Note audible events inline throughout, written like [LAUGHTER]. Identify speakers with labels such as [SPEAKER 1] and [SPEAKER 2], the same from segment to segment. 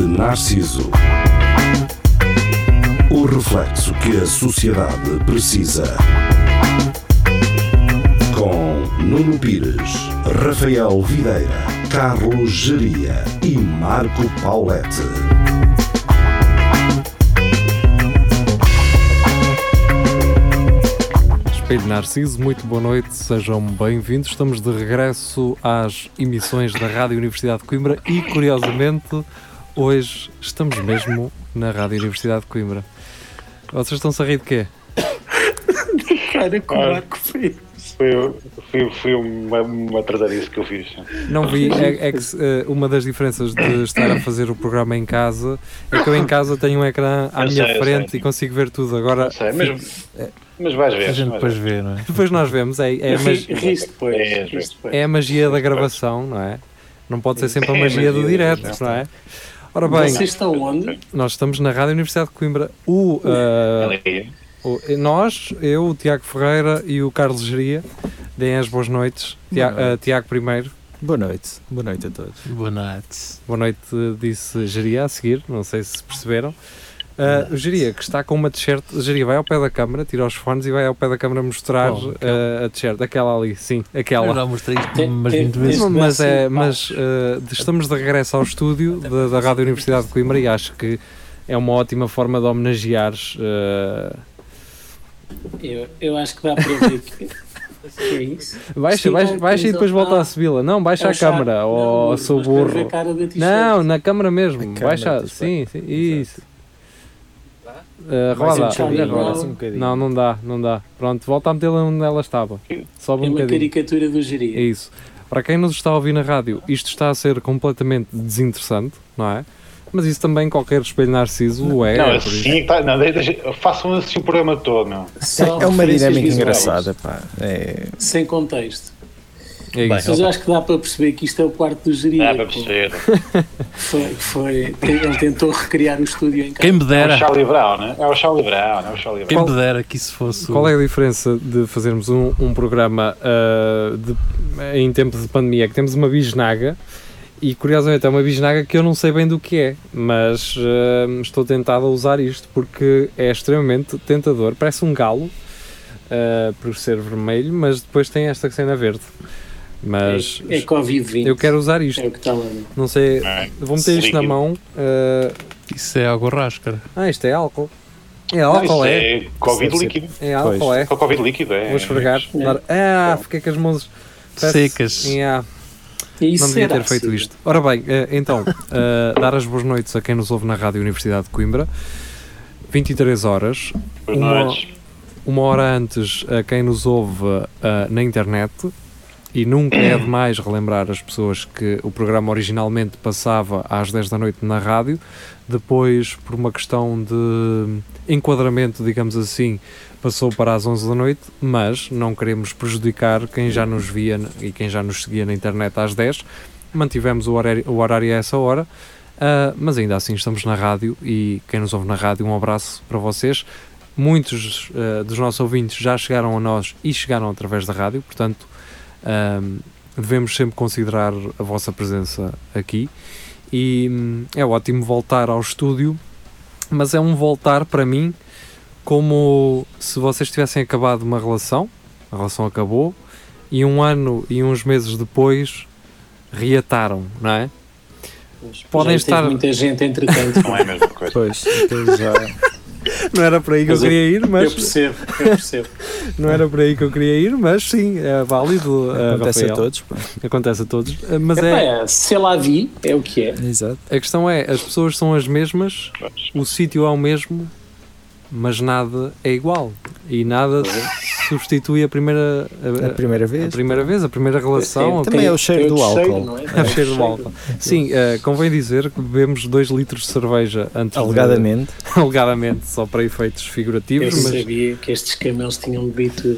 [SPEAKER 1] Narciso. O reflexo que a sociedade precisa. Com Nuno Pires, Rafael Videira, Carlos Geria e Marco Paulette.
[SPEAKER 2] Espelho Narciso, muito boa noite, sejam bem-vindos. Estamos de regresso às emissões da Rádio Universidade de Coimbra e, curiosamente, hoje estamos mesmo na Rádio Universidade de Coimbra. Vocês estão-se a rir de quê?
[SPEAKER 3] Cara, que
[SPEAKER 4] Ah.
[SPEAKER 3] barco foi.
[SPEAKER 4] Foi, foi, foi uma, uma tratarice que eu fiz.
[SPEAKER 2] Não vi, é, é que eh, uma das diferenças de estar a fazer o programa em casa é que eu em casa tenho um ecrã à
[SPEAKER 4] Eu
[SPEAKER 2] minha
[SPEAKER 4] sei, eu
[SPEAKER 2] frente
[SPEAKER 4] sei.
[SPEAKER 2] e consigo ver tudo. Agora,
[SPEAKER 4] Não sei, mas, mas vais ver.
[SPEAKER 5] A gente
[SPEAKER 4] vais
[SPEAKER 5] depois
[SPEAKER 4] ver.
[SPEAKER 5] vê, não é?
[SPEAKER 2] É. depois nós vemos, é, é, a mag-
[SPEAKER 3] Ri- Riste depois.
[SPEAKER 4] É,
[SPEAKER 3] riste depois.
[SPEAKER 2] é a magia da gravação, não é? Não pode ser sempre a
[SPEAKER 4] É a
[SPEAKER 2] magia do
[SPEAKER 4] magia,
[SPEAKER 2] direto,
[SPEAKER 4] já
[SPEAKER 2] não é? Ora bem,
[SPEAKER 3] Vocês estão onde?
[SPEAKER 2] Nós estamos na Rádio Universidade de Coimbra. O, ah,
[SPEAKER 4] Ali.
[SPEAKER 2] o- nós, eu, o Tiago Ferreira e o Carlos Geria, deem as boas noites. Tia-
[SPEAKER 5] Boa noite.
[SPEAKER 2] ah, Tiago primeiro,
[SPEAKER 6] Boa noite, boa noite a todos.
[SPEAKER 5] Boa noite.
[SPEAKER 2] boa noite, eh, disse Geria a seguir, não sei se perceberam. Ah, o Geria, que está com uma t-shirt, Geria vai ao pé da câmara, tira os fones e vai ao pé da câmara mostrar
[SPEAKER 5] Bom,
[SPEAKER 2] ah, a t-shirt, aquela ali, sim, aquela.
[SPEAKER 5] Eu já mostrei isto
[SPEAKER 3] Tem-
[SPEAKER 5] umas
[SPEAKER 3] tem-
[SPEAKER 5] 20 vezes.
[SPEAKER 3] tem-
[SPEAKER 2] mas
[SPEAKER 3] Esse
[SPEAKER 2] é,
[SPEAKER 3] braço-
[SPEAKER 2] mas eh, de- estamos de regresso ao estúdio da, da Rádio Universidade de Coimbra e acho que é uma ótima forma de eh, homenagear
[SPEAKER 3] Eu, eu acho que dá para ver que. que é isso?
[SPEAKER 2] [LAUGHS] Baixa,
[SPEAKER 3] Sim,
[SPEAKER 2] baixa,
[SPEAKER 3] com-
[SPEAKER 2] baixa e depois
[SPEAKER 3] com-
[SPEAKER 2] volta
[SPEAKER 3] ah,
[SPEAKER 2] a subi-la. Não, baixa
[SPEAKER 3] É
[SPEAKER 2] a
[SPEAKER 3] o chá-
[SPEAKER 2] câmara,
[SPEAKER 3] Não,
[SPEAKER 2] ou
[SPEAKER 3] mas
[SPEAKER 2] sou
[SPEAKER 3] para ver
[SPEAKER 2] burro.
[SPEAKER 3] A cara da t-shirt. É
[SPEAKER 2] Não, na câmara mesmo.
[SPEAKER 6] câmara
[SPEAKER 2] baixa,
[SPEAKER 6] do
[SPEAKER 2] sim,
[SPEAKER 6] espelho.
[SPEAKER 2] sim, isso. Ah,
[SPEAKER 6] Mais um
[SPEAKER 2] roda,
[SPEAKER 6] bocadinho,
[SPEAKER 3] roda.
[SPEAKER 6] mais um bocadinho.
[SPEAKER 2] Não, não dá, não dá. Pronto, volta a metê-la onde ela estava. Sobe
[SPEAKER 3] É
[SPEAKER 2] um
[SPEAKER 3] uma
[SPEAKER 2] bocadinho.
[SPEAKER 3] caricatura do
[SPEAKER 2] É
[SPEAKER 3] geria.
[SPEAKER 2] isso. Para quem nos está a ouvir na rádio, isto está a ser completamente desinteressante, não é? Mas isso também qualquer espelho narciso o é.
[SPEAKER 4] não,
[SPEAKER 2] por isso.
[SPEAKER 4] assim é que tá, não, deixa- deixa- façam assim o programa todo, meu.
[SPEAKER 3] Só
[SPEAKER 6] é uma
[SPEAKER 3] referências
[SPEAKER 6] dinâmica
[SPEAKER 3] visuais,
[SPEAKER 6] engraçada, pá. É,
[SPEAKER 3] Sem contexto.
[SPEAKER 2] É isso.
[SPEAKER 3] Mas eu acho que dá para perceber que isto é o quarto do geria.
[SPEAKER 4] Dá para perceber.
[SPEAKER 3] Foi, foi, tem- ele tentou recriar o estúdio em casa.
[SPEAKER 5] Quem me
[SPEAKER 4] É o
[SPEAKER 5] dera,
[SPEAKER 4] Charlie Brown, né? É o Charlie Brown, é o Charlie
[SPEAKER 5] quem
[SPEAKER 4] Brown.
[SPEAKER 5] me dera que isso fosse. o-
[SPEAKER 2] Qual é a diferença de fazermos um, um programa ah, de- em tempo de pandemia? Que temos uma bisnaga e curiosamente é uma bisnaga que eu não sei bem do que é, mas ah, estou tentado a usar isto porque é extremamente tentador. Parece um galo ah, por ser vermelho, mas depois tem esta cena verde. Mas
[SPEAKER 3] É, é Covid-20.
[SPEAKER 2] eu quero usar
[SPEAKER 3] É
[SPEAKER 2] isto.
[SPEAKER 3] o que está lá.
[SPEAKER 2] Não sei,
[SPEAKER 4] É.
[SPEAKER 2] vou meter isto na
[SPEAKER 4] Líquido.
[SPEAKER 2] mão. ah,
[SPEAKER 5] Isso é algo rascara.
[SPEAKER 2] ah, isto é álcool. É
[SPEAKER 4] Não,
[SPEAKER 2] álcool,
[SPEAKER 4] isso
[SPEAKER 2] é.
[SPEAKER 4] é Covid
[SPEAKER 6] Sim, sim.
[SPEAKER 4] líquido.
[SPEAKER 2] É álcool,
[SPEAKER 6] Pois.
[SPEAKER 2] é.
[SPEAKER 4] É o Covid líquido, é.
[SPEAKER 2] Vou esfregar.
[SPEAKER 3] É.
[SPEAKER 2] Dar- Ah, fiquei com as mãos parece-
[SPEAKER 5] Secas.
[SPEAKER 2] Yeah,
[SPEAKER 3] E isso
[SPEAKER 2] não devia
[SPEAKER 3] será
[SPEAKER 2] ter feito
[SPEAKER 3] possível?
[SPEAKER 2] isto. Ora bem, eh, então, eh, dar as boas noites a quem nos ouve na Rádio Universidade de Coimbra. 23 horas,
[SPEAKER 4] Boas
[SPEAKER 2] Uma-
[SPEAKER 4] noites.
[SPEAKER 2] uma hora antes a quem nos ouve eh, na internet. E nunca é demais relembrar as pessoas que o programa originalmente passava às 10 da noite na rádio, depois, por uma questão de enquadramento, digamos assim, passou para às 11 da noite, mas não queremos prejudicar quem já nos via e quem já nos seguia na internet às 10. Mantivemos o horário, o horário a essa hora, ah, mas ainda assim estamos na rádio e quem nos ouve na rádio, um abraço para vocês. Muitos ah, dos nossos ouvintes já chegaram a nós e chegaram através da rádio, portanto ahm, devemos sempre considerar a vossa presença aqui e hum, é ótimo voltar ao estúdio, mas é um voltar para mim como se vocês tivessem acabado uma relação, a relação acabou, e um ano e uns meses depois reataram, não é? Podem
[SPEAKER 3] Já
[SPEAKER 2] estar-
[SPEAKER 3] é, Teve muita gente, entretanto. [LAUGHS]
[SPEAKER 4] Não é a mesma coisa.
[SPEAKER 6] pois, aquilo [LAUGHS] já.
[SPEAKER 2] Não era para aí que eu
[SPEAKER 3] Mas eu-
[SPEAKER 2] queria ir,
[SPEAKER 3] Eu
[SPEAKER 2] mas
[SPEAKER 3] percebo, eu percebo.
[SPEAKER 2] não era para aí que eu queria ir, mas sim, é válido. ah,
[SPEAKER 6] Acontece a
[SPEAKER 2] Rafael.
[SPEAKER 6] todos, pá.
[SPEAKER 2] Acontece a todos. Ah, Mas
[SPEAKER 3] Epá,
[SPEAKER 2] é,
[SPEAKER 3] é, se lá vi, é o que é.
[SPEAKER 6] Exato.
[SPEAKER 2] a questão é, as pessoas são as mesmas, o sítio é o mesmo, mas nada é igual. E nada substitui a primeira, a-
[SPEAKER 6] A primeira
[SPEAKER 2] a,
[SPEAKER 6] vez.
[SPEAKER 2] primeira vez, a primeira relação. a-
[SPEAKER 6] Também é o cheiro
[SPEAKER 3] Tem
[SPEAKER 6] do
[SPEAKER 3] outro
[SPEAKER 6] álcool.
[SPEAKER 3] não é?
[SPEAKER 2] a [LAUGHS] cheiro de álcool. Sim, eh, convém dizer que bebemos 2 litros de cerveja
[SPEAKER 3] é?
[SPEAKER 2] antes de-
[SPEAKER 6] Alegadamente.
[SPEAKER 2] [LAUGHS] alegadamente, só para efeitos
[SPEAKER 3] Eu
[SPEAKER 2] figurativos, mas
[SPEAKER 3] sabia que estes camelos tinham bebido tudo.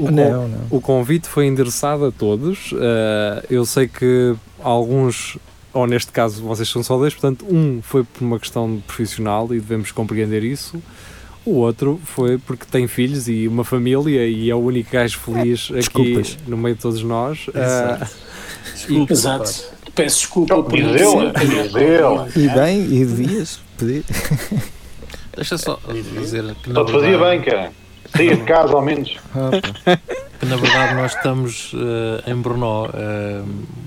[SPEAKER 2] o, con-
[SPEAKER 6] Não, não.
[SPEAKER 2] o convite foi endereçado a todos. Eh, eu sei que alguns, ou neste caso vocês são só dois, portanto, um foi por uma questão profissional e devemos compreender isso. O outro foi porque tem filhos e uma família e é o único gajo feliz aqui
[SPEAKER 6] desculpas.
[SPEAKER 2] no meio de todos nós. Eh,
[SPEAKER 6] Exato.
[SPEAKER 2] e-
[SPEAKER 3] Exato. Peço desculpa por não
[SPEAKER 4] Iseu,
[SPEAKER 3] ser apanhado
[SPEAKER 4] Iseu.
[SPEAKER 3] com
[SPEAKER 6] E
[SPEAKER 3] a
[SPEAKER 6] bem, e devias pedir.
[SPEAKER 5] Deixa só dizer que na,
[SPEAKER 4] Só te fazia
[SPEAKER 5] verdade,
[SPEAKER 4] bem, cara. Saía de casa, ao menos.
[SPEAKER 6] Opa,
[SPEAKER 5] que na verdade nós estamos eh, em Brno. eh,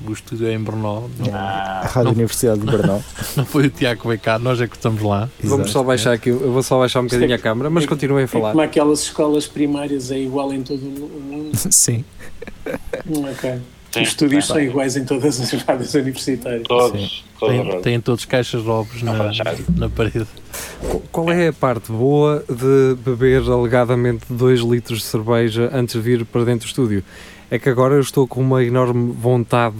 [SPEAKER 5] o estúdio é em Brno. Não,
[SPEAKER 3] Ah.
[SPEAKER 6] a Rádio Universidade de Brno.
[SPEAKER 5] não foi o Tiago que veio cá, nós é que estamos lá.
[SPEAKER 2] Vamos só baixar aqui, eu vou só baixar um bocadinho a câmara, mas continuem a
[SPEAKER 3] É
[SPEAKER 2] falar.
[SPEAKER 3] como aquelas escolas primárias é igual em todo o mundo.
[SPEAKER 6] [LAUGHS] Sim.
[SPEAKER 3] Ok. Os estúdios são iguais em todas as [LAUGHS] rádios universitárias.
[SPEAKER 4] Todos. todos
[SPEAKER 5] Têm,
[SPEAKER 4] os
[SPEAKER 5] têm todos caixas de ovos na, na parede.
[SPEAKER 2] Qu- Qual é a parte boa de beber alegadamente 2 litros de cerveja antes de vir para dentro do estúdio? É que agora eu estou com uma enorme vontade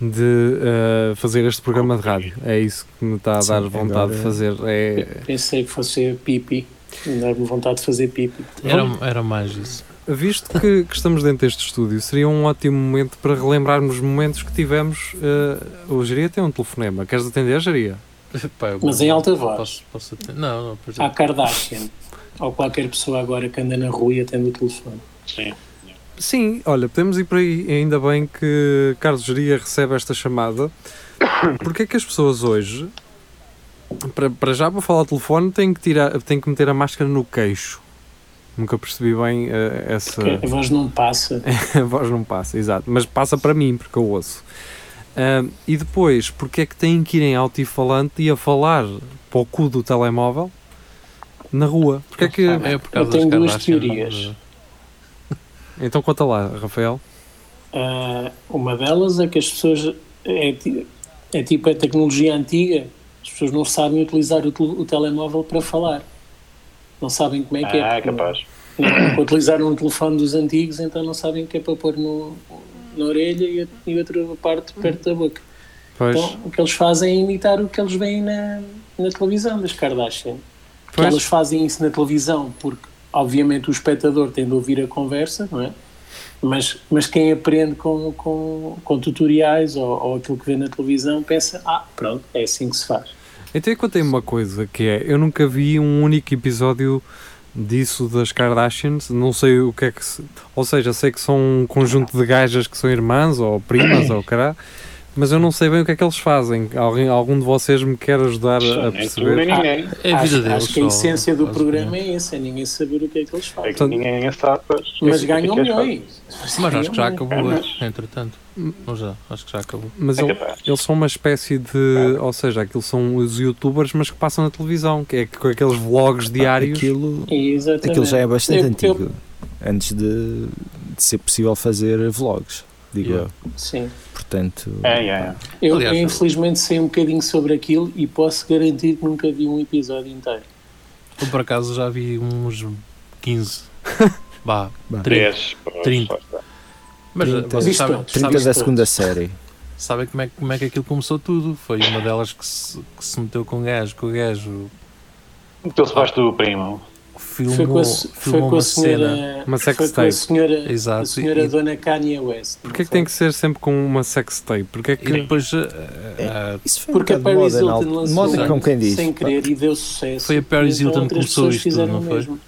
[SPEAKER 2] de eh, fazer este programa de rádio. É isso que me está a
[SPEAKER 6] Sim,
[SPEAKER 2] dar vontade
[SPEAKER 6] agora-
[SPEAKER 2] de fazer. É,
[SPEAKER 3] Pensei que fosse pipi. Dá-me vontade de fazer pipi.
[SPEAKER 5] Era, era mais isso.
[SPEAKER 2] Visto que, que estamos dentro deste estúdio, seria um ótimo momento para relembrarmos momentos que tivemos. eh, o Geria tem um telefonema. Queres atender, Geria?
[SPEAKER 5] Pá, eu-
[SPEAKER 3] Mas em alta voz.
[SPEAKER 5] Posso, posso até- não, não, pois é.
[SPEAKER 3] À Kardashian. Ou qualquer pessoa agora que anda na rua e atende o telefone.
[SPEAKER 4] Sim.
[SPEAKER 2] Sim, olha, podemos ir por aí. Ainda bem que Carlos Geria recebe esta chamada. [COUGHS] Porque é que as pessoas hoje, para, para já para falar ao telefone, têm que, tirar, têm que meter a máscara no queixo? Nunca percebi bem eh, essa.
[SPEAKER 3] A voz não passa.
[SPEAKER 2] [LAUGHS] a voz não passa, exato. Mas passa para mim, porque eu ouço. Ahm, e depois, porque é que têm que ir em altifalante e a falar para o cu do telemóvel na rua? Porque é que...
[SPEAKER 5] É por
[SPEAKER 3] Ah, Eu
[SPEAKER 5] causa
[SPEAKER 3] tenho
[SPEAKER 5] das
[SPEAKER 3] duas
[SPEAKER 5] Kardashian,
[SPEAKER 3] teorias.
[SPEAKER 5] não-
[SPEAKER 2] Então conta lá, Rafael.
[SPEAKER 3] Ah, uma delas é que as pessoas. É, ti- é tipo a tecnologia antiga. As pessoas não sabem utilizar o, tel- o telemóvel para falar. Não sabem como é que é.
[SPEAKER 4] Ah,
[SPEAKER 3] porque
[SPEAKER 4] capaz.
[SPEAKER 3] não- Utilizaram um telefone dos antigos, então não sabem o que é para pôr no, na orelha e, a- e outra parte perto da boca.
[SPEAKER 2] Pois,
[SPEAKER 3] Então, o que eles fazem é imitar o que eles veem na, na televisão das Kardashian. Porque
[SPEAKER 2] Pois.
[SPEAKER 3] elas fazem isso na televisão porque, obviamente, o espectador tem de ouvir a conversa, não é? Mas, mas quem aprende com, com, com tutoriais ou, ou aquilo que vê na televisão pensa: ah, pronto, é assim que se faz.
[SPEAKER 2] então eu contei uma coisa que é, eu nunca vi um único episódio disso das Kardashians, não sei o que é que se... Ou seja, sei que são um conjunto de gajas que são irmãs ou primas ou cará, mas eu não sei bem o que é que eles fazem. Alguém, algum de vocês me quer ajudar a, a
[SPEAKER 4] Nem tu, nem
[SPEAKER 2] perceber?
[SPEAKER 4] ninguém.
[SPEAKER 5] É a vida
[SPEAKER 3] acho,
[SPEAKER 5] deles.
[SPEAKER 3] acho que a
[SPEAKER 5] só,
[SPEAKER 3] essência do
[SPEAKER 5] basicamente.
[SPEAKER 3] programa é essa: é ninguém saber o que é que eles
[SPEAKER 4] É
[SPEAKER 3] fazem.
[SPEAKER 4] que ninguém sabe. pois.
[SPEAKER 3] Mas
[SPEAKER 4] O que é que
[SPEAKER 3] ganham
[SPEAKER 4] queres fazer?
[SPEAKER 3] milhões.
[SPEAKER 5] Mas acho
[SPEAKER 3] Ganham
[SPEAKER 5] que já
[SPEAKER 3] milhões.
[SPEAKER 5] acabou hoje, entretanto. Não já, acho que já acabou.
[SPEAKER 2] Mas
[SPEAKER 4] É
[SPEAKER 2] eu-
[SPEAKER 4] capaz.
[SPEAKER 2] eles são uma espécie de. Ou seja, aquilo são os youtubers, mas que passam na televisão, que é que- com aqueles vlogs diários.
[SPEAKER 6] Aquilo,
[SPEAKER 3] Exatamente.
[SPEAKER 6] aquilo já é bastante
[SPEAKER 3] Eu- eu-
[SPEAKER 6] antigo. Antes de, de ser possível fazer vlogs, digo
[SPEAKER 5] Yeah.
[SPEAKER 6] eu.
[SPEAKER 3] Sim.
[SPEAKER 6] Portanto,
[SPEAKER 4] É, é, é.
[SPEAKER 3] Eu,
[SPEAKER 5] Aliás,
[SPEAKER 3] eu,
[SPEAKER 5] eu-
[SPEAKER 3] infelizmente sei um bocadinho sobre aquilo e posso garantir que nunca vi um episódio inteiro.
[SPEAKER 5] Eu por acaso já vi uns
[SPEAKER 3] [LAUGHS]
[SPEAKER 5] 15. Bah,
[SPEAKER 6] Bah.
[SPEAKER 5] 30.
[SPEAKER 4] 3.
[SPEAKER 5] Trinta. Mas
[SPEAKER 6] Trinta.
[SPEAKER 5] vocês
[SPEAKER 3] Viste
[SPEAKER 5] sabem,
[SPEAKER 3] todos.
[SPEAKER 5] sabem,
[SPEAKER 6] 30 da segunda série.
[SPEAKER 5] sabem como, é, que- como é que aquilo começou tudo? Foi uma delas que se, que se meteu com o gajo, que o gajo
[SPEAKER 4] Meteu-se baixo do primo.
[SPEAKER 3] foi com
[SPEAKER 5] filmou,
[SPEAKER 3] a, se- foi
[SPEAKER 5] filmou
[SPEAKER 3] com a
[SPEAKER 5] uma cena.
[SPEAKER 3] senhora,
[SPEAKER 2] Uma sex
[SPEAKER 3] foi com a
[SPEAKER 2] tape.
[SPEAKER 3] senhora,
[SPEAKER 5] Exato,
[SPEAKER 3] a senhora
[SPEAKER 5] e-
[SPEAKER 3] dona Kanye West.
[SPEAKER 2] Porquê é que tem que ser sempre com uma sex tape? Porquê é
[SPEAKER 5] E
[SPEAKER 2] que.
[SPEAKER 5] depois ah, ah,
[SPEAKER 6] Isso foi
[SPEAKER 3] Porque a
[SPEAKER 6] um bocado
[SPEAKER 3] Paris
[SPEAKER 6] moda, na
[SPEAKER 3] Hilton
[SPEAKER 6] altura.
[SPEAKER 3] lançou um
[SPEAKER 6] Moda como quem diz.
[SPEAKER 3] sem querer e deu sucesso.
[SPEAKER 5] Foi a Paris
[SPEAKER 3] Então
[SPEAKER 5] Hilton que
[SPEAKER 3] outras
[SPEAKER 5] começou
[SPEAKER 3] pessoas
[SPEAKER 5] isto tudo,
[SPEAKER 3] fizeram
[SPEAKER 5] não
[SPEAKER 3] o
[SPEAKER 5] foi?
[SPEAKER 3] mesmo.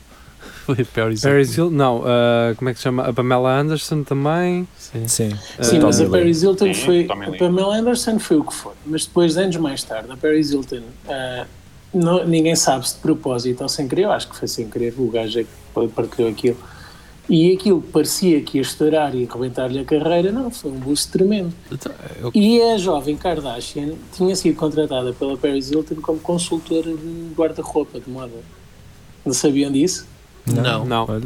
[SPEAKER 5] foi a Paris
[SPEAKER 2] Paris Hill,
[SPEAKER 5] Hilton.
[SPEAKER 2] não, ah, como é que se chama? A Pamela Anderson também.
[SPEAKER 6] Sim,
[SPEAKER 5] Sim.
[SPEAKER 3] Sim,
[SPEAKER 2] Ah,
[SPEAKER 3] mas a
[SPEAKER 6] Eh, Tommy Lee.
[SPEAKER 3] Paris Hilton
[SPEAKER 4] Sim,
[SPEAKER 3] foi.
[SPEAKER 4] Tommy Lee.
[SPEAKER 3] A Pamela Anderson foi o que foi. Mas depois, anos mais tarde, a Paris Hilton. ah, não- ninguém sabe se de propósito ou sem querer. Eu acho que foi sem querer. O gajo é que partilhou aquilo. E aquilo que parecia que ia estourar e arrebentar-lhe a carreira, não, foi um boost tremendo.
[SPEAKER 5] Então, eu-
[SPEAKER 3] E a jovem Kardashian tinha sido contratada pela Paris Hilton como consultora de guarda-roupa de moda. Não sabiam disso?
[SPEAKER 5] não.
[SPEAKER 2] Não.
[SPEAKER 6] olha.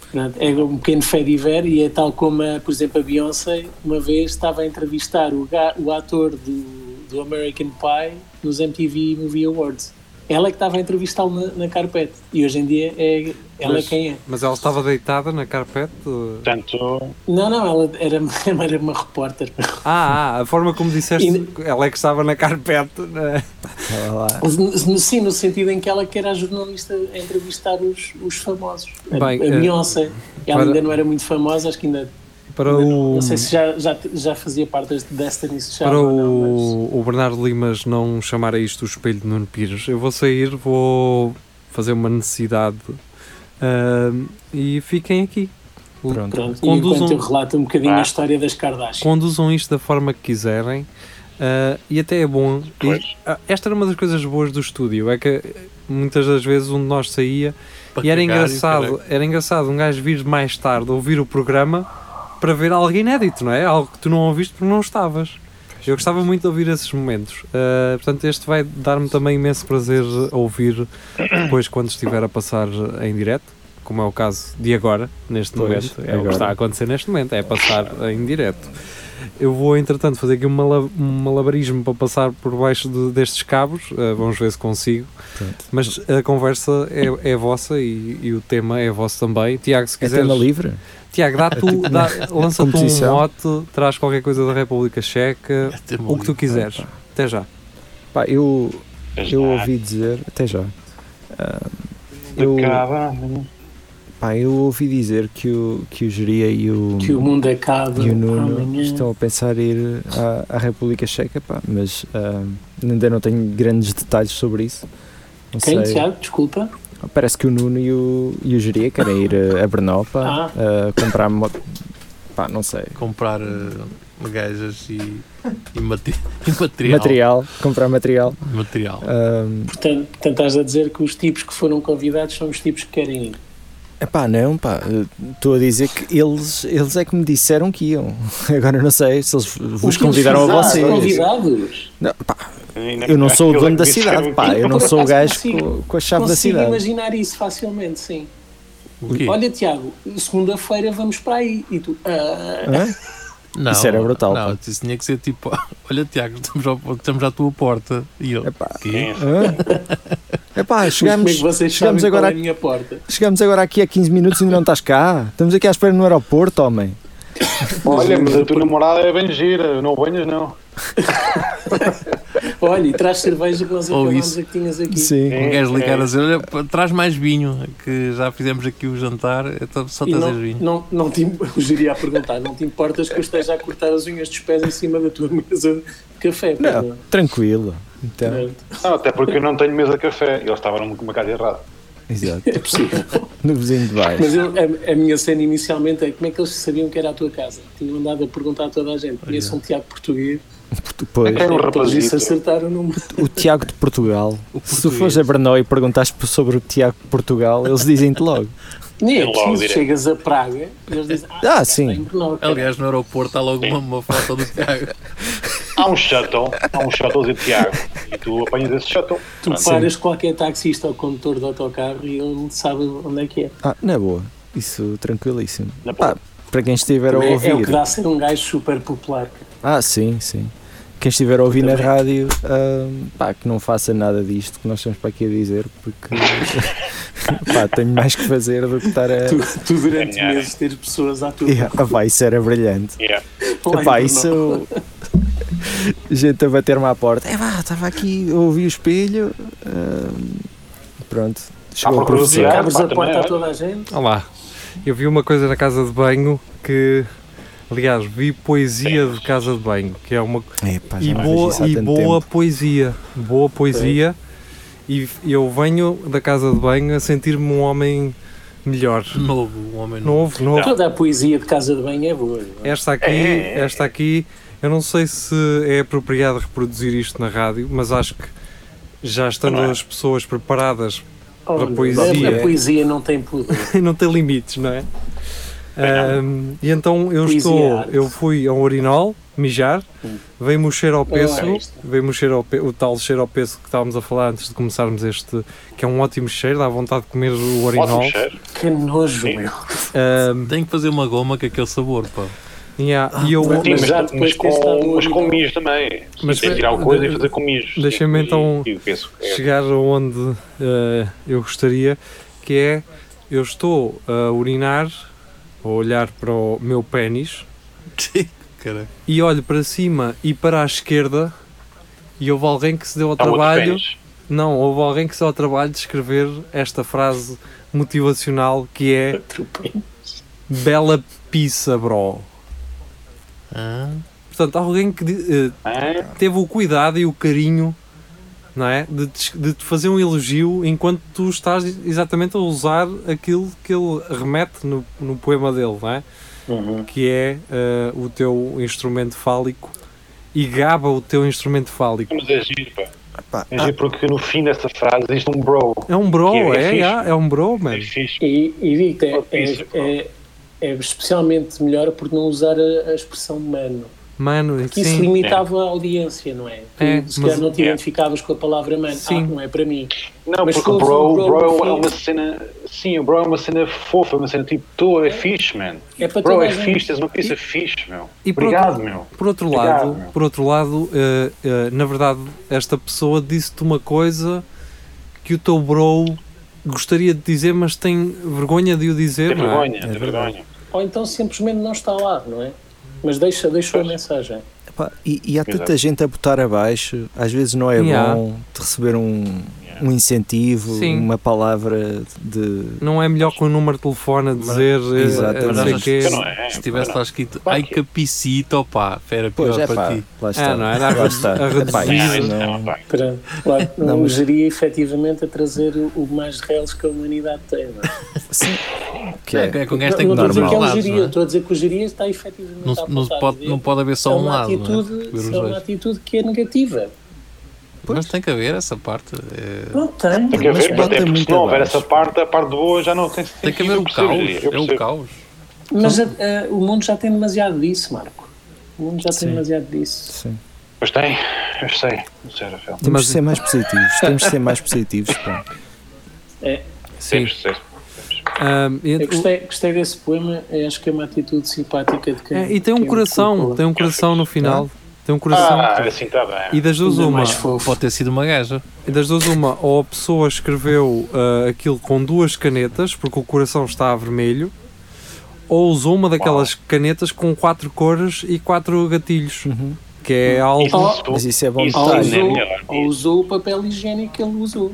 [SPEAKER 3] Portanto, é um pequeno fé diver e é tal como, a, por exemplo, a Beyoncé uma vez estava a entrevistar o, ga- o ator do, do American Pie nos MTV Movie Awards. Ela é que estava a entrevistá-lo na, na carpete e hoje em dia é ela
[SPEAKER 2] Mas-
[SPEAKER 3] quem é.
[SPEAKER 2] Mas ela estava deitada na carpete. ah,
[SPEAKER 4] Portanto,
[SPEAKER 3] Não, não, ela era, [LAUGHS] era uma repórter.
[SPEAKER 2] Ah, ah, a forma como disseste,
[SPEAKER 3] E-
[SPEAKER 2] ela é que estava na carpete. né?
[SPEAKER 6] Estava lá.
[SPEAKER 3] No- Sim, no sentido em que ela que era a jornalista a entrevistar os, os famosos. A-
[SPEAKER 2] Bem,
[SPEAKER 3] a
[SPEAKER 2] eh,
[SPEAKER 3] Beyoncé, ela
[SPEAKER 2] para-
[SPEAKER 3] ainda não era muito famosa, acho que ainda.
[SPEAKER 2] Para
[SPEAKER 3] ainda
[SPEAKER 2] o.
[SPEAKER 3] não, não sei se já, já, já fazia parte deste Destiny's Child
[SPEAKER 2] Para
[SPEAKER 3] ou não, mas.
[SPEAKER 2] o, o Bernardo Limas não chamar a isto o espelho de Nuno Pires, eu vou sair, vou fazer uma necessidade ahm, e ah, fiquem aqui.
[SPEAKER 5] Pronto.
[SPEAKER 3] Pronto,
[SPEAKER 2] Conduzam-
[SPEAKER 3] e enquanto eu relato um bocadinho
[SPEAKER 4] Ah.
[SPEAKER 3] a história das Kardashian.
[SPEAKER 2] conduzam isto da forma que quiserem ah, e até é bom. E,
[SPEAKER 4] Pois.
[SPEAKER 2] ah, esta era uma das coisas boas do estúdio, é que eh, muitas das vezes um de nós saía
[SPEAKER 5] Para
[SPEAKER 2] e era
[SPEAKER 5] cagar o
[SPEAKER 2] engraçado,
[SPEAKER 5] caralho.
[SPEAKER 2] era engraçado um gajo vir mais tarde ouvir o programa para ver algo inédito, não é? Algo que tu não ouviste porque não estavas. Eu gostava muito de ouvir esses momentos. Ah, portanto, este vai dar-me também imenso prazer a ouvir depois quando estiver a passar em direto, como é o caso de agora, neste
[SPEAKER 6] Pois,
[SPEAKER 2] momento. É o que
[SPEAKER 6] agora.
[SPEAKER 2] está a acontecer neste momento, é passar em direto. Eu vou, entretanto, fazer aqui um, mala- um malabarismo para passar por baixo de- destes cabos. ah, vamos ver se consigo.
[SPEAKER 6] Pronto.
[SPEAKER 2] Mas a conversa é, é vossa e, e o tema é vosso também. Tiago, se
[SPEAKER 6] É
[SPEAKER 2] quiseres.
[SPEAKER 6] tema livre?
[SPEAKER 2] Tiago, dá tu, dá, lança tu um
[SPEAKER 6] Competição.
[SPEAKER 2] mote, traz qualquer coisa da República Checa,
[SPEAKER 5] É ter uma
[SPEAKER 2] o que tu
[SPEAKER 5] livre.
[SPEAKER 2] quiseres. Até já.
[SPEAKER 6] Pá, eu, eu
[SPEAKER 4] Já
[SPEAKER 6] ouvi dizer. Até já. Ah, eu,
[SPEAKER 4] acaba, né?
[SPEAKER 6] pá, eu ouvi dizer que o, que o Geria e o,
[SPEAKER 3] Que o mundo acaba
[SPEAKER 6] e o Nuno
[SPEAKER 3] amanhã.
[SPEAKER 6] estão a pensar em ir à, à República Checa, pá, mas ah, ainda não tenho grandes detalhes sobre isso. Não
[SPEAKER 3] Quem,
[SPEAKER 6] sei.
[SPEAKER 3] Tiago? Desculpa.
[SPEAKER 6] Parece que o Nuno e o, e o Geria querem ir a, a Brno para
[SPEAKER 3] Ah.
[SPEAKER 6] ah, comprar moto. Pá, não sei.
[SPEAKER 5] Comprar eh, gajas e, e, mate- [LAUGHS] e material.
[SPEAKER 6] Material, comprar material.
[SPEAKER 5] Material.
[SPEAKER 6] Ah,
[SPEAKER 3] Portanto, portanto, estás a dizer que os tipos que foram convidados são os tipos que querem ir.
[SPEAKER 6] Epá, não, pá, estou a dizer que eles, eles é que me disseram que iam. [LAUGHS] Agora não sei se eles vos
[SPEAKER 3] O que eles
[SPEAKER 6] convidaram a
[SPEAKER 3] fizeram, é
[SPEAKER 6] vocês.
[SPEAKER 3] Convidados.
[SPEAKER 6] Não, pá, eu não sou o
[SPEAKER 4] é
[SPEAKER 6] dono da cidade, pá, eu não
[SPEAKER 3] Por
[SPEAKER 6] sou o
[SPEAKER 3] acaso
[SPEAKER 6] gajo
[SPEAKER 3] um consigo-
[SPEAKER 6] co- com a chave da
[SPEAKER 3] Consigo
[SPEAKER 6] cidade.
[SPEAKER 3] imaginar isso facilmente, sim.
[SPEAKER 5] O quê?
[SPEAKER 3] Olha, Tiago, segunda-feira vamos para aí. E tu. ah,
[SPEAKER 6] Hã?
[SPEAKER 5] Não,
[SPEAKER 6] Isso era brutal,
[SPEAKER 5] Não,
[SPEAKER 6] pá.
[SPEAKER 5] isso tinha que ser tipo: [LAUGHS] Olha, Tiago, estamos, ao- estamos à tua porta. E eu,
[SPEAKER 6] Epá,
[SPEAKER 5] quê?
[SPEAKER 6] hã? Epá,
[SPEAKER 3] como
[SPEAKER 6] chegamos,
[SPEAKER 3] é que vocês
[SPEAKER 6] chegamos
[SPEAKER 3] sabem
[SPEAKER 6] agora
[SPEAKER 3] agora
[SPEAKER 6] a-
[SPEAKER 3] a minha porta?
[SPEAKER 6] chegamos agora aqui a 15 minutos e ainda não estás cá. Estamos aqui à espera no aeroporto, homem.
[SPEAKER 4] Olha, mas a tua namorada é bem gira, não banhas não.
[SPEAKER 3] Olha, e traz cerveja que nós
[SPEAKER 5] Ou
[SPEAKER 3] acabamos
[SPEAKER 5] isso.
[SPEAKER 3] a que tinhas aqui.
[SPEAKER 6] Sim.
[SPEAKER 5] Um gajo ligar
[SPEAKER 4] é.
[SPEAKER 5] a dizer: Olha, pá, traz mais vinho, que já fizemos aqui o jantar, então só
[SPEAKER 3] E não,
[SPEAKER 5] trazer vinho.
[SPEAKER 3] não, não te, [LAUGHS] eu diria a perguntar, não te importas que eu esteja a cortar as unhas dos pés em cima da tua [LAUGHS] mesa de café? pois
[SPEAKER 6] Não, tranquilo. Então,
[SPEAKER 3] Pronto.
[SPEAKER 4] Não, até porque eu não tenho mesa de café. Ele estava numa numa casa errada.
[SPEAKER 6] exato. É possível. No vizinho de baixo.
[SPEAKER 3] [LAUGHS] Mas eu- a, a minha cena inicialmente é como é que eles sabiam que era a tua casa? Tinham andado a perguntar a toda a gente. Conheço um Tiago português.
[SPEAKER 6] Depois,
[SPEAKER 4] Era um
[SPEAKER 3] Todos isso
[SPEAKER 4] rapazito.
[SPEAKER 3] acertaram o número.
[SPEAKER 6] o Tiago de Portugal.
[SPEAKER 5] O
[SPEAKER 6] Se tu
[SPEAKER 5] português.
[SPEAKER 6] fores a Brno e perguntares sobre o Tiago de Portugal, eles dizem-te logo.
[SPEAKER 3] Nem é
[SPEAKER 4] logo
[SPEAKER 3] preciso.
[SPEAKER 4] direto.
[SPEAKER 3] Chegas a Praga e eles dizem: [LAUGHS] Ah,
[SPEAKER 6] Ah,
[SPEAKER 3] sim.
[SPEAKER 6] sim.
[SPEAKER 3] não, cara.
[SPEAKER 5] Aliás, no aeroporto há logo uma, uma foto do Tiago. [LAUGHS]
[SPEAKER 4] Há um shuttle, há um shuttle de Tiago. E tu apanhas esse shuttle.
[SPEAKER 3] Tu
[SPEAKER 4] Pronto.
[SPEAKER 3] paras qualquer taxista ou condutor de autocarro e ele sabe onde é que é.
[SPEAKER 6] Ah, na boa. Isso, tranquilíssimo.
[SPEAKER 4] Na boa.
[SPEAKER 6] Pá, para quem estiver a
[SPEAKER 3] Ah, É- é, o que
[SPEAKER 6] ouvir.
[SPEAKER 3] dá a ser um gajo super popular.
[SPEAKER 6] Ah, sim, sim. Quem estiver a ouvir na
[SPEAKER 3] é
[SPEAKER 6] rádio, ahm, pá, que não faça nada disto que nós estamos para aqui a dizer, porque [LAUGHS] pá, tenho mais que fazer do que estar a.
[SPEAKER 3] Tu, tu durante
[SPEAKER 4] Ganhar.
[SPEAKER 3] meses teres pessoas à tua
[SPEAKER 6] [LAUGHS] Yeah, ah, pá, isso era brilhante.
[SPEAKER 4] Yeah.
[SPEAKER 3] Lá em
[SPEAKER 6] Pá,
[SPEAKER 3] Brno.
[SPEAKER 6] isso. [LAUGHS] Gente a bater-me à porta. É vá, estava aqui, eu ouvi o espelho. ahm, pronto. Chegou o
[SPEAKER 4] procura do
[SPEAKER 6] professor.
[SPEAKER 4] Tiago.
[SPEAKER 3] Abres
[SPEAKER 4] Pá,
[SPEAKER 3] a
[SPEAKER 4] também
[SPEAKER 3] porta
[SPEAKER 4] é.
[SPEAKER 3] a um toda a gente.
[SPEAKER 2] Olá. Eu vi uma coisa na casa de banho que. Aliás, vi poesia de casa de banho, que é uma,
[SPEAKER 6] Epá, Ah, já
[SPEAKER 2] e
[SPEAKER 6] não
[SPEAKER 2] boa,
[SPEAKER 6] vejo isso há
[SPEAKER 2] e
[SPEAKER 6] tanto
[SPEAKER 2] boa
[SPEAKER 6] tempo.
[SPEAKER 2] poesia. Boa poesia. E f- eu venho da casa de banho a sentir-me um homem melhor.
[SPEAKER 5] Novo, um homem
[SPEAKER 2] Novo,
[SPEAKER 5] novo.
[SPEAKER 2] novo.
[SPEAKER 3] Toda a poesia de casa de banho é boa. não é?
[SPEAKER 2] Esta aqui, esta aqui, eu não sei se é apropriado reproduzir isto na rádio, mas acho que já estando
[SPEAKER 3] é.
[SPEAKER 2] as pessoas preparadas
[SPEAKER 3] Oh,
[SPEAKER 2] A
[SPEAKER 3] não,
[SPEAKER 2] poesia. é.
[SPEAKER 3] a- a poesia não tem pudor.
[SPEAKER 2] e [LAUGHS] não tem limites, não é? Ahm, e então eu
[SPEAKER 3] Poesia é
[SPEAKER 2] estou,
[SPEAKER 3] arte.
[SPEAKER 2] eu fui a um urinol, mijar,
[SPEAKER 4] Hum.
[SPEAKER 2] veio-me o cheiro ao
[SPEAKER 4] é
[SPEAKER 2] pêssego,
[SPEAKER 3] isto.
[SPEAKER 2] veio-me o, cheiro ao pê- o tal cheiro ao pêssego que estávamos a falar antes de começarmos este, que é um ótimo cheiro, dá vontade de comer o
[SPEAKER 4] Ótimo
[SPEAKER 2] urinol.
[SPEAKER 4] cheiro.
[SPEAKER 3] Que nojo,
[SPEAKER 4] Sim.
[SPEAKER 3] meu.
[SPEAKER 2] Ahm,
[SPEAKER 5] Tem que fazer uma goma com aquele sabor,
[SPEAKER 4] [LAUGHS]
[SPEAKER 5] pá.
[SPEAKER 2] e há- e eu,
[SPEAKER 4] Sim, mas,
[SPEAKER 3] Mas já
[SPEAKER 4] mas
[SPEAKER 3] depois de ter estado
[SPEAKER 4] com,
[SPEAKER 3] no
[SPEAKER 4] mas com
[SPEAKER 3] urinol.
[SPEAKER 4] mijo também.
[SPEAKER 2] Mas
[SPEAKER 4] Mas tem que tirar o
[SPEAKER 2] de-
[SPEAKER 4] coisa e fazer com mijo.
[SPEAKER 2] deixa-me
[SPEAKER 4] E-
[SPEAKER 2] então
[SPEAKER 4] e eu penso que é.
[SPEAKER 2] chegar onde eh, eu gostaria, que é eu estou a urinar, a olhar para o meu pénis
[SPEAKER 5] Caraca.
[SPEAKER 2] e olho para cima e para a esquerda e houve alguém que se deu ao
[SPEAKER 4] Há outro
[SPEAKER 2] trabalho.
[SPEAKER 4] pênis.
[SPEAKER 2] Não, houve alguém que se deu ao trabalho de escrever esta frase motivacional que é Bela pizza, bro.
[SPEAKER 5] Ah,
[SPEAKER 2] Portanto, alguém que di- eh,
[SPEAKER 4] Ah,
[SPEAKER 2] teve o cuidado e o carinho não é? De, te- de te fazer um elogio enquanto tu estás exatamente a usar aquilo que ele remete no, no poema dele, não é?
[SPEAKER 4] Uhum.
[SPEAKER 2] Que é eh, o teu instrumento fálico e gaba o teu instrumento fálico.
[SPEAKER 4] Mas é giro, pá.
[SPEAKER 6] Pá,
[SPEAKER 4] É giro porque no fim dessa frase existe um bro.
[SPEAKER 2] É um bro,
[SPEAKER 4] Que é
[SPEAKER 2] é,
[SPEAKER 4] fixe.
[SPEAKER 2] é, é um bro, man.
[SPEAKER 4] É fixe.
[SPEAKER 3] E, e digo-te, é,
[SPEAKER 4] Pode ser,
[SPEAKER 3] é, é- é especialmente melhor por não usar a, a expressão mano.
[SPEAKER 2] Mano,
[SPEAKER 3] Que isso
[SPEAKER 2] sim.
[SPEAKER 3] limitava a audiência, não é? Tu,
[SPEAKER 2] É,
[SPEAKER 3] se
[SPEAKER 2] mas-
[SPEAKER 3] calhar não te
[SPEAKER 4] é.
[SPEAKER 3] identificavas com a palavra mano.
[SPEAKER 2] Sim.
[SPEAKER 3] Ah, não é para mim.
[SPEAKER 4] Não,
[SPEAKER 3] Mas
[SPEAKER 4] porque o
[SPEAKER 3] se fosse
[SPEAKER 4] bro,
[SPEAKER 3] um
[SPEAKER 4] bro,
[SPEAKER 3] bro
[SPEAKER 4] é
[SPEAKER 3] fixe-
[SPEAKER 4] uma cena. Sim, o bro é uma cena fofa, uma cena tipo, tu é fixe, man.
[SPEAKER 3] É para
[SPEAKER 4] Bro,
[SPEAKER 3] toda
[SPEAKER 4] é
[SPEAKER 3] a gente.
[SPEAKER 4] fixe, tens uma pista fixe, meu.
[SPEAKER 2] E por
[SPEAKER 4] Obrigado,
[SPEAKER 2] outro-
[SPEAKER 4] meu.
[SPEAKER 2] Por outro
[SPEAKER 4] Obrigado,
[SPEAKER 2] lado,
[SPEAKER 4] meu.
[SPEAKER 2] por outro lado eh, eh, na verdade, esta pessoa disse-te uma coisa que o teu bro gostaria de dizer, mas tem vergonha de o dizer, não
[SPEAKER 4] Tem
[SPEAKER 2] é?
[SPEAKER 4] vergonha,
[SPEAKER 6] É
[SPEAKER 4] tem
[SPEAKER 6] verdade.
[SPEAKER 4] vergonha.
[SPEAKER 3] Ou então simplesmente não está lá, não é? Mas deixa, deixa a mensagem.
[SPEAKER 6] Pá, e, e há
[SPEAKER 4] Exato.
[SPEAKER 6] tanta gente a botar abaixo, às vezes não é
[SPEAKER 2] Yeah.
[SPEAKER 6] bom de receber um,
[SPEAKER 4] Yeah.
[SPEAKER 6] um incentivo,
[SPEAKER 2] Sim.
[SPEAKER 6] uma palavra de.
[SPEAKER 2] Não é melhor que o número de telefone a dizer, eh,
[SPEAKER 6] Exato.
[SPEAKER 2] eh, não sei
[SPEAKER 5] Mas
[SPEAKER 2] quê.
[SPEAKER 4] Que não é,
[SPEAKER 5] Se
[SPEAKER 4] pá,
[SPEAKER 5] tivesse
[SPEAKER 4] não.
[SPEAKER 5] lá escrito
[SPEAKER 4] Pá,
[SPEAKER 5] ai
[SPEAKER 4] que-
[SPEAKER 5] capicito, pá, era pior
[SPEAKER 6] Pois é,
[SPEAKER 5] para
[SPEAKER 6] pá,
[SPEAKER 5] ti.
[SPEAKER 6] lá está.
[SPEAKER 2] não é? Dá
[SPEAKER 6] lá
[SPEAKER 2] a
[SPEAKER 6] está.
[SPEAKER 2] reduzir-
[SPEAKER 6] Epá,
[SPEAKER 2] a reduzir.
[SPEAKER 6] isso
[SPEAKER 4] Não,
[SPEAKER 6] não-
[SPEAKER 4] pá.
[SPEAKER 3] Para, lá,
[SPEAKER 6] Não,
[SPEAKER 3] não
[SPEAKER 6] mas-
[SPEAKER 3] geria efetivamente a trazer o, o mais reles que a humanidade tem. Não, é?
[SPEAKER 6] Sim. Que
[SPEAKER 5] É,
[SPEAKER 6] é,
[SPEAKER 5] que é que um gajo tem que
[SPEAKER 3] não, não estou a dizer
[SPEAKER 5] normal.
[SPEAKER 3] que é um
[SPEAKER 5] lados,
[SPEAKER 3] geria,
[SPEAKER 5] não é?
[SPEAKER 3] estou a dizer que o geria está efetivamente
[SPEAKER 5] Não,
[SPEAKER 3] a
[SPEAKER 5] não, se
[SPEAKER 3] apontar,
[SPEAKER 5] pode,
[SPEAKER 3] dizer,
[SPEAKER 5] não pode haver
[SPEAKER 3] é
[SPEAKER 5] só um
[SPEAKER 3] uma
[SPEAKER 5] lado, não é? Tem
[SPEAKER 3] atitude,
[SPEAKER 5] que haver os
[SPEAKER 3] é uma
[SPEAKER 5] dois.
[SPEAKER 3] atitude que é negativa.
[SPEAKER 5] Mas tem que haver essa parte. é-
[SPEAKER 3] Não tem.
[SPEAKER 4] Tem que
[SPEAKER 6] Mas
[SPEAKER 4] haver,
[SPEAKER 6] bota
[SPEAKER 4] até é porque
[SPEAKER 6] muito
[SPEAKER 4] se não houver
[SPEAKER 6] abaixo.
[SPEAKER 4] essa parte, a parte boa já não tem sentido.
[SPEAKER 5] Tem que haver
[SPEAKER 4] eu
[SPEAKER 5] o
[SPEAKER 4] percebo,
[SPEAKER 5] caos.
[SPEAKER 4] eu
[SPEAKER 5] É o
[SPEAKER 4] percebo.
[SPEAKER 5] caos.
[SPEAKER 3] Mas ah, ah, o mundo já tem demasiado disso, Marco. O mundo já tem demasiado disso.
[SPEAKER 6] sim.
[SPEAKER 4] Pois tem, eu sei, não sei, Rafael.
[SPEAKER 6] Temos
[SPEAKER 2] Mas-
[SPEAKER 6] de ser mais positivos. Temos de ser mais positivos. pá.
[SPEAKER 2] Sim.
[SPEAKER 4] Temos de ser.
[SPEAKER 2] Ahm, e-
[SPEAKER 3] Eu gostei, gostei desse poema, eh, acho que é uma atitude simpática de quem.
[SPEAKER 2] é, e tem um
[SPEAKER 3] quem
[SPEAKER 2] coração,
[SPEAKER 3] colocou.
[SPEAKER 2] tem um coração no final. Tem um coração.
[SPEAKER 4] tá? Ah, assim está bem.
[SPEAKER 2] E das
[SPEAKER 5] um
[SPEAKER 2] duas
[SPEAKER 3] Ainda
[SPEAKER 2] uma,
[SPEAKER 3] mais fofo.
[SPEAKER 5] Pode ter sido uma gaja.
[SPEAKER 2] e das duas uma, ou a pessoa escreveu ah, aquilo com duas canetas, porque o coração está a vermelho, ou usou uma daquelas canetas com quatro cores e quatro gatilhos,
[SPEAKER 3] Uhum.
[SPEAKER 2] que é algo
[SPEAKER 4] Isso,
[SPEAKER 3] Oh,
[SPEAKER 6] Mas isso é bom
[SPEAKER 4] Isso
[SPEAKER 3] Ou
[SPEAKER 4] Olha,
[SPEAKER 6] detalhe.
[SPEAKER 4] é
[SPEAKER 3] usou,
[SPEAKER 5] né?
[SPEAKER 4] melhor.
[SPEAKER 3] ou usou o papel higiênico que ele usou.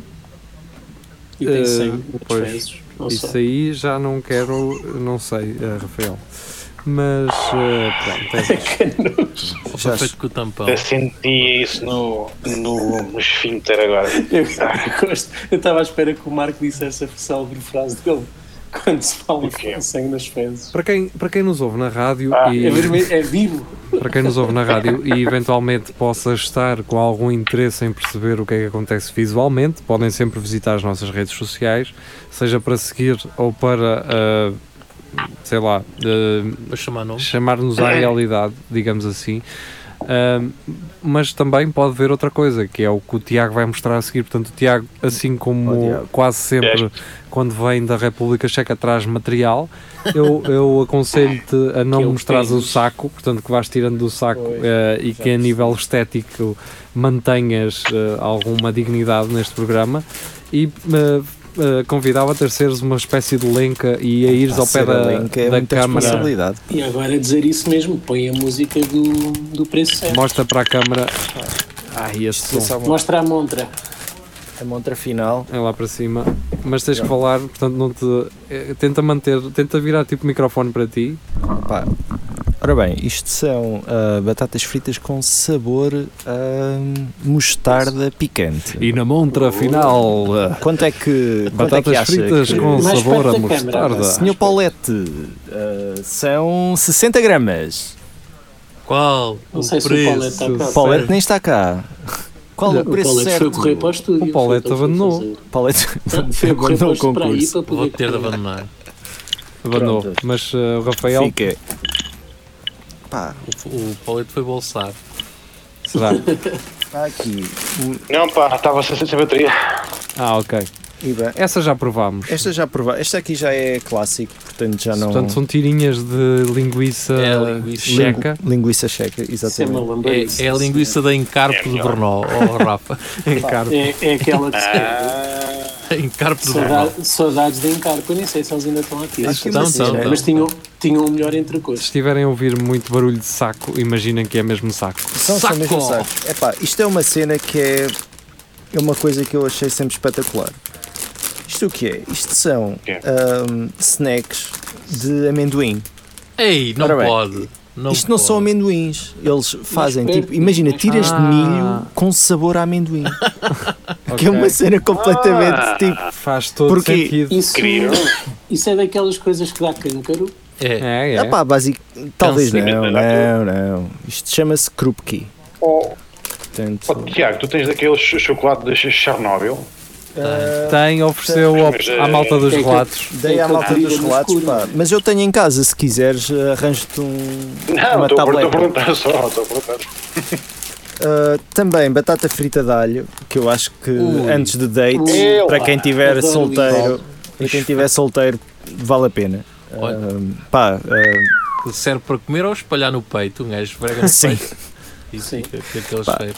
[SPEAKER 3] E
[SPEAKER 2] Eh,
[SPEAKER 3] tem 100 muitas
[SPEAKER 2] pois,
[SPEAKER 3] vezes. Não
[SPEAKER 5] é
[SPEAKER 2] Isso
[SPEAKER 3] sei.
[SPEAKER 2] aí já não quero, não sei, eh, Rafael. Mas eh, pronto, é-
[SPEAKER 5] Ou
[SPEAKER 6] Já
[SPEAKER 5] foi feito com o tampão.
[SPEAKER 4] eu senti isso no, no, no esfíncter agora.
[SPEAKER 3] Eu, [LAUGHS] gosto. eu estava à espera que o Marco dissesse a célebre frase dele quando se fala
[SPEAKER 4] quê?
[SPEAKER 3] em sangue nas fezes.
[SPEAKER 2] para quem, para quem nos ouve na rádio
[SPEAKER 4] Ah,
[SPEAKER 2] e
[SPEAKER 3] É, vermelho, é vivo.
[SPEAKER 2] para quem nos ouve na rádio e eventualmente possa estar com algum interesse em perceber o que é que acontece visualmente, podem sempre visitar as nossas redes sociais, seja para seguir ou para eh, sei lá, eh,
[SPEAKER 5] Para chamar nome.
[SPEAKER 2] chamar-nos à realidade, digamos assim. Ahm, mas também pode ver outra coisa, que é o que o Tiago vai mostrar a seguir. Portanto, o Tiago, assim
[SPEAKER 6] Oh,
[SPEAKER 2] como
[SPEAKER 6] diabo.
[SPEAKER 2] quase sempre quando vem da República Checa traz material, eu, eu aconselho-te a não
[SPEAKER 3] Que é o
[SPEAKER 2] mostrares o
[SPEAKER 3] pênis.
[SPEAKER 2] saco, portanto, que vais tirando do saco
[SPEAKER 3] Pois,
[SPEAKER 2] eh, e
[SPEAKER 3] já
[SPEAKER 2] que a
[SPEAKER 3] percebi.
[SPEAKER 2] nível estético mantenhas eh, alguma dignidade neste programa. E eh, eh, convidava-te a seres uma espécie de lenca e a
[SPEAKER 3] Ah,
[SPEAKER 2] ires ao pé
[SPEAKER 6] Ser
[SPEAKER 2] da,
[SPEAKER 6] além que é
[SPEAKER 2] da
[SPEAKER 6] muita
[SPEAKER 2] câmara
[SPEAKER 6] responsabilidade.
[SPEAKER 3] E agora dizer isso mesmo, põe a música do, do preço certo.
[SPEAKER 2] Mostra para a câmara. Ai, este
[SPEAKER 6] Sim,
[SPEAKER 2] som.
[SPEAKER 6] só uma-
[SPEAKER 3] Mostra a montra.
[SPEAKER 6] A montra final.
[SPEAKER 2] É lá para cima. Mas tens que falar, portanto, não te. eh, Tenta manter. Tenta virar tipo microfone para ti.
[SPEAKER 6] Pá. Ora bem, isto são ah, batatas fritas com sabor a mostarda picante.
[SPEAKER 2] E na montra final.
[SPEAKER 6] Quanto é que. quanto é que
[SPEAKER 2] Batatas
[SPEAKER 6] acha
[SPEAKER 2] fritas
[SPEAKER 6] que-
[SPEAKER 2] com
[SPEAKER 3] Mais
[SPEAKER 2] sabor a
[SPEAKER 3] perto da câmara,
[SPEAKER 2] mostarda.
[SPEAKER 6] Senhor Paulette, ah, são 60 gramas.
[SPEAKER 5] Qual?
[SPEAKER 3] Não
[SPEAKER 5] o
[SPEAKER 3] sei se o Paulo
[SPEAKER 5] preço?
[SPEAKER 3] está cá.
[SPEAKER 6] O tá Paulette nem está cá. Qual o
[SPEAKER 3] O
[SPEAKER 6] preço
[SPEAKER 3] Ah, Paulette foi
[SPEAKER 6] certo?
[SPEAKER 3] correr para o estúdio.
[SPEAKER 2] O Paulette
[SPEAKER 3] foi o que ele foi
[SPEAKER 2] abandonou.
[SPEAKER 3] fazer.
[SPEAKER 6] Paulette
[SPEAKER 3] Foi a correr para o
[SPEAKER 6] abandonou o
[SPEAKER 3] estúdio para aí
[SPEAKER 6] concurso.
[SPEAKER 3] para
[SPEAKER 5] Vou
[SPEAKER 3] poder
[SPEAKER 5] ter de
[SPEAKER 3] correr.
[SPEAKER 5] abandonar.
[SPEAKER 2] Abandonou.
[SPEAKER 6] Pronto.
[SPEAKER 2] Mas eh, o Rafael.
[SPEAKER 6] Fica. Pá,
[SPEAKER 5] O, o Paulete foi bolsar.
[SPEAKER 2] Será?
[SPEAKER 6] está aqui.
[SPEAKER 4] Não, pá, estava sem, sem bateria.
[SPEAKER 2] Ah, ok.
[SPEAKER 6] E bem,
[SPEAKER 2] Essa já provámos.
[SPEAKER 6] Esta já prova, esta aqui já é clássico, portanto já não.
[SPEAKER 2] Portanto, são tirinhas de Então- linguiça,
[SPEAKER 5] É, linguiça.
[SPEAKER 2] [LAUGHS] checa.
[SPEAKER 6] Linguiça checa,
[SPEAKER 3] Isso é uma
[SPEAKER 6] exatamente.
[SPEAKER 3] lambança.
[SPEAKER 5] É, é a linguiça da encarpe de
[SPEAKER 4] É melhor.
[SPEAKER 5] Brno. Oh, Rafa. [LAUGHS]
[SPEAKER 2] Encargo.
[SPEAKER 3] É, é aquela que se
[SPEAKER 5] Ah.
[SPEAKER 3] quer.
[SPEAKER 5] encarpe de Brno.
[SPEAKER 3] Saudade- Saudades da Encarpa, eu nem sei se eles ainda estão ativos.
[SPEAKER 5] Então, então,
[SPEAKER 3] Mas tinham, tinham o melhor entrecosto.
[SPEAKER 2] Se estiverem a ouvir muito barulho de saco, imaginem que é mesmo saco.
[SPEAKER 6] São só mesmo
[SPEAKER 5] Saco!
[SPEAKER 6] sacos. Epá, isto é uma cena que é. É uma coisa que eu achei sempre espetacular. Isto o que é? Isto são
[SPEAKER 4] quê?
[SPEAKER 6] ahm, snacks de amendoim.
[SPEAKER 5] Ei, não
[SPEAKER 6] Ora bem.
[SPEAKER 5] pode. Não
[SPEAKER 6] Isto não são
[SPEAKER 5] pode.
[SPEAKER 6] amendoins. Eles fazem
[SPEAKER 3] Mas
[SPEAKER 6] tipo,
[SPEAKER 3] perto,
[SPEAKER 6] imagina,
[SPEAKER 3] mas-
[SPEAKER 6] tiras de
[SPEAKER 2] Ah.
[SPEAKER 6] milho com sabor a amendoim. Que
[SPEAKER 2] ok.
[SPEAKER 6] é uma cena completamente tipo.
[SPEAKER 2] Faz todo
[SPEAKER 6] Porquê?
[SPEAKER 2] sentido.
[SPEAKER 3] Isso,
[SPEAKER 4] Incrível.
[SPEAKER 3] isso é daquelas coisas que dá cancro.
[SPEAKER 5] É.
[SPEAKER 2] É, é.
[SPEAKER 6] Ah pá, basic... Talvez
[SPEAKER 5] sei.
[SPEAKER 6] não, não, não. Isto chama-se Krupke.
[SPEAKER 4] Oh,
[SPEAKER 6] Portanto,
[SPEAKER 4] oh, Tiago, tu tens aquele ch- chocolate de ch- Chernobyl?
[SPEAKER 6] hum,
[SPEAKER 2] Tem, ofereceu ao-
[SPEAKER 4] Mas,
[SPEAKER 2] à malta dos
[SPEAKER 3] é que-
[SPEAKER 2] relatos.
[SPEAKER 6] dei à
[SPEAKER 3] aquele
[SPEAKER 6] malta
[SPEAKER 3] que
[SPEAKER 6] dos
[SPEAKER 3] brilha no
[SPEAKER 6] relatos,
[SPEAKER 3] escuro.
[SPEAKER 6] pá. Mas eu tenho em casa, se quiseres, eh, arranjo-te um,
[SPEAKER 4] Não, estou
[SPEAKER 6] uma
[SPEAKER 4] a per- estou a
[SPEAKER 6] tableta.
[SPEAKER 4] perguntar só, estou a perguntar.
[SPEAKER 6] Uh, também batata frita de alho, que eu acho que
[SPEAKER 5] Ui.
[SPEAKER 6] antes de date,
[SPEAKER 4] Ui.
[SPEAKER 6] para quem tiver
[SPEAKER 5] é
[SPEAKER 3] Adoro
[SPEAKER 6] solteiro, para quem tiver solteiro, vale a pena.
[SPEAKER 5] Olha.
[SPEAKER 6] Uh, pá, uh,
[SPEAKER 5] Que serve para comer ou espalhar no peito. Um gajo esfrega no
[SPEAKER 6] Sim.
[SPEAKER 5] peito. é E
[SPEAKER 3] Sim.
[SPEAKER 5] fica com aquele
[SPEAKER 6] Pá.
[SPEAKER 5] cheiro.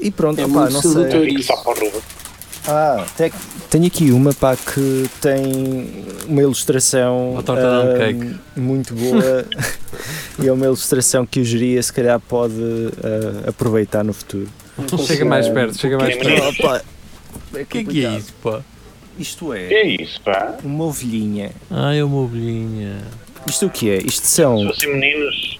[SPEAKER 6] e pronto,
[SPEAKER 3] É
[SPEAKER 6] opá,
[SPEAKER 3] muito
[SPEAKER 6] não
[SPEAKER 4] É
[SPEAKER 6] sei.
[SPEAKER 3] sedutor.
[SPEAKER 4] rico
[SPEAKER 3] isso.
[SPEAKER 4] só para o Ruben.
[SPEAKER 6] Ah, até que- tenho aqui uma pá que tem uma ilustração
[SPEAKER 5] Uma torta de
[SPEAKER 6] uh,
[SPEAKER 5] cake.
[SPEAKER 6] muito
[SPEAKER 5] [LAUGHS]
[SPEAKER 6] boa e é uma ilustração que o geria se calhar pode uh, aproveitar no futuro.
[SPEAKER 3] Não consigo.
[SPEAKER 2] Chega mais
[SPEAKER 6] um
[SPEAKER 2] perto, chega mais
[SPEAKER 4] Quem-
[SPEAKER 2] perto.
[SPEAKER 6] Ah, pá,
[SPEAKER 5] O que é que é isso, pá?
[SPEAKER 6] Isto
[SPEAKER 4] Que
[SPEAKER 6] é
[SPEAKER 4] é isso, pá?
[SPEAKER 6] uma ovelhinha.
[SPEAKER 5] Ai, é uma ovelhinha.
[SPEAKER 6] Isto o que é? Isto são
[SPEAKER 4] Se fossem meninos,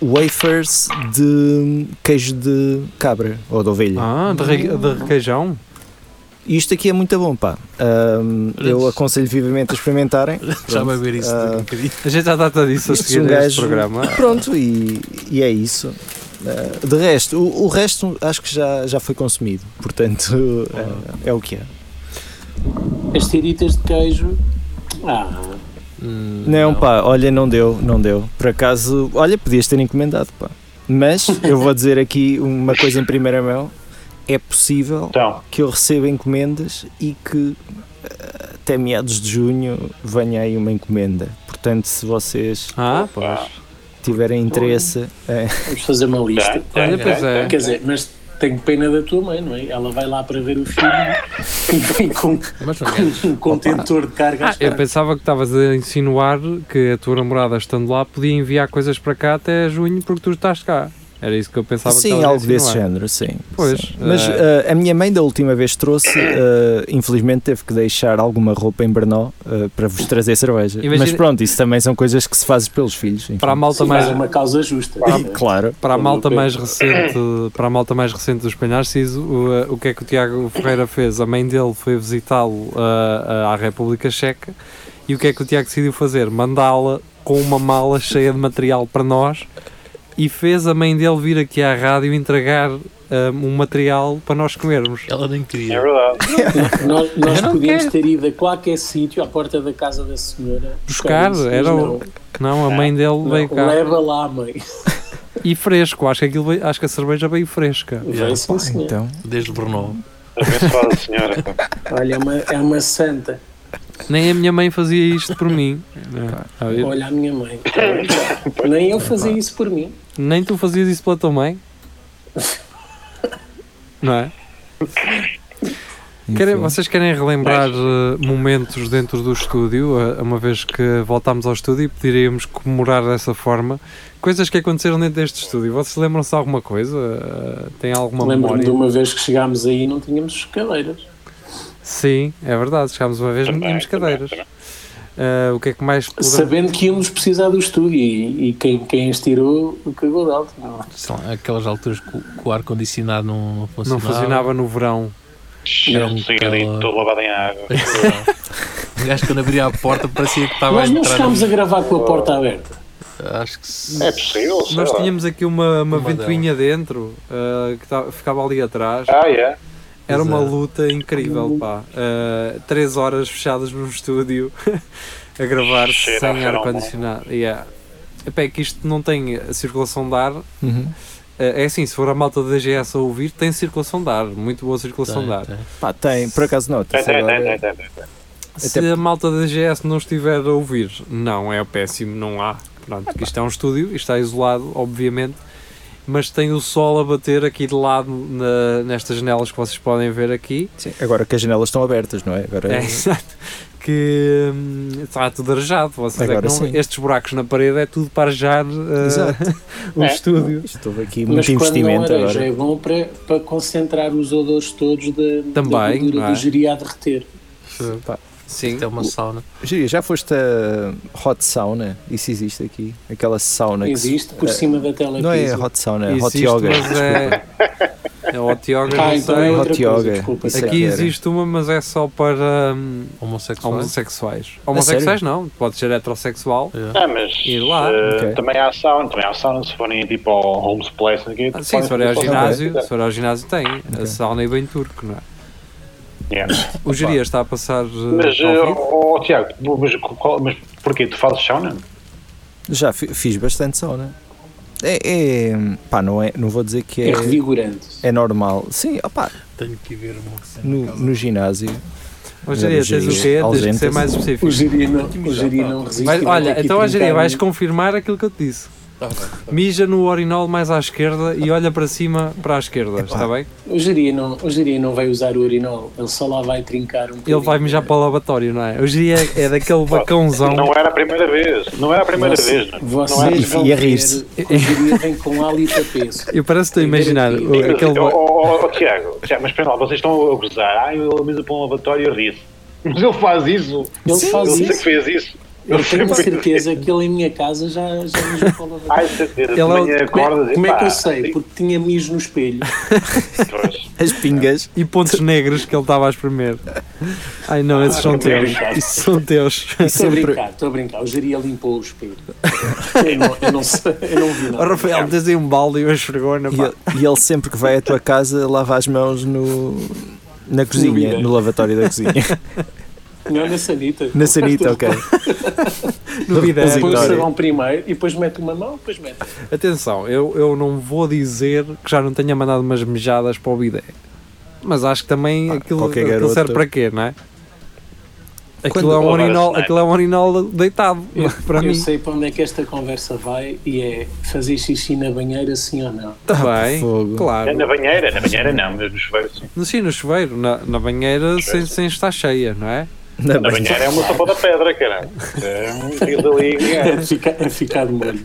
[SPEAKER 6] wafers de queijo de cabra ou de ovelha.
[SPEAKER 2] Ah, de, re- de requeijão?
[SPEAKER 6] E isto aqui é muito bom, pá. Ahm, eu
[SPEAKER 5] Mas-
[SPEAKER 6] aconselho vivamente a experimentarem.
[SPEAKER 5] [LAUGHS] Já vai ver isso daqui a
[SPEAKER 6] Ah.
[SPEAKER 5] um bocadinho.
[SPEAKER 2] A gente já trata disso a
[SPEAKER 6] Isto
[SPEAKER 2] seguir a
[SPEAKER 6] um
[SPEAKER 2] este
[SPEAKER 6] gajo-
[SPEAKER 2] programa.
[SPEAKER 6] Pronto, e, e é isso. Ah, de resto, o, o resto acho que já, já foi consumido, portanto ah, é o que é.
[SPEAKER 3] As tiritas de queijo. Ah,
[SPEAKER 5] Hum,
[SPEAKER 6] Não, pá, olha, não deu, não deu. Por acaso, olha, podias ter encomendado, pá. Mas eu vou dizer aqui uma coisa em primeira mão: é possível
[SPEAKER 4] então,
[SPEAKER 6] que eu receba encomendas e que eh, até meados de junho venha aí uma encomenda. Portanto, se vocês
[SPEAKER 2] Ah, pois.
[SPEAKER 4] pá.
[SPEAKER 6] tiverem interesse, eh,
[SPEAKER 3] vamos fazer uma lista.
[SPEAKER 4] Tem, tem,
[SPEAKER 2] Olha, pois
[SPEAKER 4] tem,
[SPEAKER 2] é.
[SPEAKER 3] Quer dizer, mas tenho pena da tua mãe, não é? Ela vai lá para ver o filme e vem com,
[SPEAKER 5] Mas não é
[SPEAKER 3] [LAUGHS]
[SPEAKER 5] queres.
[SPEAKER 3] com um contentor de carga
[SPEAKER 2] Ah,
[SPEAKER 3] às
[SPEAKER 2] eu
[SPEAKER 3] costas.
[SPEAKER 2] pensava que estavas a insinuar que a tua namorada estando lá podia enviar coisas para cá até junho porque tu estás cá. Era isso que eu pensava que
[SPEAKER 6] sim,
[SPEAKER 2] estavas a
[SPEAKER 6] algo desse
[SPEAKER 2] insinuar.
[SPEAKER 6] género, sim.
[SPEAKER 2] Pois,
[SPEAKER 6] Sim. Mas
[SPEAKER 2] eh,
[SPEAKER 6] eh, a minha mãe da última vez trouxe, eh, infelizmente teve que deixar alguma roupa em Brno eh, para vos trazer cerveja.
[SPEAKER 2] Imagina-
[SPEAKER 6] Mas pronto, isso também são coisas que se fazem pelos filhos. enfim.
[SPEAKER 2] para a malta
[SPEAKER 3] Sim, mas é
[SPEAKER 2] mais
[SPEAKER 3] uma causa justa.
[SPEAKER 6] [LAUGHS] Claro.
[SPEAKER 2] para a
[SPEAKER 3] Vale
[SPEAKER 2] malta
[SPEAKER 3] a pena.
[SPEAKER 2] mais recente [COUGHS] para a malta mais recente dos Penharciso o, o que é que o Tiago Ferreira fez a mãe dele foi visitá-lo ah, ah, à República Checa e o que é que o Tiago decidiu fazer mandá-la com uma mala cheia de material para nós e fez a mãe dele vir aqui à rádio entregar ah, um material para nós comermos
[SPEAKER 5] Ela nem
[SPEAKER 4] é
[SPEAKER 5] queria.
[SPEAKER 4] verdade.
[SPEAKER 3] Nós, nós
[SPEAKER 2] Eu não
[SPEAKER 3] podíamos
[SPEAKER 2] quero.
[SPEAKER 3] ter ido a qualquer sítio, à porta da casa da senhora.
[SPEAKER 2] Buscar,
[SPEAKER 3] isso, mas
[SPEAKER 2] era o-
[SPEAKER 3] não,
[SPEAKER 2] não a mãe dele veio
[SPEAKER 3] não,
[SPEAKER 2] cá
[SPEAKER 3] Leva lá, mãe.
[SPEAKER 2] e fresco acho que aquilo veio- acho que a cerveja veio fresca
[SPEAKER 5] Yeah.
[SPEAKER 3] Vai, sim, senhor.
[SPEAKER 6] Então,
[SPEAKER 5] Desde Brno.
[SPEAKER 4] Abençoada senhora.
[SPEAKER 6] [LAUGHS]
[SPEAKER 2] então.
[SPEAKER 3] Olha, é uma, é uma santa.
[SPEAKER 2] nem a minha mãe fazia isto por mim Ah, eu-
[SPEAKER 3] Olha a minha
[SPEAKER 2] [LAUGHS]
[SPEAKER 3] mãe. Nem eu fazia isso por mim.
[SPEAKER 2] Nem tu fazias isso pela tua mãe? Não é? Querem-
[SPEAKER 6] enfim.
[SPEAKER 2] vocês querem relembrar eh, momentos dentro do estúdio, eh, uma vez que voltámos ao estúdio e poderíamos comemorar dessa forma coisas que aconteceram dentro deste estúdio. Vocês lembram-se de alguma coisa? Eh, Tem alguma
[SPEAKER 3] Lembro-me de
[SPEAKER 2] memória? Uhum.
[SPEAKER 3] uma vez que chegámos aí e não tínhamos cadeiras.
[SPEAKER 2] Sim, é verdade. Chegámos uma vez e não
[SPEAKER 4] Também,
[SPEAKER 2] tínhamos cadeiras.
[SPEAKER 4] também,
[SPEAKER 2] Eh, o que é que mais podemos...
[SPEAKER 3] Sabendo que íamos precisar do estúdio e, e quem, quem as tirou cagou de alto. Não.
[SPEAKER 2] Tá
[SPEAKER 5] Sei lá, aquelas alturas que o, que o ar-condicionado não, não
[SPEAKER 2] Não
[SPEAKER 5] funcionava.
[SPEAKER 2] funcionava no verão.
[SPEAKER 5] Era
[SPEAKER 4] Cheiro
[SPEAKER 5] um
[SPEAKER 4] de cigarrito,
[SPEAKER 5] calor.
[SPEAKER 4] todo lavado em
[SPEAKER 6] [LAUGHS]
[SPEAKER 4] água.
[SPEAKER 5] O gajo quando abria a porta parecia que estava a
[SPEAKER 3] Nós não
[SPEAKER 5] entrar.
[SPEAKER 3] chegámos a gravar com a porta aberta.
[SPEAKER 5] Acho que se...
[SPEAKER 4] É possível, sei
[SPEAKER 2] Nós
[SPEAKER 4] lá.
[SPEAKER 2] tínhamos aqui uma, uma,
[SPEAKER 5] Uma
[SPEAKER 2] ventoinha dentro eh, que ta- ficava ali atrás.
[SPEAKER 4] Ah, é?
[SPEAKER 2] Era uma
[SPEAKER 5] Exato.
[SPEAKER 2] luta incrível, pá. Uh, três horas fechadas num estúdio [LAUGHS] a gravar
[SPEAKER 4] Cheira
[SPEAKER 2] sem
[SPEAKER 4] a feromona.
[SPEAKER 2] ar-condicionado. Yeah. Epá, é que isto não tem circulação de ar. Uh,
[SPEAKER 6] Uhum.
[SPEAKER 2] é assim, se for a malta da GS a ouvir, tem circulação de ar, muito boa circulação de ar.
[SPEAKER 5] Tem, tem.
[SPEAKER 6] Pá, tem, por acaso não.
[SPEAKER 4] Tem, tem,
[SPEAKER 6] é.
[SPEAKER 4] tem, tem, tem.
[SPEAKER 2] Se a malta da GS não estiver a ouvir, não, é péssimo, não há. Pronto, que isto é um estúdio, isto está isolado, obviamente, mas tem o sol a bater aqui de lado na- nestas janelas que vocês podem ver aqui.
[SPEAKER 6] Sim, agora que as janelas estão abertas, não é? Agora
[SPEAKER 2] É, exato. Que hum, está tudo arejado. Vocês é que
[SPEAKER 6] Agora
[SPEAKER 2] não-
[SPEAKER 6] sim.
[SPEAKER 2] estes buracos na parede é tudo para arejar uh,
[SPEAKER 6] Exato.
[SPEAKER 2] o
[SPEAKER 4] É.
[SPEAKER 2] estúdio.
[SPEAKER 6] Isto houve aqui
[SPEAKER 3] Mas quando
[SPEAKER 6] muito
[SPEAKER 3] não
[SPEAKER 6] investimento
[SPEAKER 3] areja
[SPEAKER 6] agora.
[SPEAKER 3] é bom para, para concentrar os odores todos da,
[SPEAKER 2] Também,
[SPEAKER 3] da gordura
[SPEAKER 2] não é?
[SPEAKER 3] do geria a derreter.
[SPEAKER 6] Pá,
[SPEAKER 2] Sim.
[SPEAKER 5] Isto é uma sauna.
[SPEAKER 6] Júlia, já foste a hot sauna? Isso existe aqui? Aquela
[SPEAKER 2] é
[SPEAKER 6] sauna que se-
[SPEAKER 3] Existe por cima da tela
[SPEAKER 6] Não é
[SPEAKER 3] piso.
[SPEAKER 6] hot sauna, é hot
[SPEAKER 2] Existe,
[SPEAKER 6] yoga.
[SPEAKER 2] Mas é, é hot yoga,
[SPEAKER 3] Ah,
[SPEAKER 2] não
[SPEAKER 3] então é
[SPEAKER 2] sei.
[SPEAKER 3] outra
[SPEAKER 6] Hot
[SPEAKER 3] coisa,
[SPEAKER 6] yoga.
[SPEAKER 3] desculpa.
[SPEAKER 6] Isso é
[SPEAKER 2] Aqui
[SPEAKER 6] que era.
[SPEAKER 2] existe uma, mas é só para hum,
[SPEAKER 5] Homossexual.
[SPEAKER 2] homossexuais.
[SPEAKER 6] É
[SPEAKER 2] Homossexuais não, pode ser heterossexual.
[SPEAKER 5] É.
[SPEAKER 4] Ah, mas
[SPEAKER 2] Ir lá.
[SPEAKER 4] eh,
[SPEAKER 6] Ok.
[SPEAKER 4] também há sauna, também há sauna, se forem tipo ao home splash, não sei o quê, tipo,
[SPEAKER 2] Ah, sim, se for
[SPEAKER 4] podem-
[SPEAKER 2] ao
[SPEAKER 4] podem-
[SPEAKER 2] ginásio,
[SPEAKER 4] podem-
[SPEAKER 2] se for ao ginásio tem. A sauna e bem turco, não é?
[SPEAKER 4] Yeah.
[SPEAKER 2] O Jiria está a passar. uh,
[SPEAKER 4] Mas, eh,
[SPEAKER 2] ao vivo?
[SPEAKER 4] oh, Tiago, mas, qual- mas porquê? Tu fazes sauna?
[SPEAKER 6] Já fi- fiz bastante sauna. É, é- pá, não, é, não vou dizer que
[SPEAKER 3] É
[SPEAKER 6] é,
[SPEAKER 3] revigorante.
[SPEAKER 6] é normal. Sim, opá,
[SPEAKER 5] Tenho que ver uma cena.
[SPEAKER 6] no, no ginásio.
[SPEAKER 2] Ô, Jiria,
[SPEAKER 6] Mas era
[SPEAKER 2] tens o quê?
[SPEAKER 6] Jiria,
[SPEAKER 2] Tens de ser
[SPEAKER 6] ausente.
[SPEAKER 2] mais
[SPEAKER 3] O
[SPEAKER 2] específico.
[SPEAKER 3] Jiria não, o Jiria não resiste.
[SPEAKER 2] Vai-
[SPEAKER 3] e vai ter
[SPEAKER 2] olha,
[SPEAKER 3] que
[SPEAKER 2] então, ó, Jiria,
[SPEAKER 3] pintar
[SPEAKER 2] vais
[SPEAKER 3] um-
[SPEAKER 2] confirmar aquilo que eu te disse.
[SPEAKER 5] Tá bem, tá bem.
[SPEAKER 2] Mija no orinol mais à esquerda e olha para cima para a esquerda, está bem?
[SPEAKER 3] O Jiria não, o Jiria não vai usar o urinol, ele só lá vai trincar um
[SPEAKER 2] Ele vai
[SPEAKER 3] bocadinho.
[SPEAKER 2] mijar para o lavatório, não é? O Jiria é- é daquele bacãozão.
[SPEAKER 4] Não era a primeira vez. Não era a primeira vez. não é?
[SPEAKER 3] Vocês
[SPEAKER 4] Não era-
[SPEAKER 6] E-
[SPEAKER 3] vão
[SPEAKER 6] e a
[SPEAKER 3] ver
[SPEAKER 6] rir-se.
[SPEAKER 3] que O Jiria vem com hálito a peso.
[SPEAKER 2] Eu parece que estou a imaginar o-
[SPEAKER 3] é
[SPEAKER 4] Mas,
[SPEAKER 2] aquele.
[SPEAKER 4] oh, [LAUGHS]
[SPEAKER 2] ba-
[SPEAKER 4] oh, oh, Tiago, Tiago, mas espera lá, vocês estão a gozar. Ah, ele mesa para um lavatório e ri-se. Mas ele faz isso.
[SPEAKER 3] Ele faz
[SPEAKER 4] ele
[SPEAKER 3] isso.
[SPEAKER 4] sempre fez isso.
[SPEAKER 3] Eu tenho
[SPEAKER 4] sempre
[SPEAKER 3] a
[SPEAKER 4] fez
[SPEAKER 3] certeza que ele em minha casa já, já mijou para o lavatório.
[SPEAKER 4] Ai, certeza.
[SPEAKER 2] Ele é
[SPEAKER 4] de manhã
[SPEAKER 2] o-
[SPEAKER 3] Como
[SPEAKER 4] Ah, acordas
[SPEAKER 3] é,
[SPEAKER 4] e
[SPEAKER 3] como é
[SPEAKER 4] pá,
[SPEAKER 3] que eu sei?
[SPEAKER 4] sim,
[SPEAKER 3] Porque tinha mijo no espelho.
[SPEAKER 4] pois.
[SPEAKER 6] As pingas.
[SPEAKER 2] E pontos negros que ele estava a espremer. Ai não, esses são teus. Isso são teus. [LAUGHS]
[SPEAKER 3] Estou a brincar, estou a brincar. O Jiria limpou o espelho. Eu não, eu não sei, eu não vi
[SPEAKER 2] Ó,
[SPEAKER 3] nada.
[SPEAKER 2] Rafael, tens aí um balde e uma esfregona.
[SPEAKER 6] E
[SPEAKER 2] pá.
[SPEAKER 6] ele, e ele sempre que vai à tua casa lava as mãos no, na cozinha,
[SPEAKER 3] bidé.
[SPEAKER 6] no lavatório da cozinha.
[SPEAKER 3] Não, na sanita.
[SPEAKER 6] Na sanita, ok.
[SPEAKER 2] No bidé.
[SPEAKER 6] repositório.
[SPEAKER 3] Põe o
[SPEAKER 6] Vitória.
[SPEAKER 3] sabão primeiro e depois mete uma mão, depois mete.
[SPEAKER 2] Atenção, eu, eu não vou dizer que já não tenha mandado umas mijadas para o bidé. Mas acho que também
[SPEAKER 6] Ah,
[SPEAKER 2] aquilo,
[SPEAKER 6] qualquer
[SPEAKER 2] aquilo
[SPEAKER 6] garoto-
[SPEAKER 2] serve para quê, não é? Aquilo
[SPEAKER 4] Quando-
[SPEAKER 2] é, um
[SPEAKER 4] Oh, agora
[SPEAKER 2] urinol,
[SPEAKER 4] sei.
[SPEAKER 2] aquilo é um urinol deitado, [LAUGHS] para
[SPEAKER 3] eu
[SPEAKER 2] mim.
[SPEAKER 3] sei para onde é que esta conversa vai e é fazer xixi na banheira, sim ou não.
[SPEAKER 2] Também,
[SPEAKER 6] Ah, fogo.
[SPEAKER 4] É
[SPEAKER 2] Tá claro.
[SPEAKER 4] na banheira, na banheira não, mas assim. no chuveiro sim.
[SPEAKER 2] No, sim, no chuveiro, na, na banheira, sem, sem estar cheia, não é?
[SPEAKER 6] Na
[SPEAKER 4] Na
[SPEAKER 6] banheira.
[SPEAKER 4] banheira
[SPEAKER 3] então
[SPEAKER 4] é uma sopa da pedra, caramba. É, fiz ali,
[SPEAKER 3] É ficar, é ficar de molho.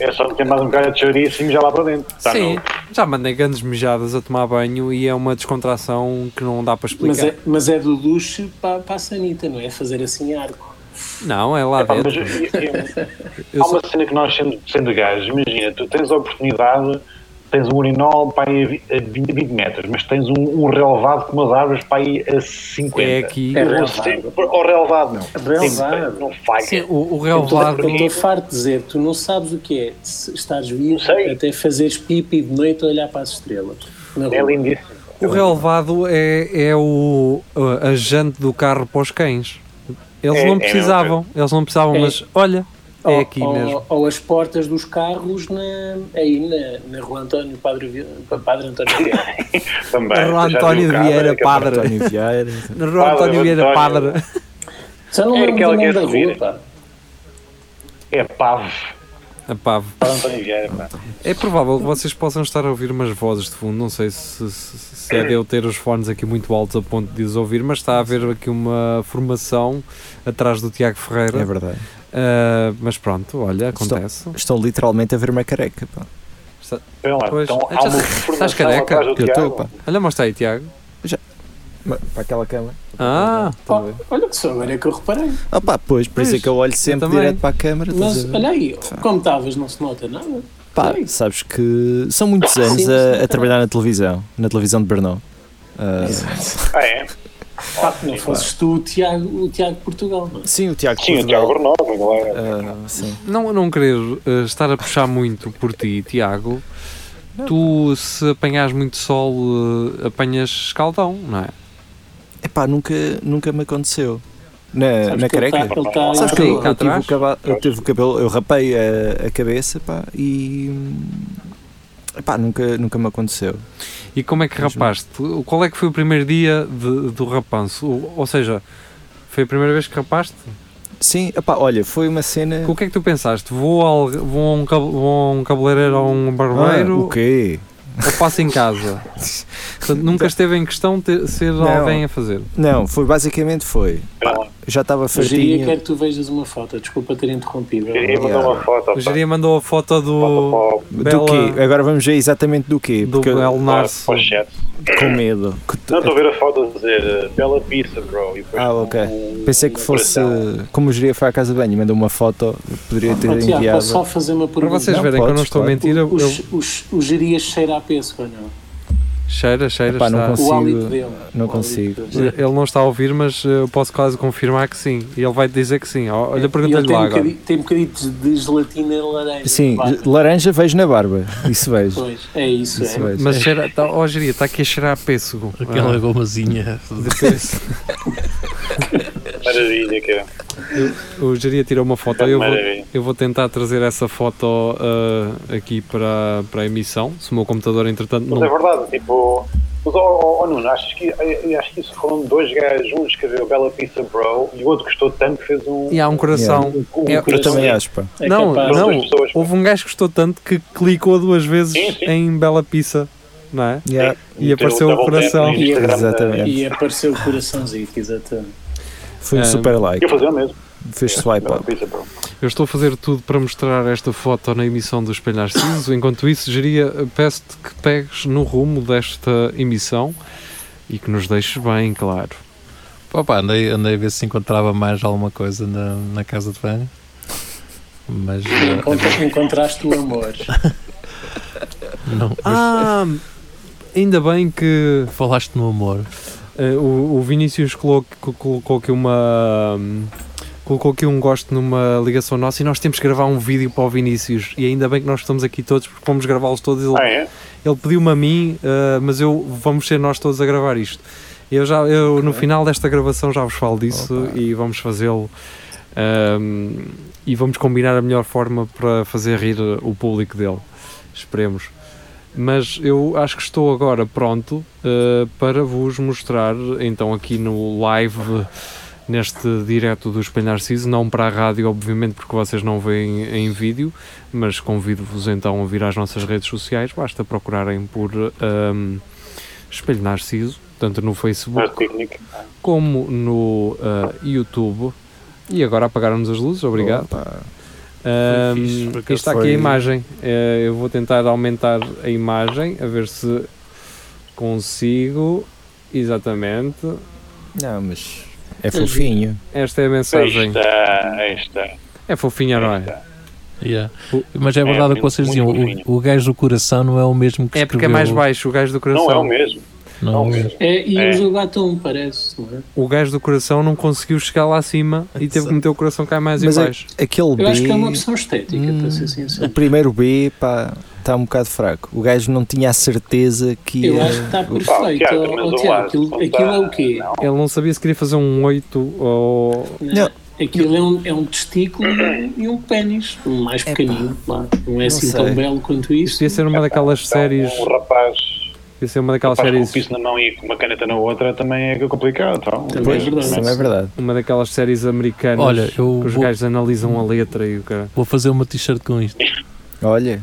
[SPEAKER 4] é só meter mais um bocado de chouriço e já lá para dentro. Tá, Está
[SPEAKER 2] sim.
[SPEAKER 4] no-
[SPEAKER 2] Já mandei grandes mijadas a tomar banho e é uma descontração que não dá para
[SPEAKER 3] Mas
[SPEAKER 2] explicar.
[SPEAKER 3] é, mas é do duche para, para a sanita, não é? Fazer assim arco.
[SPEAKER 2] Não, é lá
[SPEAKER 4] Pá, mas
[SPEAKER 2] dentro.
[SPEAKER 4] eu- eu-
[SPEAKER 2] Eu
[SPEAKER 4] há
[SPEAKER 2] só-
[SPEAKER 4] uma cena que nós, sendo, sendo gajos, imagina, tu tens a oportunidade, tens um urinol para aí a vi- a 20, 20 metros, mas tens um, um relevado com umas árvores para aí a 50.
[SPEAKER 2] É aqui.
[SPEAKER 3] É
[SPEAKER 4] Ou
[SPEAKER 3] relevado.
[SPEAKER 4] sempre- Ou relevado, não.
[SPEAKER 3] Relevado.
[SPEAKER 4] Não falha.
[SPEAKER 2] Sim, o, o
[SPEAKER 3] Eu estou-
[SPEAKER 2] relevado.
[SPEAKER 3] eu estou farto de dizer, tu não sabes o que é se estares vivo
[SPEAKER 4] sei.
[SPEAKER 3] até fazeres pipi de noite a olhar para as estrelas. Na
[SPEAKER 4] É
[SPEAKER 3] rua.
[SPEAKER 4] lindíssimo.
[SPEAKER 2] O relevado é, é o a- a jante do carro para os cães. Eles
[SPEAKER 4] É- é
[SPEAKER 2] não
[SPEAKER 4] mesmo
[SPEAKER 2] precisavam, eles não precisavam,
[SPEAKER 3] É.
[SPEAKER 2] mas olha, é
[SPEAKER 6] Oh,
[SPEAKER 3] Ou-
[SPEAKER 2] aqui
[SPEAKER 3] ou,
[SPEAKER 2] mesmo.
[SPEAKER 3] Ou as portas dos carros na, aí na, na Rua António Padre, Vi- Padre António Vieira.
[SPEAKER 4] Também.
[SPEAKER 2] Rua
[SPEAKER 4] Já vi o
[SPEAKER 2] António
[SPEAKER 4] carro,
[SPEAKER 2] Vieira,
[SPEAKER 4] é que-
[SPEAKER 2] padre.
[SPEAKER 6] António Vieira. é
[SPEAKER 2] Rua António
[SPEAKER 4] Padre,
[SPEAKER 2] Vieira
[SPEAKER 4] António.
[SPEAKER 2] Padre.
[SPEAKER 3] Já não
[SPEAKER 4] [LAUGHS] É
[SPEAKER 3] lembro
[SPEAKER 4] aquela
[SPEAKER 3] do
[SPEAKER 4] que
[SPEAKER 3] nome
[SPEAKER 4] é
[SPEAKER 3] da rua,
[SPEAKER 4] subir.
[SPEAKER 3] pá.
[SPEAKER 4] É pavo.
[SPEAKER 2] Ah, pá,
[SPEAKER 4] Para António Vieira, pá.
[SPEAKER 2] É provável que vocês possam estar a ouvir umas vozes de fundo, não sei se, se- se é de eu ter os fones aqui muito altos a ponto de os ouvir, mas está a haver aqui uma formação atrás do Tiago Ferreira.
[SPEAKER 6] É verdade.
[SPEAKER 2] Ah, mas pronto, olha, acontece.
[SPEAKER 6] Estão literalmente a ver uma careca. Pá.
[SPEAKER 4] Espera lá,
[SPEAKER 2] Pois.
[SPEAKER 4] então há
[SPEAKER 2] Então,
[SPEAKER 4] uma
[SPEAKER 2] estás
[SPEAKER 4] formação
[SPEAKER 2] careca?
[SPEAKER 4] atrás do
[SPEAKER 6] Eu estou,
[SPEAKER 4] Tiago.
[SPEAKER 6] pá.
[SPEAKER 2] Olha, mostra aí, Tiago.
[SPEAKER 6] Ma- Para aquela cama.
[SPEAKER 2] Ah,
[SPEAKER 3] Ó, olha que só agora é que eu reparei.
[SPEAKER 6] Ah, pá, pois, por isso é
[SPEAKER 2] Pois,
[SPEAKER 6] que eu olho sempre
[SPEAKER 2] também.
[SPEAKER 6] direto para a câmara. estás a
[SPEAKER 3] Mas
[SPEAKER 6] ver?
[SPEAKER 3] olha aí, como estavas, não se nota nada.
[SPEAKER 6] Pá,
[SPEAKER 3] Sim.
[SPEAKER 6] sabes que são muitos
[SPEAKER 3] Sim,
[SPEAKER 6] anos
[SPEAKER 3] sim,
[SPEAKER 6] a,
[SPEAKER 3] sim.
[SPEAKER 6] a trabalhar na televisão, na televisão de Brno. Ah,
[SPEAKER 4] Ah, é?
[SPEAKER 3] Pá, não fosses tu o Tiago, o Tiago Portugal, não é?
[SPEAKER 6] sim, o Tiago
[SPEAKER 4] Sim, o Tiago é?
[SPEAKER 6] Portugal,
[SPEAKER 4] Bernal,
[SPEAKER 2] É.
[SPEAKER 4] galera.
[SPEAKER 6] ah, sim.
[SPEAKER 2] não, não querer ah, estar a puxar muito por ti, Tiago. Tu, se apanhas muito sol, ah, apanhas escaldão, não é?
[SPEAKER 6] Epá, nunca, nunca me aconteceu. Na,
[SPEAKER 3] Sabes
[SPEAKER 6] É, na
[SPEAKER 3] que ele
[SPEAKER 6] careca?
[SPEAKER 3] tá- ele tá-
[SPEAKER 6] Sabes que
[SPEAKER 2] Sim,
[SPEAKER 6] eu,
[SPEAKER 2] cá
[SPEAKER 6] eu tive o
[SPEAKER 2] um atrás.
[SPEAKER 6] cabelo, eu tive o cabelo, eu rapei a, a cabeça pá, e. hum, Epá, nunca, nunca me aconteceu.
[SPEAKER 2] E como é que
[SPEAKER 6] Mesmo.
[SPEAKER 2] rapaste? Qual é que foi o primeiro dia de- do rapanço? Ou, ou seja, foi a primeira vez que rapaste?
[SPEAKER 6] É. Sim, epá, olha, foi uma cena.
[SPEAKER 2] O que é que tu pensaste? Vou, ao, vou, a um, cab- vou a um cabeleireiro ou a um
[SPEAKER 6] Ah,
[SPEAKER 2] barbeiro
[SPEAKER 6] o quê?
[SPEAKER 2] ou passo em casa? Portanto, nunca esteve em questão ter, ser
[SPEAKER 6] Não.
[SPEAKER 2] alguém a fazer.
[SPEAKER 6] Não, foi basicamente foi.
[SPEAKER 4] Espera lá.
[SPEAKER 6] já estava
[SPEAKER 3] Eu diria
[SPEAKER 6] fartinho.
[SPEAKER 3] quero que tu vejas uma foto, desculpa ter interrompido.
[SPEAKER 4] Queria
[SPEAKER 6] Yeah.
[SPEAKER 4] mandar uma foto.
[SPEAKER 2] O
[SPEAKER 4] pá.
[SPEAKER 2] Jeria mandou a foto do.
[SPEAKER 4] Foto
[SPEAKER 6] Do
[SPEAKER 2] Bela-
[SPEAKER 6] quê? Agora vamos ver exatamente do quê?
[SPEAKER 2] do
[SPEAKER 6] É, Porque eu-
[SPEAKER 2] Bel
[SPEAKER 4] para-
[SPEAKER 2] Narce.
[SPEAKER 4] para o chat.
[SPEAKER 6] com medo. Que tu-
[SPEAKER 4] Não, estou a ver a foto a dizer eh, bela pizza, bro. E depois
[SPEAKER 6] Ah,
[SPEAKER 4] com
[SPEAKER 6] ok.
[SPEAKER 4] um-
[SPEAKER 6] Pensei que
[SPEAKER 4] um
[SPEAKER 6] fosse.
[SPEAKER 4] coração. Ah,
[SPEAKER 6] Como o Jeria foi à casa de banho e mandou uma foto, poderia ter
[SPEAKER 3] Mas, Tiago,
[SPEAKER 6] enviado.
[SPEAKER 3] posso só fazer uma
[SPEAKER 2] Para
[SPEAKER 3] pergunta?
[SPEAKER 2] vocês
[SPEAKER 6] Não,
[SPEAKER 2] verem que eu não
[SPEAKER 6] podes,
[SPEAKER 2] estou a
[SPEAKER 6] claro.
[SPEAKER 2] mentir, eu,
[SPEAKER 3] o,
[SPEAKER 2] eu-
[SPEAKER 3] o, o, o Gerias cheira a pêssego ou não?
[SPEAKER 2] cheira, cheira,
[SPEAKER 6] Epá, não
[SPEAKER 2] está. Eh,
[SPEAKER 6] consigo.
[SPEAKER 3] o hálito dele.
[SPEAKER 6] não
[SPEAKER 3] O hálito
[SPEAKER 6] consigo.
[SPEAKER 3] dele.
[SPEAKER 2] Ele não está a ouvir, mas eh, eu posso quase confirmar que sim. E ele vai te dizer que sim. Ó, Olha,
[SPEAKER 3] Ele
[SPEAKER 2] pergunta-lhe
[SPEAKER 3] tem
[SPEAKER 2] lá
[SPEAKER 3] um
[SPEAKER 2] agora.
[SPEAKER 3] bocadinho- Tem um bocadinho de- de gelatina laranja.
[SPEAKER 6] Sim,
[SPEAKER 3] Vá,
[SPEAKER 6] laranja vejo na barba. Isso vejo.
[SPEAKER 3] Pois, é isso,
[SPEAKER 6] Isso
[SPEAKER 3] é.
[SPEAKER 6] vejo.
[SPEAKER 2] Mas cheira, tá, ó, Jeria, está aqui a cheirar a pêssego.
[SPEAKER 5] Aquela gomazinha.
[SPEAKER 2] Ah, de pêssego.
[SPEAKER 4] Maravilha, cara.
[SPEAKER 2] O Jeria tirou uma foto. Eu vou,
[SPEAKER 4] Maravilha.
[SPEAKER 2] eu vou tentar trazer essa foto ah, aqui para, para a emissão. Se o meu computador, entretanto,
[SPEAKER 4] Mas é
[SPEAKER 2] não.
[SPEAKER 4] verdade, tipo. Mas, oh, oh, oh, Nuno, achas que, eh, acho que isso foram dois gajos, um escreveu Bela Pizza Bro e o outro gostou tanto que fez um.
[SPEAKER 2] E há um coração.
[SPEAKER 4] um- um
[SPEAKER 2] É, eu
[SPEAKER 6] Eu
[SPEAKER 4] coração.
[SPEAKER 6] também acho, pá.
[SPEAKER 3] É
[SPEAKER 2] não,
[SPEAKER 3] capaz.
[SPEAKER 4] São
[SPEAKER 2] não.
[SPEAKER 4] duas pessoas, pá.
[SPEAKER 2] Houve um gajo que gostou tanto que clicou duas vezes
[SPEAKER 4] Sim, sim.
[SPEAKER 2] em Bela Pizza, não é?
[SPEAKER 6] Yeah.
[SPEAKER 2] E
[SPEAKER 4] Meteu é
[SPEAKER 2] apareceu o
[SPEAKER 4] double tap
[SPEAKER 2] coração.
[SPEAKER 4] no Instagram da-
[SPEAKER 6] Exatamente.
[SPEAKER 3] E apareceu o coraçãozinho, exatamente.
[SPEAKER 6] Foi um
[SPEAKER 2] Ah,
[SPEAKER 6] super like.
[SPEAKER 4] Eu fazia o mesmo.
[SPEAKER 6] Fez swipe
[SPEAKER 4] Bela
[SPEAKER 6] up.
[SPEAKER 4] Pizza Bro.
[SPEAKER 2] Eu estou a fazer tudo para mostrar esta foto na emissão do Espelho Narciso. Enquanto isso, Jeria, peço-te que pegues no rumo desta emissão e que nos deixes bem, claro.
[SPEAKER 5] Opa, andei, andei a ver se encontrava mais alguma coisa na, na casa de banho. Mas eh,
[SPEAKER 3] Encontra- Encontraste o amor.
[SPEAKER 5] não.
[SPEAKER 2] Ah, ainda bem que
[SPEAKER 5] Falaste no amor.
[SPEAKER 2] eh, o, o Vinícius colo- co- colocou aqui uma. hum, Colocou aqui um gosto numa ligação nossa e nós temos que gravar um vídeo para o Vinícius. E ainda bem que nós estamos aqui todos, porque vamos gravá-los todos. e Ele
[SPEAKER 4] Ah, é?
[SPEAKER 2] Ele pediu-me a mim, eh, mas eu vamos ser nós todos a gravar isto. Eu já, eu no final desta gravação já vos falo disso e vamos fazê-lo ehm, e vamos combinar a melhor forma para fazer rir o público dele. Esperemos. Mas eu acho que estou agora pronto eh, para vos mostrar então aqui no live neste direto do Espelho Narciso, não para a rádio, obviamente, porque vocês não veem em vídeo, mas convido-vos então a vir às nossas redes sociais, basta procurarem por ahm, Espelho Narciso, tanto no
[SPEAKER 4] Mas
[SPEAKER 2] Facebook
[SPEAKER 4] técnico.
[SPEAKER 2] como no ah, YouTube. E agora apagaram-nos as luzes, obrigado.
[SPEAKER 6] Opa.
[SPEAKER 2] Ahm,
[SPEAKER 5] fixe, por
[SPEAKER 2] isto
[SPEAKER 5] acaso
[SPEAKER 2] está aqui a
[SPEAKER 6] foi-
[SPEAKER 2] imagem. Eh, eu vou tentar aumentar a imagem, a ver se consigo. Exatamente.
[SPEAKER 6] Não, mas é fofinho.
[SPEAKER 2] Esta é a
[SPEAKER 4] Aí
[SPEAKER 2] mensagem.
[SPEAKER 4] está, aí está.
[SPEAKER 2] É fofinha, não é?
[SPEAKER 5] Yeah. Mas é verdade o que vocês diziam:
[SPEAKER 4] muito
[SPEAKER 5] o, o gajo do coração não é o mesmo que
[SPEAKER 2] É porque é mais
[SPEAKER 5] escreveu-
[SPEAKER 2] baixo, o gajo do coração.
[SPEAKER 4] Não é o mesmo. Não
[SPEAKER 5] não é
[SPEAKER 4] é
[SPEAKER 5] o
[SPEAKER 4] o
[SPEAKER 5] mesmo.
[SPEAKER 4] mesmo.
[SPEAKER 3] É, e
[SPEAKER 4] É.
[SPEAKER 3] o jogo atum, parece, não é?
[SPEAKER 2] O gajo do coração não conseguiu chegar lá acima e teve que meter o coração cá mais
[SPEAKER 6] Mas
[SPEAKER 2] em
[SPEAKER 6] é-
[SPEAKER 2] baixo.
[SPEAKER 6] Aquele
[SPEAKER 3] Eu acho que é uma
[SPEAKER 6] B,
[SPEAKER 3] opção estética,
[SPEAKER 5] Hum.
[SPEAKER 3] para ser
[SPEAKER 6] o
[SPEAKER 3] sincero.
[SPEAKER 6] primeiro B, pá, está um bocado fraco. O gajo não tinha a certeza que eh,
[SPEAKER 3] Eu
[SPEAKER 6] ia.
[SPEAKER 3] acho que está
[SPEAKER 4] Pá,
[SPEAKER 3] perfeito.
[SPEAKER 4] Tiago,
[SPEAKER 3] Oh,
[SPEAKER 4] mas
[SPEAKER 3] oh,
[SPEAKER 4] o
[SPEAKER 3] Tiago,
[SPEAKER 4] ar,
[SPEAKER 3] aquilo,
[SPEAKER 4] não
[SPEAKER 3] aquilo é
[SPEAKER 4] dá,
[SPEAKER 3] o quê?
[SPEAKER 4] não.
[SPEAKER 2] Ele não sabia se queria fazer um 8 ou.
[SPEAKER 6] Não.
[SPEAKER 3] Aquilo é um, é um testículo e um pênis, um mais pequenino, claro. Não é assim
[SPEAKER 6] sei.
[SPEAKER 3] tão belo quanto
[SPEAKER 2] Isto
[SPEAKER 3] isso.
[SPEAKER 2] devia ser uma daquelas
[SPEAKER 4] Então,
[SPEAKER 2] séries.
[SPEAKER 4] Um rapaz
[SPEAKER 2] Devia ser uma daquelas
[SPEAKER 4] Faz com o
[SPEAKER 2] séries.
[SPEAKER 4] piso na mão e com uma caneta na outra também é complicado. Então.
[SPEAKER 3] Também
[SPEAKER 6] Pois,
[SPEAKER 3] é verdade.
[SPEAKER 6] isso também é verdade.
[SPEAKER 2] Uma daquelas séries americanas
[SPEAKER 5] Olha,
[SPEAKER 2] que
[SPEAKER 5] eu
[SPEAKER 2] os
[SPEAKER 5] vou-
[SPEAKER 2] gajos analisam a letra e o cara.
[SPEAKER 5] Vou fazer uma t-shirt com isto.
[SPEAKER 6] Olha,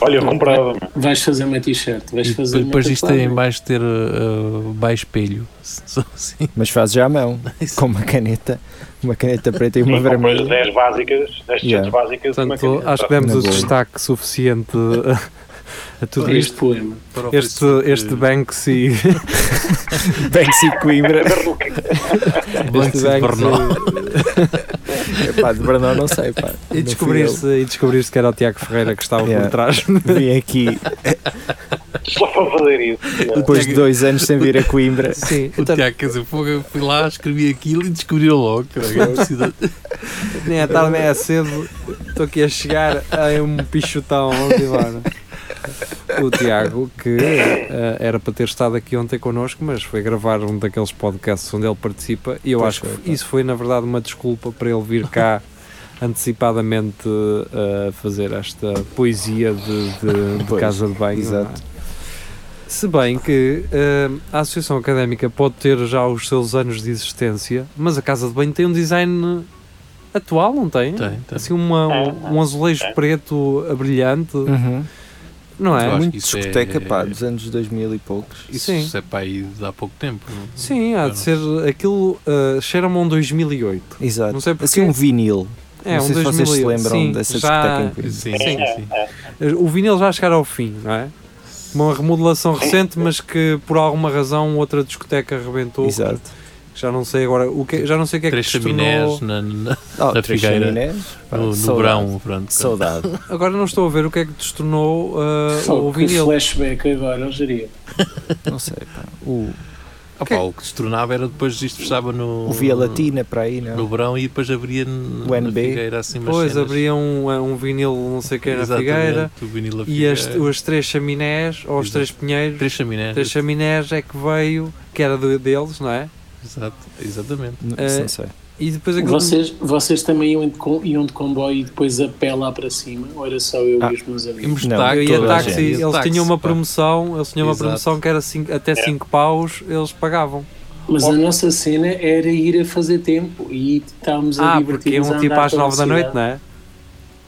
[SPEAKER 4] Olha, eu comprava. meu.
[SPEAKER 3] Vais fazer uma t-shirt, vais
[SPEAKER 5] E
[SPEAKER 3] fazer
[SPEAKER 5] depois,
[SPEAKER 3] uma
[SPEAKER 5] depois isto aí
[SPEAKER 3] tatuagem.
[SPEAKER 5] em baixo ter uh, baixo espelho. [LAUGHS] Só assim.
[SPEAKER 6] mas faz já à mão, com uma caneta, uma caneta preta e uma
[SPEAKER 4] Sim, compras
[SPEAKER 6] vermelha.
[SPEAKER 4] 10 básicas, 10
[SPEAKER 6] Yeah.
[SPEAKER 4] yeah. básicas. e uma
[SPEAKER 2] Portanto,
[SPEAKER 4] caneta.
[SPEAKER 2] acho que demos
[SPEAKER 6] Na
[SPEAKER 2] o
[SPEAKER 6] boa.
[SPEAKER 2] destaque suficiente a, a tudo
[SPEAKER 3] este
[SPEAKER 2] isto.
[SPEAKER 3] poema.
[SPEAKER 2] Este, este [LAUGHS] Banksy.
[SPEAKER 6] Banksy Coimbra.
[SPEAKER 2] Este
[SPEAKER 5] Banksy de Brno.
[SPEAKER 6] [LAUGHS] Epá, de Brno não sei, pá. Não fui
[SPEAKER 2] E descobriste, e descobriste que era o Tiago Ferreira que estava
[SPEAKER 6] Yeah.
[SPEAKER 2] por trás.
[SPEAKER 6] eu. Vim aqui
[SPEAKER 4] Só para fazer isso.
[SPEAKER 6] depois de dois anos sem vir a
[SPEAKER 2] [LAUGHS]
[SPEAKER 6] Coimbra.
[SPEAKER 2] Sim,
[SPEAKER 5] O Tiago, quer dizer, fogo, eu fui lá, escrevi aquilo e descobriu logo. Caralho, é preciso-
[SPEAKER 2] [LAUGHS] nem é tarde nem é cedo. Estou aqui a chegar a um pichotão. Vamos embora. O Tiago, que eh, era para ter estado aqui ontem connosco, mas foi gravar um daqueles podcasts onde ele participa. E eu
[SPEAKER 6] Pois
[SPEAKER 2] acho que
[SPEAKER 6] foi, pá.
[SPEAKER 2] isso foi, na verdade, uma desculpa para ele vir
[SPEAKER 6] [LAUGHS]
[SPEAKER 2] cá antecipadamente eh, fazer esta poesia de, de- de
[SPEAKER 6] Pois,
[SPEAKER 2] casa de banho. não é?
[SPEAKER 6] exato.
[SPEAKER 2] Se bem que eh, a Associação Académica pode ter já os seus anos de existência, mas a Casa de Banho tem um design atual, não tem?
[SPEAKER 5] Tem, tem.
[SPEAKER 2] Assim, uma, um, um azulejo preto eh, brilhante.
[SPEAKER 6] Uhum.
[SPEAKER 2] Não
[SPEAKER 5] Eu
[SPEAKER 2] é?
[SPEAKER 5] acho
[SPEAKER 6] Muito
[SPEAKER 5] que isso é-
[SPEAKER 6] discoteca, pá, dos anos 2000 e poucos.
[SPEAKER 5] Isso,
[SPEAKER 2] Sim.
[SPEAKER 5] é para aí de há pouco tempo. não-
[SPEAKER 2] Sim, há
[SPEAKER 5] Eu
[SPEAKER 2] de ser. Aquilo uh, cheira-me a um 2008.
[SPEAKER 6] Exato.
[SPEAKER 2] Não sei porquê.
[SPEAKER 6] Assim um vinil.
[SPEAKER 2] É, um
[SPEAKER 6] não sei se
[SPEAKER 2] 2008.
[SPEAKER 6] vocês se lembram
[SPEAKER 2] sim, já,
[SPEAKER 6] dessa discoteca em Coimbra.
[SPEAKER 5] Sim, sim, sim.
[SPEAKER 2] É O vinil já chegar ao fim, não é? Uma remodelação recente, mas que por alguma razão outra discoteca arrebentou.
[SPEAKER 6] Exato.
[SPEAKER 2] Já não sei agora. O que, já não sei o que é que
[SPEAKER 5] Três
[SPEAKER 2] se tornou.
[SPEAKER 5] chaminés na- na-
[SPEAKER 6] Oh,
[SPEAKER 5] Da
[SPEAKER 6] Três
[SPEAKER 5] Figueira.
[SPEAKER 6] Chaminés,
[SPEAKER 2] Ah,
[SPEAKER 6] pá,
[SPEAKER 5] no, no
[SPEAKER 6] saudade.
[SPEAKER 5] verão. Pronto. [LAUGHS]
[SPEAKER 6] Saudade.
[SPEAKER 2] Agora não estou a ver o que é que destornou uh,
[SPEAKER 3] Só
[SPEAKER 2] o
[SPEAKER 3] que
[SPEAKER 2] vinil.
[SPEAKER 3] flashback agora, eu diria.
[SPEAKER 6] não sei, pá. O,
[SPEAKER 5] Ah, pá, o que se tornava era depois isto fechava no.
[SPEAKER 6] o Via Latina é para aí,
[SPEAKER 5] No
[SPEAKER 6] não?
[SPEAKER 5] verão e depois abria n-
[SPEAKER 6] O
[SPEAKER 5] na
[SPEAKER 6] NB.
[SPEAKER 5] Figueira assim umas
[SPEAKER 2] Depois
[SPEAKER 5] cenas.
[SPEAKER 2] abria um, um vinil, não sei o que, na
[SPEAKER 5] Exatamente,
[SPEAKER 2] Figueira.
[SPEAKER 5] o vinil da
[SPEAKER 2] E as,
[SPEAKER 5] Figueira.
[SPEAKER 2] as três chaminés, ou os
[SPEAKER 5] é Exato.
[SPEAKER 2] três pinheiros,
[SPEAKER 5] Três chaminés.
[SPEAKER 2] três chaminés é que veio, que era do- deles, não é?
[SPEAKER 5] Exato, exatamente.
[SPEAKER 6] Não,
[SPEAKER 2] Eh,
[SPEAKER 6] não sei.
[SPEAKER 2] E depois aquilo.
[SPEAKER 3] Vocês, vocês também iam de, co- iam de comboio e depois a pé lá para cima? Ou era só eu
[SPEAKER 6] Ah,
[SPEAKER 3] e os meus
[SPEAKER 5] E
[SPEAKER 3] amigos?
[SPEAKER 5] íamos de
[SPEAKER 6] Não,
[SPEAKER 5] táxi,
[SPEAKER 2] Eu ia
[SPEAKER 5] toda a
[SPEAKER 2] táxi,
[SPEAKER 5] gente ia de
[SPEAKER 2] eles
[SPEAKER 5] táxi,
[SPEAKER 2] tinham uma
[SPEAKER 5] pá.
[SPEAKER 2] promoção, eles tinham uma
[SPEAKER 5] Exato. É.
[SPEAKER 2] promoção que era cinco- até 5 paus, eles pagavam.
[SPEAKER 3] Mas a nossa cena era ir a fazer tempo e estávamos a
[SPEAKER 2] Ah, porque
[SPEAKER 3] divertir-nos
[SPEAKER 2] iam tipo às 9 da noite, não é?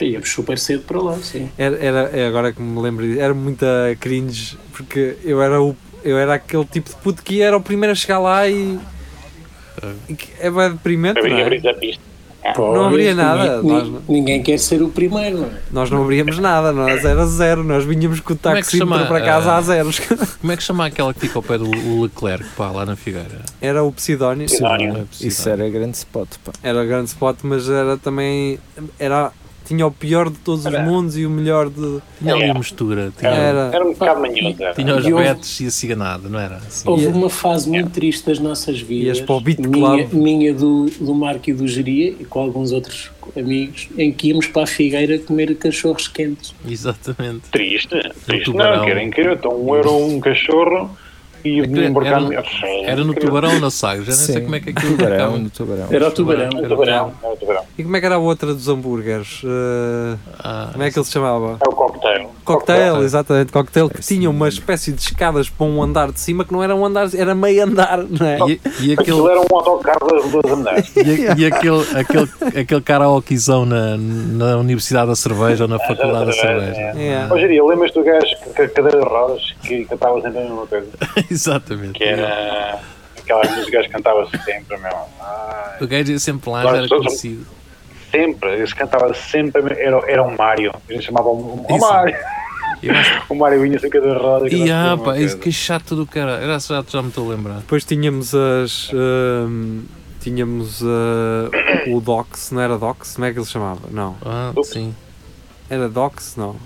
[SPEAKER 3] é? Íamos super cedo para lá, sim.
[SPEAKER 2] Era, era- é agora que me lembro, disso, era muita cringe, porque eu era o eu era aquele tipo de puto que era o primeiro a chegar lá e. e que é bem deprimente, não
[SPEAKER 7] Abrir,
[SPEAKER 2] é?
[SPEAKER 7] abrir a pista.
[SPEAKER 2] Não abria
[SPEAKER 3] Pois,
[SPEAKER 2] nada,
[SPEAKER 3] Ninguém,
[SPEAKER 2] nós não-
[SPEAKER 3] ni- ninguém quer ser o primeiro, não é?
[SPEAKER 2] Nós não abríamos nada, nós era zero, nós vinhamos com o
[SPEAKER 5] Como é que se
[SPEAKER 2] taxímetro
[SPEAKER 5] chama,
[SPEAKER 2] para casa
[SPEAKER 5] ah,
[SPEAKER 2] a zeros. [LAUGHS]
[SPEAKER 5] Como é que chama aquela que fica ao pé do o Leclerc, pá, lá na Figueira?
[SPEAKER 2] Era o Psidónio,
[SPEAKER 7] Sidónio.
[SPEAKER 5] Não é possível.
[SPEAKER 6] Isso era grande spot, pá.
[SPEAKER 2] era grande spot, mas era também. Era, tinha o pior de todos os mundos e o melhor de.
[SPEAKER 5] Tinha ali
[SPEAKER 7] Era.
[SPEAKER 5] uma mistura. Tinha,
[SPEAKER 2] Era.
[SPEAKER 7] Era um bocado manhoso. era.
[SPEAKER 5] tinha os
[SPEAKER 3] E houve-
[SPEAKER 5] betos e a ciganada, não era? Assim.
[SPEAKER 3] Houve
[SPEAKER 2] Ia-
[SPEAKER 3] uma fase muito triste das nossas vidas,
[SPEAKER 2] Ias para o Beat
[SPEAKER 3] minha,
[SPEAKER 2] Club.
[SPEAKER 3] minha do, do Marco e do Geria e com alguns outros amigos, em que íamos para a Figueira comer cachorros quentes.
[SPEAKER 5] Exatamente.
[SPEAKER 7] Triste. Triste
[SPEAKER 5] tubarão.
[SPEAKER 7] não, que era incrível. Então, um euro um cachorro e um vinha
[SPEAKER 5] É era-
[SPEAKER 7] embarcar
[SPEAKER 5] era- Era no Tubarão ou na Sagres, já nem sei
[SPEAKER 6] Sim,
[SPEAKER 5] como é que aquilo
[SPEAKER 6] no tubarão,
[SPEAKER 5] ficava.
[SPEAKER 6] no tubarão.
[SPEAKER 3] Era o tubarão.
[SPEAKER 7] No tubarão. Era o tubarão.
[SPEAKER 2] E como é que era a outra dos hambúrgueres? Eh,
[SPEAKER 5] Ah,
[SPEAKER 2] como é que ele se chamava?
[SPEAKER 7] É o cocktail.
[SPEAKER 2] Cocktail, exatamente, cocktail
[SPEAKER 5] É,
[SPEAKER 2] que
[SPEAKER 6] Esse
[SPEAKER 2] tinha uma espécie de escadas para um andar de cima que não era um andar, era meio andar, não é?
[SPEAKER 5] e, e aquele,
[SPEAKER 7] Aquilo era um autocarro das duas
[SPEAKER 5] [LAUGHS]
[SPEAKER 7] andares.
[SPEAKER 5] e, a- e aquele, aquele, aquele karaokezão na, na Universidade da Cerveja ou na Faculdade da Cerveja.
[SPEAKER 2] É.
[SPEAKER 7] Hoje em dia, lembras do gajo que- que cadeira de rodas que cantava sempre a mesma coisa?
[SPEAKER 5] [LAUGHS] Exatamente.
[SPEAKER 7] é. Que era aquela música que cantava sempre, meu. Ai,
[SPEAKER 5] O gajo ia sempre lá,
[SPEAKER 7] Nós
[SPEAKER 5] já era
[SPEAKER 7] todos-
[SPEAKER 5] conhecido.
[SPEAKER 7] sempre, esse cantava sempre, a mesma- era, era o Mário. A gente chamava o, o
[SPEAKER 5] Isso.
[SPEAKER 7] Mário.
[SPEAKER 5] Eu acho-
[SPEAKER 7] [LAUGHS] O Mário vinha sem cadeira de rodas.
[SPEAKER 5] E ah,
[SPEAKER 7] cantava
[SPEAKER 5] pá,
[SPEAKER 7] sempre a mesma
[SPEAKER 5] isso
[SPEAKER 7] coisa.
[SPEAKER 5] que chato do cara. Era já, já me estou a lembrar.
[SPEAKER 2] Depois tínhamos as. ehm, tínhamos eh, o Dox, não era Dox? Como é que ele se chamava? Não.
[SPEAKER 5] Ah, sim.
[SPEAKER 2] Era Dox? Não.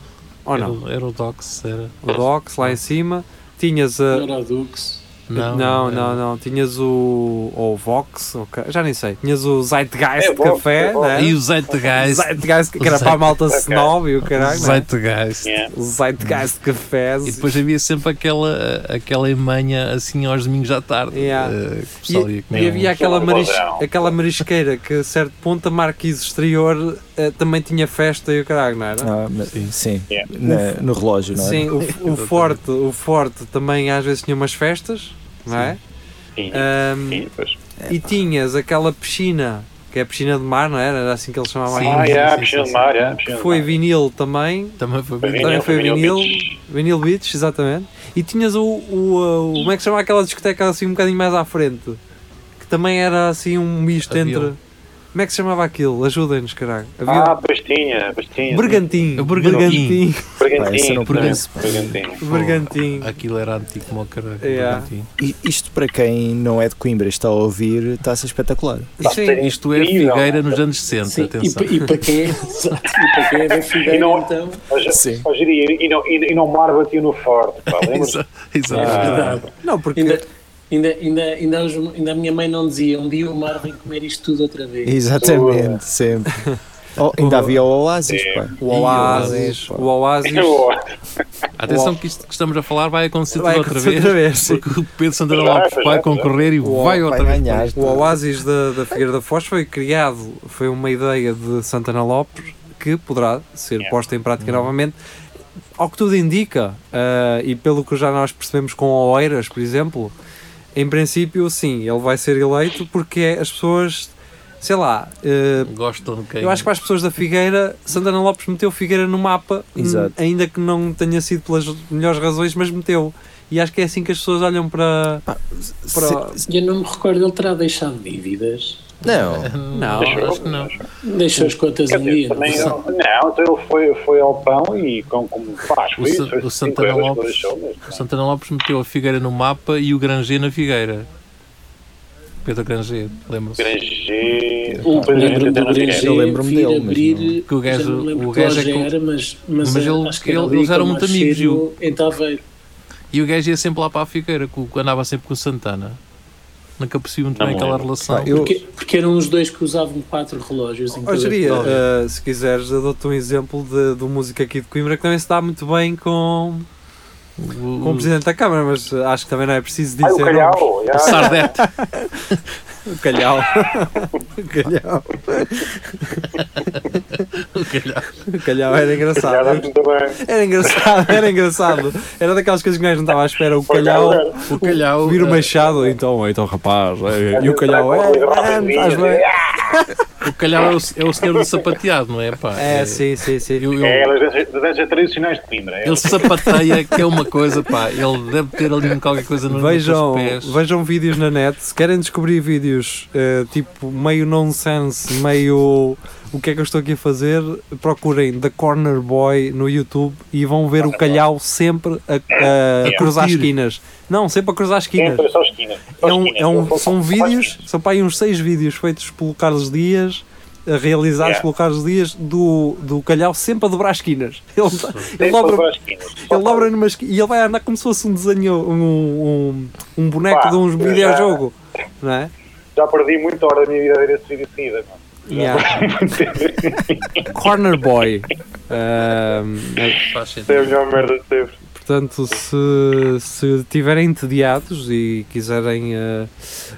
[SPEAKER 2] Ou
[SPEAKER 5] Era,
[SPEAKER 2] não?
[SPEAKER 5] o- era o Dox, era.
[SPEAKER 2] O Dox lá em cima. Tinhas a.
[SPEAKER 3] Era o Dux.
[SPEAKER 5] Não,
[SPEAKER 2] Não,
[SPEAKER 5] era-
[SPEAKER 2] não, não. Tinhas o. Ou o Vox, ou ca- já nem sei. Tinhas o Zeitgeist
[SPEAKER 7] É
[SPEAKER 2] de
[SPEAKER 7] Vox,
[SPEAKER 2] café,
[SPEAKER 7] é Vox.
[SPEAKER 2] né?
[SPEAKER 5] E o Zeitgeist.
[SPEAKER 2] Zeitgeist, que era para a malta snob e o caralho. né?
[SPEAKER 5] Zeitgeist.
[SPEAKER 7] Yeah.
[SPEAKER 2] O Zeitgeist de cafés.
[SPEAKER 5] E depois havia sempre aquela, aquela emanha assim aos domingos à tarde.
[SPEAKER 2] Yeah.
[SPEAKER 5] eh, que o
[SPEAKER 2] E,
[SPEAKER 5] pessoal ia comer
[SPEAKER 2] e havia
[SPEAKER 5] uns-
[SPEAKER 2] aquela,
[SPEAKER 7] um
[SPEAKER 2] maris,
[SPEAKER 7] padrão.
[SPEAKER 2] aquela marisqueira que a certo ponto a Marquise Exterior eh, também tinha festa e o caralho, não era?
[SPEAKER 6] Ah, mas-
[SPEAKER 5] Sim.
[SPEAKER 6] sim,
[SPEAKER 7] Yeah.
[SPEAKER 6] Na- no relógio, não é?
[SPEAKER 2] Sim,
[SPEAKER 5] [LAUGHS]
[SPEAKER 2] o, o, forte, o forte também às vezes tinha umas festas, não é?
[SPEAKER 7] Sim,
[SPEAKER 2] Ahm,
[SPEAKER 7] sim, pois.
[SPEAKER 2] e tinhas aquela piscina, que é a piscina de mar, não era? Era assim que eles chamavam
[SPEAKER 5] Sim.
[SPEAKER 7] Ah,
[SPEAKER 2] aquilo.
[SPEAKER 7] é,
[SPEAKER 5] sim,
[SPEAKER 7] a piscina
[SPEAKER 5] sim,
[SPEAKER 7] de mar, é, a piscina de
[SPEAKER 2] Foi
[SPEAKER 7] mar.
[SPEAKER 2] vinil também.
[SPEAKER 5] Também foi
[SPEAKER 7] Foi
[SPEAKER 5] bem.
[SPEAKER 2] Também foi vinil.
[SPEAKER 7] vinil,
[SPEAKER 2] Vinil Beach, exatamente. E tinhas o, o, o- Como é que se chama aquela discoteca assim um bocadinho mais à frente? Que também era assim um misto
[SPEAKER 5] Havia
[SPEAKER 2] entre.
[SPEAKER 5] um-
[SPEAKER 2] Como é que se chamava aquilo? Ajudem-nos, caralho. Havia
[SPEAKER 7] Ah, pastinha, pastinha.
[SPEAKER 2] Bergantim.
[SPEAKER 5] O Bergantim.
[SPEAKER 2] Bergantim.
[SPEAKER 6] Pá, esse eu
[SPEAKER 7] Bergantinho,
[SPEAKER 6] não conheço, pá.
[SPEAKER 7] Bergantinho.
[SPEAKER 2] Bergantim.
[SPEAKER 5] Aquilo era antigo como o caralho.
[SPEAKER 2] Yeah.
[SPEAKER 5] portanto,
[SPEAKER 6] E isto para quem não é de Coimbra e está a ouvir, está a ser espetacular.
[SPEAKER 2] Sim.
[SPEAKER 5] Isto é
[SPEAKER 7] Incrível.
[SPEAKER 5] Figueira nos anos 60,
[SPEAKER 3] Sim, e,
[SPEAKER 5] atenção.
[SPEAKER 3] pa- e para quem é, [LAUGHS] exato, e para quem é da Figueira,
[SPEAKER 7] E não-
[SPEAKER 3] então,
[SPEAKER 6] Sim.
[SPEAKER 7] Hoje diria, e não, e, e não mar batia no forte, pá, lembras?
[SPEAKER 5] [LAUGHS] Exa- exato.
[SPEAKER 3] verdade.
[SPEAKER 2] Não, porque.
[SPEAKER 3] ainda, ainda, ainda, ainda, os- ainda a minha mãe não dizia, um dia o Mar vem comer isto tudo outra vez.
[SPEAKER 6] Exatamente, sempre. Oh, ainda havia o Oasis,
[SPEAKER 3] É.
[SPEAKER 6] pá.
[SPEAKER 2] O Oasis. O Oasis.
[SPEAKER 5] Atenção que isto que estamos a falar vai acontecer
[SPEAKER 2] Ah. Vai
[SPEAKER 5] tudo outra
[SPEAKER 2] acontecer
[SPEAKER 5] vez.
[SPEAKER 2] outra vez, sim.
[SPEAKER 5] Porque o Pedro Santana
[SPEAKER 7] Pois vai,
[SPEAKER 5] Lopes
[SPEAKER 7] pois
[SPEAKER 5] vai
[SPEAKER 7] vai, pois
[SPEAKER 5] concorrer e vai outra
[SPEAKER 6] Vai
[SPEAKER 5] vez.
[SPEAKER 6] ganhar.
[SPEAKER 2] O Oasis da, da Figueira da Foz foi criado, foi uma ideia de Santana Lopes que poderá ser posta em prática novamente. Ao que tudo indica, ah, e pelo que já nós percebemos com o Oeiras, por exemplo, em princípio, sim, ele vai ser eleito porque é- as pessoas sei lá, eh,
[SPEAKER 5] Gostam é de quem?
[SPEAKER 2] eu acho que para as pessoas da Figueira, Santana Lopes meteu Figueira no mapa, n-
[SPEAKER 6] Exato.
[SPEAKER 2] ainda que não tenha sido pelas melhores razões, mas meteu. E acho que é assim que as pessoas olham para. para
[SPEAKER 3] Eu não me recordo, ele terá deixado dívidas.
[SPEAKER 2] [LAUGHS]
[SPEAKER 6] Não,
[SPEAKER 2] não,
[SPEAKER 5] acho que não.
[SPEAKER 3] Deixou as contas
[SPEAKER 7] Quer
[SPEAKER 3] um
[SPEAKER 7] dizer,
[SPEAKER 3] dia.
[SPEAKER 7] também eu- não, então ele foi, foi ao pão e com, como faz, foi
[SPEAKER 5] O
[SPEAKER 7] isso,
[SPEAKER 5] Sa-
[SPEAKER 7] foi
[SPEAKER 5] o
[SPEAKER 7] cinco
[SPEAKER 5] Santana
[SPEAKER 7] euros que
[SPEAKER 5] Lopes-
[SPEAKER 7] deixou, mas-
[SPEAKER 5] O Santana Lopes meteu a Figueira no mapa e o Granger na Figueira. Pedro Granger, lembra-se?
[SPEAKER 7] Granger.
[SPEAKER 5] O
[SPEAKER 7] O Pedro
[SPEAKER 3] Ah, Lembro-me
[SPEAKER 7] Granger
[SPEAKER 3] do
[SPEAKER 7] não
[SPEAKER 3] Granger
[SPEAKER 6] Eu lembro-me
[SPEAKER 3] vir
[SPEAKER 6] dele, mas
[SPEAKER 3] abrir,
[SPEAKER 5] Que o
[SPEAKER 3] já
[SPEAKER 5] gajo-
[SPEAKER 3] não lembro
[SPEAKER 5] o
[SPEAKER 3] que
[SPEAKER 5] gajo é
[SPEAKER 3] loja
[SPEAKER 5] com-
[SPEAKER 3] era, mas, mas,
[SPEAKER 5] Mas
[SPEAKER 3] eh,
[SPEAKER 5] ele-
[SPEAKER 3] acho que era
[SPEAKER 5] ele-
[SPEAKER 3] ali
[SPEAKER 5] eles
[SPEAKER 3] com
[SPEAKER 5] eram
[SPEAKER 3] o então
[SPEAKER 5] muito
[SPEAKER 3] Marcheiro
[SPEAKER 5] amigos, viu?
[SPEAKER 3] Em Taveiro.
[SPEAKER 5] E o gajo ia sempre lá para a Figueira, com- andava sempre com o Santana. Nunca percebi muito
[SPEAKER 7] Não
[SPEAKER 5] bem
[SPEAKER 7] me
[SPEAKER 5] aquela
[SPEAKER 7] lembro.
[SPEAKER 5] relação.
[SPEAKER 6] Pá, eu-
[SPEAKER 3] Porque, porque eram os dois que usavam quatro relógios. em
[SPEAKER 2] Ó,
[SPEAKER 3] cada
[SPEAKER 2] Jeria,
[SPEAKER 3] relógio.
[SPEAKER 2] eh, se quiseres, eu dou-te um exemplo de, de um músico aqui de Coimbra que também se dá muito bem com,
[SPEAKER 5] O-
[SPEAKER 2] com o Presidente da Câmara, mas eh, acho que também não é preciso dizer.
[SPEAKER 7] Ah, o Calhau!
[SPEAKER 5] Hum. o
[SPEAKER 7] já.
[SPEAKER 5] Sardete.
[SPEAKER 2] nomes. O Calhau. o Calhau.
[SPEAKER 5] o calhau.
[SPEAKER 2] O Calhau era
[SPEAKER 7] Já dá
[SPEAKER 2] engraçado.
[SPEAKER 7] muito bem.
[SPEAKER 2] Era engraçado, era engraçado. Era daquelas coisas que o gajo não estava à espera. O Calhau.
[SPEAKER 5] O calhau.
[SPEAKER 2] Vira o
[SPEAKER 5] eh,
[SPEAKER 2] Machado, então, então rapaz, é, e o Calhau, é, mano, estás bem?
[SPEAKER 5] O calhau é o, é o senhor do sapateado, não é? Pá?
[SPEAKER 2] É, sim, sim, sim.
[SPEAKER 5] Eu- eu-
[SPEAKER 7] É, das danças- das danças tradicionais de Coimbra. é.
[SPEAKER 5] ele sapateia, que é uma coisa, pá. Ele deve ter ali qualquer coisa nos
[SPEAKER 2] Vejam,
[SPEAKER 5] nos é pés.
[SPEAKER 2] vejam vídeos na net. Se querem descobrir vídeos eh, tipo meio nonsense, meio o que é que eu estou aqui a fazer, procurem The Corner Boy no YouTube e vão ver o calhau sempre a, a- a cruzar as esquinas. Não, É, sempre a cruzar as esquinas.
[SPEAKER 7] Sempre só esquina. só
[SPEAKER 2] É um-
[SPEAKER 7] esquina.
[SPEAKER 2] é um-
[SPEAKER 7] Só- só-
[SPEAKER 2] são
[SPEAKER 7] só-
[SPEAKER 2] vídeos, são para aí uns seis vídeos feitos pelo Carlos Dias, eh, realizados
[SPEAKER 7] Yeah.
[SPEAKER 2] pelo Carlos Dias, do, do Calhau sempre a dobrar esquinas. Ele, tá,
[SPEAKER 7] Sempre
[SPEAKER 2] ele dobra,
[SPEAKER 7] só esquina. Só-
[SPEAKER 2] ele dobra numa esquina e ele vai andar como se fosse um desenho, um, um, um boneco
[SPEAKER 7] Pá,
[SPEAKER 2] de um
[SPEAKER 7] eu já-
[SPEAKER 2] videojogo. Não é?
[SPEAKER 7] Já perdi muita hora da minha vida a ver esse vídeo de seguida.
[SPEAKER 2] [LAUGHS]
[SPEAKER 7] mano. [LAUGHS]
[SPEAKER 2] Yeah. é Corner Boy. Ahm,
[SPEAKER 5] Faz sentido.
[SPEAKER 7] Isso é a melhor merda de sempre.
[SPEAKER 2] Portanto, se, se tiverem entediados e quiserem eh,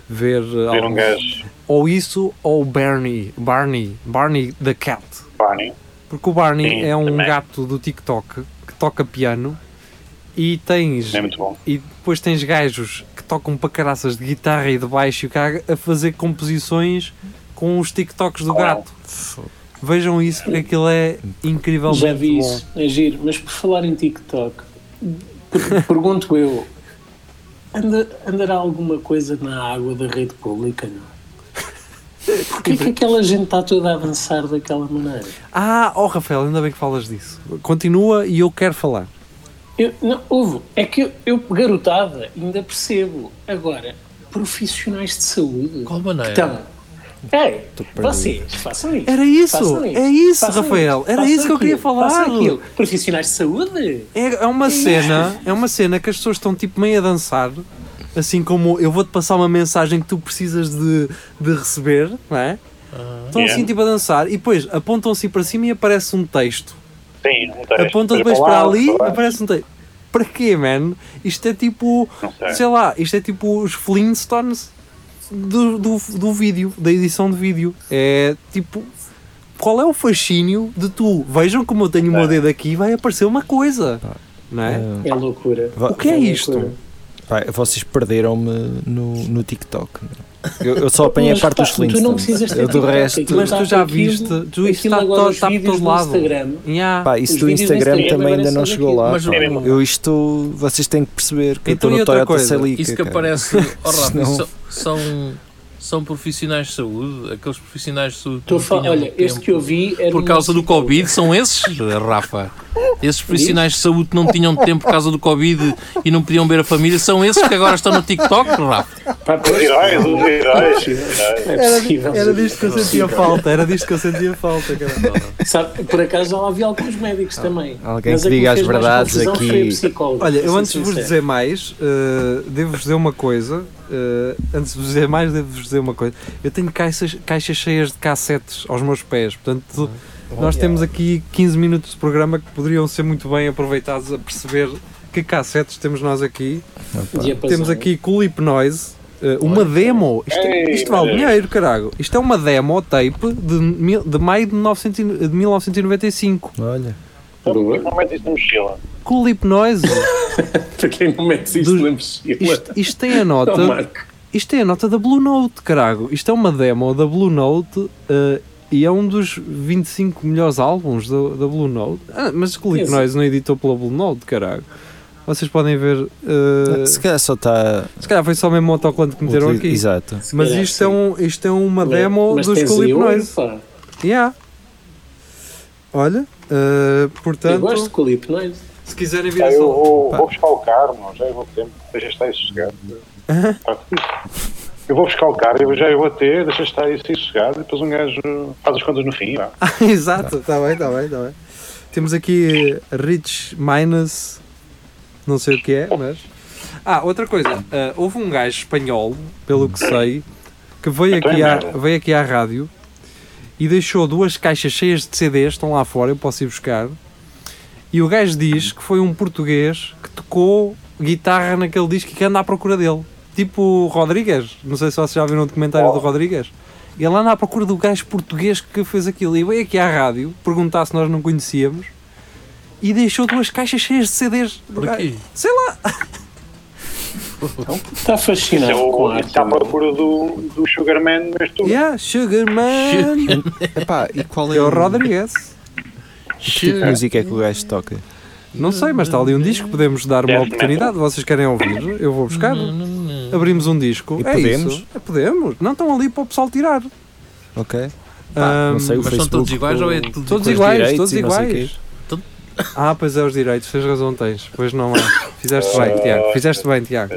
[SPEAKER 2] ver, eh,
[SPEAKER 7] Ver um
[SPEAKER 2] algo-
[SPEAKER 7] gajo.
[SPEAKER 2] ou isso ou Barney, Barney, Barney the Cat.
[SPEAKER 7] Pá, né?
[SPEAKER 2] Porque o Barney
[SPEAKER 7] Sim,
[SPEAKER 2] é um
[SPEAKER 7] também.
[SPEAKER 2] gato do TikTok que toca piano e tens
[SPEAKER 7] Não é muito bom.
[SPEAKER 2] e depois tens gajos que tocam para caraças de guitarra e de baixo e o caralho a fazer composições com os TikToks do
[SPEAKER 7] Uau.
[SPEAKER 2] gato. Vejam isso porque aquilo é incrivelmente
[SPEAKER 3] Já vi
[SPEAKER 2] bom.
[SPEAKER 3] isso, é giro. Mas por falar em TikTok,
[SPEAKER 2] [LAUGHS]
[SPEAKER 3] per- pergunto eu: anda- andará alguma coisa na água da rede
[SPEAKER 2] [LAUGHS]
[SPEAKER 3] pública? Não? Porquê que aquela gente está toda a avançar daquela maneira?
[SPEAKER 2] Ah, oh Rafael, ainda bem que falas disso. Continua e eu quero falar.
[SPEAKER 3] Eu, não, houve. É que eu, eu, garotada, ainda percebo. Agora, profissionais de saúde.
[SPEAKER 5] Qual maneira?
[SPEAKER 3] Então, é, vocês, façam isso.
[SPEAKER 2] Era isso,
[SPEAKER 3] façam
[SPEAKER 2] é isso,
[SPEAKER 3] façam
[SPEAKER 2] Rafael, era
[SPEAKER 3] façam
[SPEAKER 2] isso que eu queria
[SPEAKER 3] aquilo,
[SPEAKER 2] falar.
[SPEAKER 3] façam aquilo. Profissionais de saúde?
[SPEAKER 2] É, é uma cena, é uma cena que as pessoas estão tipo meio a dançar, assim como eu vou-te passar uma mensagem que tu precisas de, de receber, não é? Estão assim
[SPEAKER 7] Yeah.
[SPEAKER 2] tipo a dançar e depois apontam-se para cima e aparece um texto.
[SPEAKER 7] Sim, não tem.
[SPEAKER 2] Apontam depois para ali e aparece um texto. Para quê, man? Isto é tipo,
[SPEAKER 7] Não sei.
[SPEAKER 2] sei lá, isto é tipo os Flintstones do, do, do vídeo, da edição de vídeo. É tipo, qual é o fascínio de tu? Vejam como eu tenho o meu dedo aqui e vai aparecer uma coisa, não é?
[SPEAKER 3] É loucura.
[SPEAKER 6] Va-
[SPEAKER 2] O que é
[SPEAKER 3] loucura.
[SPEAKER 2] isto?
[SPEAKER 6] Pá, vocês perderam-me no, no TikTok. Eu, eu só apanhei a
[SPEAKER 3] Mas,
[SPEAKER 6] parte
[SPEAKER 3] pá,
[SPEAKER 6] dos
[SPEAKER 3] Tu não
[SPEAKER 6] Flintstones.
[SPEAKER 3] precisas ter
[SPEAKER 6] Eu do
[SPEAKER 3] TikTok,
[SPEAKER 6] resto.
[SPEAKER 3] aquilo
[SPEAKER 2] Mas
[SPEAKER 3] está
[SPEAKER 2] tu já
[SPEAKER 3] aquilo-
[SPEAKER 2] viste, tu isto
[SPEAKER 3] aquilo
[SPEAKER 2] está
[SPEAKER 3] agora
[SPEAKER 2] todo-
[SPEAKER 3] os
[SPEAKER 2] está por
[SPEAKER 3] vídeos
[SPEAKER 2] todo
[SPEAKER 3] no
[SPEAKER 2] lado.
[SPEAKER 3] Instagram.
[SPEAKER 2] Yeah.
[SPEAKER 6] Pá, isso
[SPEAKER 3] Os
[SPEAKER 6] do
[SPEAKER 3] vídeos do
[SPEAKER 6] Instagram
[SPEAKER 3] Instagram
[SPEAKER 6] também ainda
[SPEAKER 3] aparecem
[SPEAKER 6] não chegou lá.
[SPEAKER 5] Mas o-
[SPEAKER 6] pá.
[SPEAKER 7] É mesmo.
[SPEAKER 6] Eu isto, vocês têm que perceber que
[SPEAKER 2] Então,
[SPEAKER 6] eu
[SPEAKER 2] e
[SPEAKER 6] estou
[SPEAKER 2] outra
[SPEAKER 6] no Toyota
[SPEAKER 2] coisa?
[SPEAKER 6] Celica.
[SPEAKER 5] Isso que
[SPEAKER 6] cara.
[SPEAKER 5] aparece, oh, Rafa,
[SPEAKER 6] Senão-
[SPEAKER 5] so- são, são profissionais de saúde, aqueles profissionais de saúde. que
[SPEAKER 3] Estou a
[SPEAKER 5] não
[SPEAKER 3] falar,
[SPEAKER 5] tinham
[SPEAKER 3] olha, este
[SPEAKER 5] tempo
[SPEAKER 3] que eu vi era
[SPEAKER 5] Por
[SPEAKER 3] um-
[SPEAKER 5] causa do Covid, são esses, Rafa. Esses profissionais de saúde que não tinham tempo por causa do Covid e não podiam ver a família, são esses que agora estão no TikTok, Rafa.
[SPEAKER 3] Pá,
[SPEAKER 7] Os
[SPEAKER 3] pois,
[SPEAKER 7] heróis, os heróis. os heróis.
[SPEAKER 3] é possível.
[SPEAKER 2] Era disto que eu sentia falta, era disto que eu sentia falta, cara.
[SPEAKER 3] Sabe, por acaso já lá vi alguns médicos também.
[SPEAKER 6] alguém
[SPEAKER 3] Mas
[SPEAKER 6] que
[SPEAKER 3] a me
[SPEAKER 6] diga as
[SPEAKER 3] fez mais
[SPEAKER 6] verdades
[SPEAKER 3] confusão
[SPEAKER 6] aqui.
[SPEAKER 3] foi a psicóloga,
[SPEAKER 2] Olha, eu
[SPEAKER 3] sou
[SPEAKER 2] antes de vos
[SPEAKER 3] sincero.
[SPEAKER 2] dizer mais, eh, devo-vos dizer uma coisa. eh, antes de vos dizer mais, devo-vos dizer uma coisa. Eu tenho caixas, caixas cheias de cassetes aos meus pés, portanto, nós temos aqui 15 minutos de programa que poderiam ser muito bem aproveitados a perceber que cassetes temos nós aqui.
[SPEAKER 3] Diapasão.
[SPEAKER 2] Temos aqui com o Lip Noise. eh, uma demo, isto, é-
[SPEAKER 7] Ei,
[SPEAKER 2] isto vale
[SPEAKER 7] mas-
[SPEAKER 2] dinheiro, caralho. Isto é uma demo tape de, mil- de maio de, 900 e- de 1995.
[SPEAKER 6] Olha,
[SPEAKER 7] Não mete isso na mochila.
[SPEAKER 2] Com
[SPEAKER 3] [LAUGHS]
[SPEAKER 2] o Lip Noise,
[SPEAKER 3] Para quem não mete isto,
[SPEAKER 2] Dos-
[SPEAKER 3] lembres
[SPEAKER 2] isto, é isto tem a
[SPEAKER 3] Oh,
[SPEAKER 2] nota
[SPEAKER 3] Marco.
[SPEAKER 2] Isto é a nota da Blue Note, caralho. Isto é uma demo da Blue Note eh, e é um dos 25 melhores álbuns da, da Blue Note. Ah, mas Click
[SPEAKER 3] Esse.
[SPEAKER 2] Noise não editou pela Blue Note, caralho. Vocês podem ver. eh,
[SPEAKER 6] Se calhar só está.
[SPEAKER 2] se calhar foi só mesmo o autoclante que meteram aqui.
[SPEAKER 6] Exato.
[SPEAKER 2] Mas
[SPEAKER 3] calhar,
[SPEAKER 2] isto é,
[SPEAKER 3] sim.
[SPEAKER 2] um, isto é uma demo
[SPEAKER 3] Mas
[SPEAKER 2] dos
[SPEAKER 3] tens aí
[SPEAKER 2] Click
[SPEAKER 3] ouro,
[SPEAKER 2] Noise.
[SPEAKER 3] pá.
[SPEAKER 2] Yeah. Olha, eh,
[SPEAKER 3] Eu
[SPEAKER 2] portanto,
[SPEAKER 3] gosto Tá, de Clip Noise.
[SPEAKER 2] se quiserem vir
[SPEAKER 7] Pá,
[SPEAKER 2] a
[SPEAKER 7] eu
[SPEAKER 2] só.
[SPEAKER 7] vou, vou buscar o carro, meu, já vou tempo. Deixa estar isso sossegado. Tá tudo. Eu vou buscar o carro, eu já vou ter, deixa estar isso aí sossegado. Depois um gajo faz as contas no fim. vá.
[SPEAKER 2] [LAUGHS] Exato, está bem, está bem, está bem. Temos aqui eh, Rich Minus, não sei o que é, mas. Ah, outra coisa, eh, houve um gajo espanhol, pelo que sei, que veio
[SPEAKER 7] Então é
[SPEAKER 2] aqui, à,
[SPEAKER 7] merda.
[SPEAKER 2] veio aqui à rádio e deixou duas caixas cheias de CDs, estão lá fora, eu posso ir buscar. E o gajo diz que foi um português que tocou guitarra naquele disco e que anda à procura dele. Tipo o Rodrigues, não sei se vocês já viram o documentário do Rodrigues. Ele anda à procura do gajo português que fez aquilo. E veio aqui à rádio perguntar se nós não conhecíamos e deixou duas caixas cheias de CDs. do gajo.
[SPEAKER 5] Porquê?
[SPEAKER 2] Sei lá.
[SPEAKER 3] Está
[SPEAKER 7] Isso é
[SPEAKER 3] fascinado com
[SPEAKER 7] o
[SPEAKER 3] a
[SPEAKER 7] isso está à
[SPEAKER 3] arte.
[SPEAKER 7] procura do, do Sugarman, mas tu.
[SPEAKER 2] Yeah, Sugar Man.
[SPEAKER 6] Epá, e qual é,
[SPEAKER 2] É o Rodrigues.
[SPEAKER 6] Que tipo de música é que o gajo toca?
[SPEAKER 2] Não sei, mas está ali um disco, podemos dar uma
[SPEAKER 7] Death
[SPEAKER 2] oportunidade. Vocês querem ouvir? Eu vou buscar. Abrimos um disco.
[SPEAKER 6] E
[SPEAKER 2] é
[SPEAKER 6] podemos?
[SPEAKER 2] Isso. É, podemos. Não estão ali para o pessoal tirar.
[SPEAKER 6] Ok?
[SPEAKER 2] Ahm,
[SPEAKER 6] não sei o
[SPEAKER 5] Mas são
[SPEAKER 6] Facebook.
[SPEAKER 5] todos iguais
[SPEAKER 6] com-
[SPEAKER 5] ou é tudo
[SPEAKER 2] Todos
[SPEAKER 6] Com os
[SPEAKER 2] iguais,
[SPEAKER 6] direitos
[SPEAKER 2] todos
[SPEAKER 6] e não sei o quê.
[SPEAKER 2] iguais. Ah, pois é, os direitos, tens razão, tens. Pois não há. Fizeste bem, Tiago. Fizeste bem, Tiago.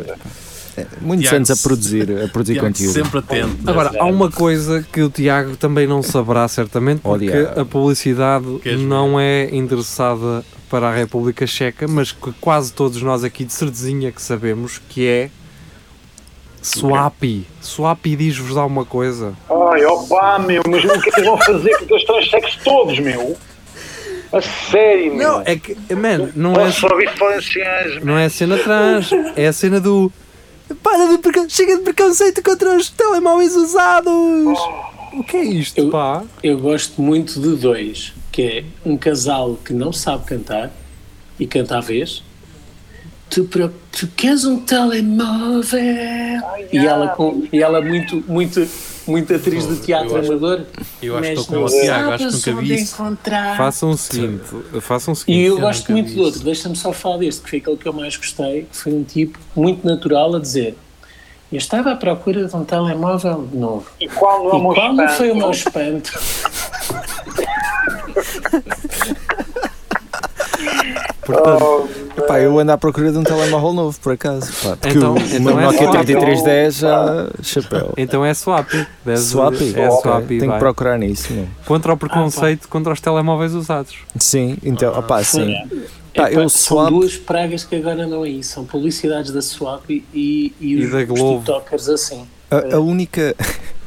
[SPEAKER 6] Muitos
[SPEAKER 5] Tiago,
[SPEAKER 6] anos a
[SPEAKER 5] se-
[SPEAKER 6] produzir, a produzir
[SPEAKER 5] Tiago,
[SPEAKER 6] conteúdo.
[SPEAKER 5] Sempre
[SPEAKER 3] Ah,
[SPEAKER 5] atento.
[SPEAKER 2] Agora, há uma coisa que o Tiago também não saberá certamente, porque
[SPEAKER 6] Odiar.
[SPEAKER 2] a publicidade
[SPEAKER 5] Queres
[SPEAKER 2] não é endereçada para a República Checa, mas que quase todos nós aqui de certezinha que sabemos que é Swapi. Swapi diz-vos alguma coisa.
[SPEAKER 7] Ai, opá, meu, mas o que é que eles vão fazer com aqueles transexos todos, meu? A sério, meu.
[SPEAKER 2] Não, é que, man, não é,
[SPEAKER 7] Posso ouvir francês,
[SPEAKER 2] não é a cena trans, é a cena do para de preca- chega de preconceito contra os telemóveis usados. O que é isto,
[SPEAKER 3] Oh. Eu-
[SPEAKER 2] pá?
[SPEAKER 3] Eu gosto muito de dois, que é um casal que não sabe cantar e canta à vez. Tu, pro- tu queres um telemóvel? e, ela com, e ela muito, muito, muito atriz de teatro
[SPEAKER 5] eu acho-
[SPEAKER 3] amador.
[SPEAKER 5] Eu acho que
[SPEAKER 3] mas
[SPEAKER 5] estou com
[SPEAKER 3] não
[SPEAKER 5] o Tiago, acho que
[SPEAKER 3] sabes
[SPEAKER 5] nunca vi
[SPEAKER 3] onde
[SPEAKER 5] isso.
[SPEAKER 3] encontrar.
[SPEAKER 2] Façam o seguinte, façam o seguinte.
[SPEAKER 3] Ah. E eu
[SPEAKER 5] Eu
[SPEAKER 3] gosto
[SPEAKER 5] nunca
[SPEAKER 3] muito
[SPEAKER 5] vi
[SPEAKER 3] do outro, deixa-me só falar deste, que foi aquele que eu mais gostei, que foi um tipo muito natural a dizer eu estava à procura de um telemóvel novo.
[SPEAKER 7] E qual não é o meu
[SPEAKER 3] e qual não
[SPEAKER 7] espanto?
[SPEAKER 3] foi o
[SPEAKER 7] [LAUGHS]
[SPEAKER 3] meu espanto?
[SPEAKER 6] Pá, eu ando à procura de um telemóvel novo, por acaso. Pá, porque
[SPEAKER 2] Então-
[SPEAKER 6] o
[SPEAKER 2] então
[SPEAKER 6] meu
[SPEAKER 2] é
[SPEAKER 6] Nokia
[SPEAKER 2] só-
[SPEAKER 6] 3310 já. Chapéu.
[SPEAKER 2] Então é swap. Deve-
[SPEAKER 6] Swap?
[SPEAKER 2] É
[SPEAKER 6] Ok,
[SPEAKER 2] swap.
[SPEAKER 6] Tenho
[SPEAKER 2] vai.
[SPEAKER 6] que procurar nisso, não.
[SPEAKER 2] Contra o preconceito contra os telemóveis usados.
[SPEAKER 6] Sim, então, opá, sim. Pá,
[SPEAKER 3] Ah, Epá,
[SPEAKER 6] Tá, eu
[SPEAKER 3] são
[SPEAKER 6] swap.
[SPEAKER 3] duas pragas que agora não é isso, são publicidades da Swap e, e,
[SPEAKER 2] E
[SPEAKER 3] os,
[SPEAKER 2] da
[SPEAKER 3] os
[SPEAKER 2] Globo.
[SPEAKER 3] tiktokers assim.
[SPEAKER 6] A,
[SPEAKER 2] Eh.
[SPEAKER 6] a única. [LAUGHS]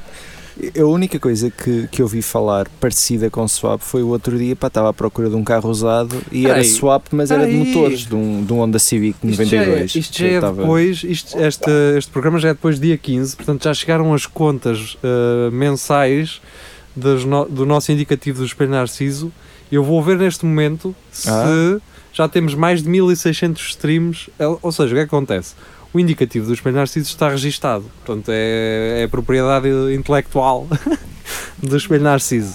[SPEAKER 6] A única coisa que, que eu vi falar parecida com swap foi o outro dia, pá, estava à procura de um carro usado e era
[SPEAKER 2] Peraí,
[SPEAKER 6] swap, mas era de
[SPEAKER 2] peraí.
[SPEAKER 6] motores, de um, de um Honda Civic
[SPEAKER 2] Isto já é,
[SPEAKER 6] 92.
[SPEAKER 2] isto já
[SPEAKER 6] Eu
[SPEAKER 2] é
[SPEAKER 6] estava-
[SPEAKER 2] depois, isto- este, este programa já é depois do dia 15, portanto já chegaram as contas eh, mensais das no- do nosso indicativo do Espelho Narciso. Eu vou ver neste momento se
[SPEAKER 6] Ah.
[SPEAKER 2] já temos mais de 1600 streams. Ou- Ou seja, o que é que acontece? O indicativo do Espelho Narciso está registado, portanto é, é propriedade intelectual [LAUGHS] do Espelho Narciso.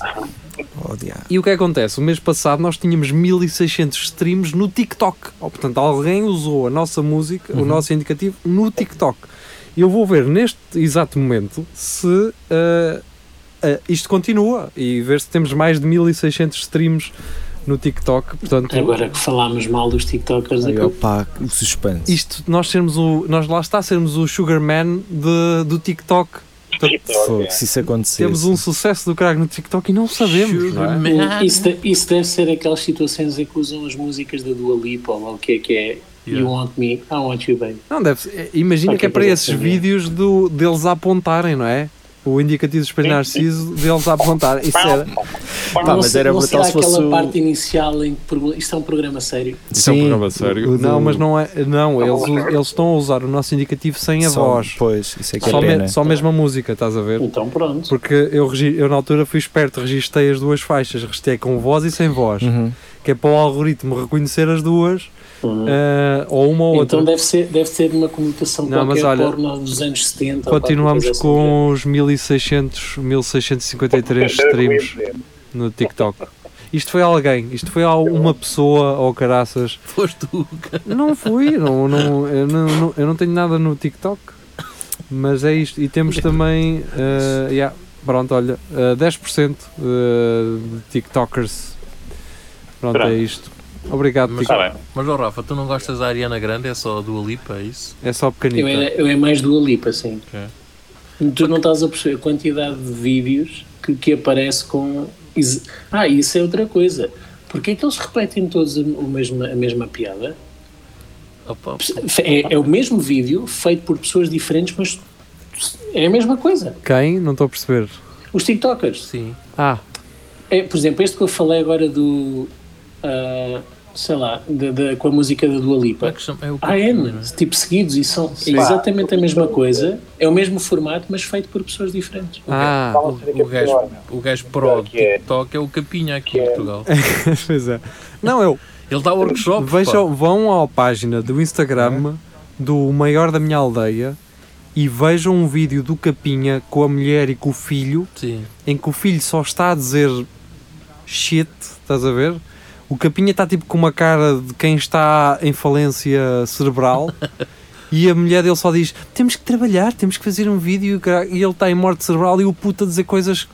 [SPEAKER 6] Oh, diabo.
[SPEAKER 2] E o que acontece? O mês passado nós tínhamos 1600 streams no TikTok. Ou, portanto, alguém usou a nossa música, o nosso indicativo, no TikTok. E eu vou ver neste exato momento se ah, ah, isto continua e ver se temos mais de 1600 streams no TikTok. Portanto,
[SPEAKER 3] Agora que falámos mal dos
[SPEAKER 2] é
[SPEAKER 3] tiktokers,
[SPEAKER 6] Ai,
[SPEAKER 3] aquilo-
[SPEAKER 6] opá, o suspense.
[SPEAKER 2] isto nós sermos o. Nós lá está sermos o Sugar Man de- do TikTok. Portanto,
[SPEAKER 6] Fogo, se isso acontecer.
[SPEAKER 2] temos um sucesso do crack no TikTok e não sabemos. Não é?
[SPEAKER 5] Man.
[SPEAKER 3] isso, de- isso deve ser aquelas situações em que usam as músicas da Dua Lipa ou lá o que é que é You
[SPEAKER 5] Yeah.
[SPEAKER 3] Want Me, I Want You Baby.
[SPEAKER 2] Não, deve ser- Imagina
[SPEAKER 3] Ok,
[SPEAKER 2] que é para
[SPEAKER 3] deve
[SPEAKER 2] esses
[SPEAKER 3] ser.
[SPEAKER 2] vídeos do, deles a apontarem, não é? O indicativo do espelho narciso deles a apontarem. Isso era.
[SPEAKER 3] Pá,
[SPEAKER 6] Pá,
[SPEAKER 3] não
[SPEAKER 6] mas
[SPEAKER 3] se-
[SPEAKER 6] era
[SPEAKER 3] não
[SPEAKER 6] brutal
[SPEAKER 3] será
[SPEAKER 6] se fosse
[SPEAKER 3] aquela
[SPEAKER 6] o-
[SPEAKER 3] parte inicial em que pro- isto é um programa sério.
[SPEAKER 2] Isso é um
[SPEAKER 6] Sim,
[SPEAKER 2] programa
[SPEAKER 6] o
[SPEAKER 2] sério.
[SPEAKER 6] do-
[SPEAKER 2] Não, mas não é. Não, eles, um u- eles estão a usar o nosso indicativo sem a
[SPEAKER 6] só-
[SPEAKER 2] voz.
[SPEAKER 6] Pois, isso é que é
[SPEAKER 2] Só, me-
[SPEAKER 6] pena.
[SPEAKER 2] só mesmo a música, estás a ver?
[SPEAKER 3] Então pronto.
[SPEAKER 2] Porque eu, regi- eu na altura fui esperto, registei as duas faixas, registei com voz e sem voz,
[SPEAKER 6] Uhum.
[SPEAKER 2] que é para o algoritmo reconhecer as duas, eh, ou uma ou outra.
[SPEAKER 3] Então deve, ser, deve ter uma comunicação
[SPEAKER 2] Não, mas
[SPEAKER 3] qualquer
[SPEAKER 2] olha,
[SPEAKER 3] porno dos anos 70. ou
[SPEAKER 2] Continuamos
[SPEAKER 3] qualquer coisa assim.
[SPEAKER 2] com os 1600, 1653 streams no TikTok. Isto foi alguém, isto foi al- uma pessoa ou caraças.
[SPEAKER 5] Foste tu.
[SPEAKER 2] Não fui, não, não, eu, não, não- eu não tenho nada no TikTok, mas é isto. E temos também, eh, yeah, pronto, olha, eh, 10% eh, de TikTokers. Pronto,
[SPEAKER 7] Pronto.
[SPEAKER 2] é isto. Obrigado,
[SPEAKER 5] Mas-
[SPEAKER 2] TikTok.
[SPEAKER 7] Está bem.
[SPEAKER 5] Mas, ó Rafa, tu não gostas da Ariana Grande, é só a Dua Lipa, é isso?
[SPEAKER 2] É só
[SPEAKER 3] Eu
[SPEAKER 2] pequenito.
[SPEAKER 3] é, eu é mais do Alipa, assim.
[SPEAKER 5] Ok.
[SPEAKER 3] Tu não estás a perceber a quantidade de vídeos que, que aparece com. is- Ah, isso é outra coisa. Porquê é que eles repetem todos a, o mesmo, a mesma piada?
[SPEAKER 5] Opa,
[SPEAKER 3] É, é o mesmo vídeo feito por pessoas diferentes, mas é a mesma coisa.
[SPEAKER 2] Quem? Não estou a perceber.
[SPEAKER 3] Os TikTokers.
[SPEAKER 5] sim.
[SPEAKER 2] Ah,
[SPEAKER 3] É, por exemplo, este que eu falei agora do. ah, sei lá, da- da- com a música da Dua
[SPEAKER 5] Como é
[SPEAKER 3] Lipa.
[SPEAKER 5] que chama? É o
[SPEAKER 3] Há N, tipo seguidos, e são é exatamente a mesma coisa, é o mesmo formato, mas feito por pessoas diferentes.
[SPEAKER 2] ah,
[SPEAKER 7] Fala-se de que é
[SPEAKER 5] o gajo,
[SPEAKER 7] pior, meu.
[SPEAKER 5] o gajo pro do
[SPEAKER 7] Que é-
[SPEAKER 5] TikTok é o Capinha aqui em Portugal.
[SPEAKER 2] [LAUGHS] pois é. Não, eu,
[SPEAKER 5] Ele dá workshop.
[SPEAKER 2] Vejam, vão à página do
[SPEAKER 5] É.
[SPEAKER 2] Instagram do maior da minha aldeia e vejam um vídeo do Capinha com a mulher e com o filho,
[SPEAKER 5] Sim.
[SPEAKER 2] em que o filho só está a dizer shit, estás a ver? O Capinha está tipo com uma cara de quem está em falência
[SPEAKER 5] [LAUGHS]
[SPEAKER 2] cerebral e a mulher dele só diz: temos que trabalhar, temos que fazer um vídeo e o cara- e ele está em morte cerebral e o puto a dizer coisas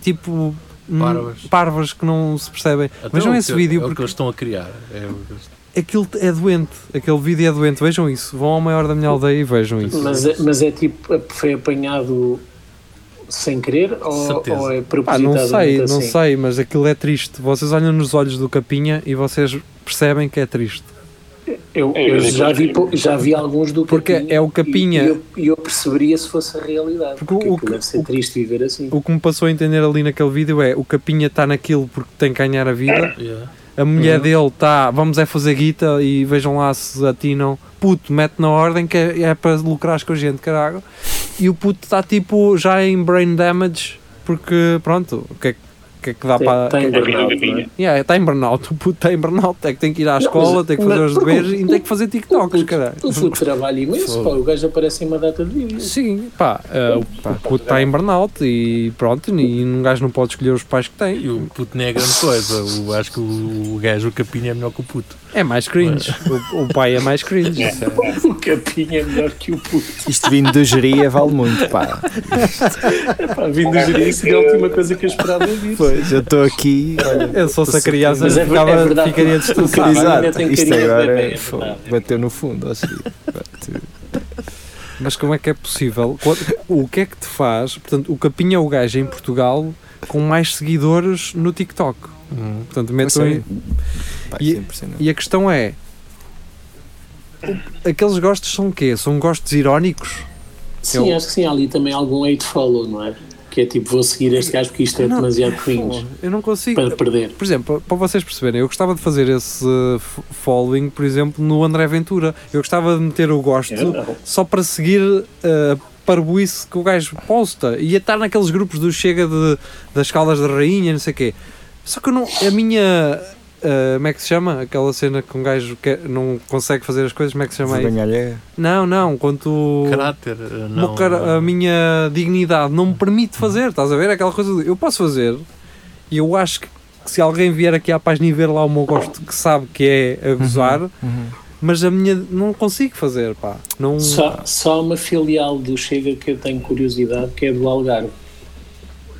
[SPEAKER 2] tipo. hum,
[SPEAKER 5] Parvas.
[SPEAKER 2] parvas que não se percebem.
[SPEAKER 5] Até
[SPEAKER 2] Vejam
[SPEAKER 5] é o
[SPEAKER 2] esse
[SPEAKER 5] que-
[SPEAKER 2] vídeo
[SPEAKER 5] é o
[SPEAKER 2] porque
[SPEAKER 5] que eles estão a criar. É o que eles-
[SPEAKER 2] aquilo é doente, aquele vídeo é doente, vejam isso, vão ao maior da minha aldeia e vejam isso.
[SPEAKER 3] Mas, é- mas é tipo, a- foi apanhado sem querer ou,
[SPEAKER 5] Certeza.
[SPEAKER 3] ou é
[SPEAKER 2] Ah, não
[SPEAKER 3] propositadamente
[SPEAKER 2] sei,
[SPEAKER 3] assim?
[SPEAKER 2] não sei, mas aquilo é triste. Vocês olham nos olhos do Capinha e vocês percebem que é triste.
[SPEAKER 3] Eu,
[SPEAKER 7] É,
[SPEAKER 3] eu
[SPEAKER 7] eu
[SPEAKER 3] já,
[SPEAKER 7] digo
[SPEAKER 3] vi,
[SPEAKER 7] que-
[SPEAKER 3] pou- já vi alguns do
[SPEAKER 2] Porque
[SPEAKER 3] Capinha
[SPEAKER 2] é o Capinha.
[SPEAKER 3] E, e eu, e eu perceberia se fosse a realidade.
[SPEAKER 2] Porque
[SPEAKER 3] Porque,
[SPEAKER 2] o-
[SPEAKER 3] aquilo deve ser triste viver assim.
[SPEAKER 2] O que me passou a entender ali naquele vídeo é o Capinha está naquilo porque tem que ganhar a vida,
[SPEAKER 5] Yeah.
[SPEAKER 2] a mulher
[SPEAKER 3] Uhum.
[SPEAKER 2] dele está, vamos é fazer guita e vejam lá se atinam. Puto, mete na ordem que é, é para lucrar com a gente, caralho. E o puto está tipo já em brain damage porque pronto, o que é que- o que, é que dá
[SPEAKER 3] Tem,
[SPEAKER 2] para.
[SPEAKER 3] tem
[SPEAKER 7] É vida
[SPEAKER 3] burnout,
[SPEAKER 7] da
[SPEAKER 3] não é?
[SPEAKER 7] minha.
[SPEAKER 2] Yeah, está em burnout, [LAUGHS] o puto está em burnout, é que tem que ir à escola,
[SPEAKER 3] mas-
[SPEAKER 2] tem que fazer
[SPEAKER 3] mas
[SPEAKER 2] os
[SPEAKER 3] porque
[SPEAKER 2] deveres
[SPEAKER 3] o-
[SPEAKER 2] e tem que fazer
[SPEAKER 3] O
[SPEAKER 2] TikToks, caralho.
[SPEAKER 3] puto, o puto trabalha imenso, pá, o gajo aparece em uma data de vídeos.
[SPEAKER 2] Sim, pá, eh, o pá, o puto está em burnout e pronto, e um gajo não pode escolher os pais que tem.
[SPEAKER 5] E o puto não é grande coisa. O- acho que o, o gajo, o Capinha, é melhor que o puto.
[SPEAKER 2] É mais cringe, o, o pai é mais cringe. isso é-
[SPEAKER 3] O Capinha é melhor que o puto.
[SPEAKER 6] Isto vindo do geria vale muito,
[SPEAKER 2] [LAUGHS]
[SPEAKER 6] pá.
[SPEAKER 3] Pá, vindo do gerir, isso é a última coisa que eu esperava ouvir.
[SPEAKER 6] Pois, eu estou aqui. Olha,
[SPEAKER 2] Eu só se a criança
[SPEAKER 3] Mas é ver-
[SPEAKER 2] ficava-
[SPEAKER 3] é verdade,
[SPEAKER 2] ficaria
[SPEAKER 3] o
[SPEAKER 2] destroçada.
[SPEAKER 3] Capinha ainda
[SPEAKER 6] exato.
[SPEAKER 3] tem
[SPEAKER 6] Isto
[SPEAKER 3] carinha de
[SPEAKER 6] agora
[SPEAKER 3] bebê, é
[SPEAKER 6] foi-
[SPEAKER 3] verdde.
[SPEAKER 6] bateu no fundo, acho que. Bateu.
[SPEAKER 2] Mas como é que é possível? Qual- O que é que te faz? Portanto, o Capinha é o gajo em Portugal com mais seguidores no TikTok. Portanto, metam aí.
[SPEAKER 6] Sério. Então, Pá,
[SPEAKER 2] E-
[SPEAKER 6] isso é impressionante.
[SPEAKER 2] E a questão é: o- aqueles gostos são o quê? São gostos irónicos?
[SPEAKER 3] Sim,
[SPEAKER 2] Eu-
[SPEAKER 3] acho que sim, há ali também algum hate follow, não é? Que é tipo, vou seguir este gajo porque isto é
[SPEAKER 2] Não.
[SPEAKER 3] demasiado cringe
[SPEAKER 2] Eu não consigo.
[SPEAKER 3] para perder.
[SPEAKER 2] Por exemplo, para vocês perceberem, eu gostava de fazer esse uh, f- following, por exemplo, no André Ventura. Eu gostava de meter o gosto
[SPEAKER 3] Eu não.
[SPEAKER 2] só para seguir uh, a parboice que o gajo posta. Ia estar naqueles grupos do Chega de, das Caldas da Rainha, não sei o quê. Só que eu não, a minha. uh, como é que se chama? Aquela cena que um gajo que não consegue fazer as coisas, como é que se chama aí?
[SPEAKER 6] Vergonha alheia.
[SPEAKER 2] Não, não, quando tu-
[SPEAKER 5] Caráter, eh,
[SPEAKER 2] o meu
[SPEAKER 5] não.
[SPEAKER 2] cara- a minha dignidade não me permite fazer, estás a ver? Aquela coisa de, eu posso fazer e eu acho que, que se alguém vier aqui à página e ver lá o meu gosto que sabe que
[SPEAKER 5] Uhum,
[SPEAKER 2] é a gozar, mas a minha não consigo fazer, pá. Não,
[SPEAKER 3] Só, só uma filial do Chega que eu tenho curiosidade, que é do Algarve.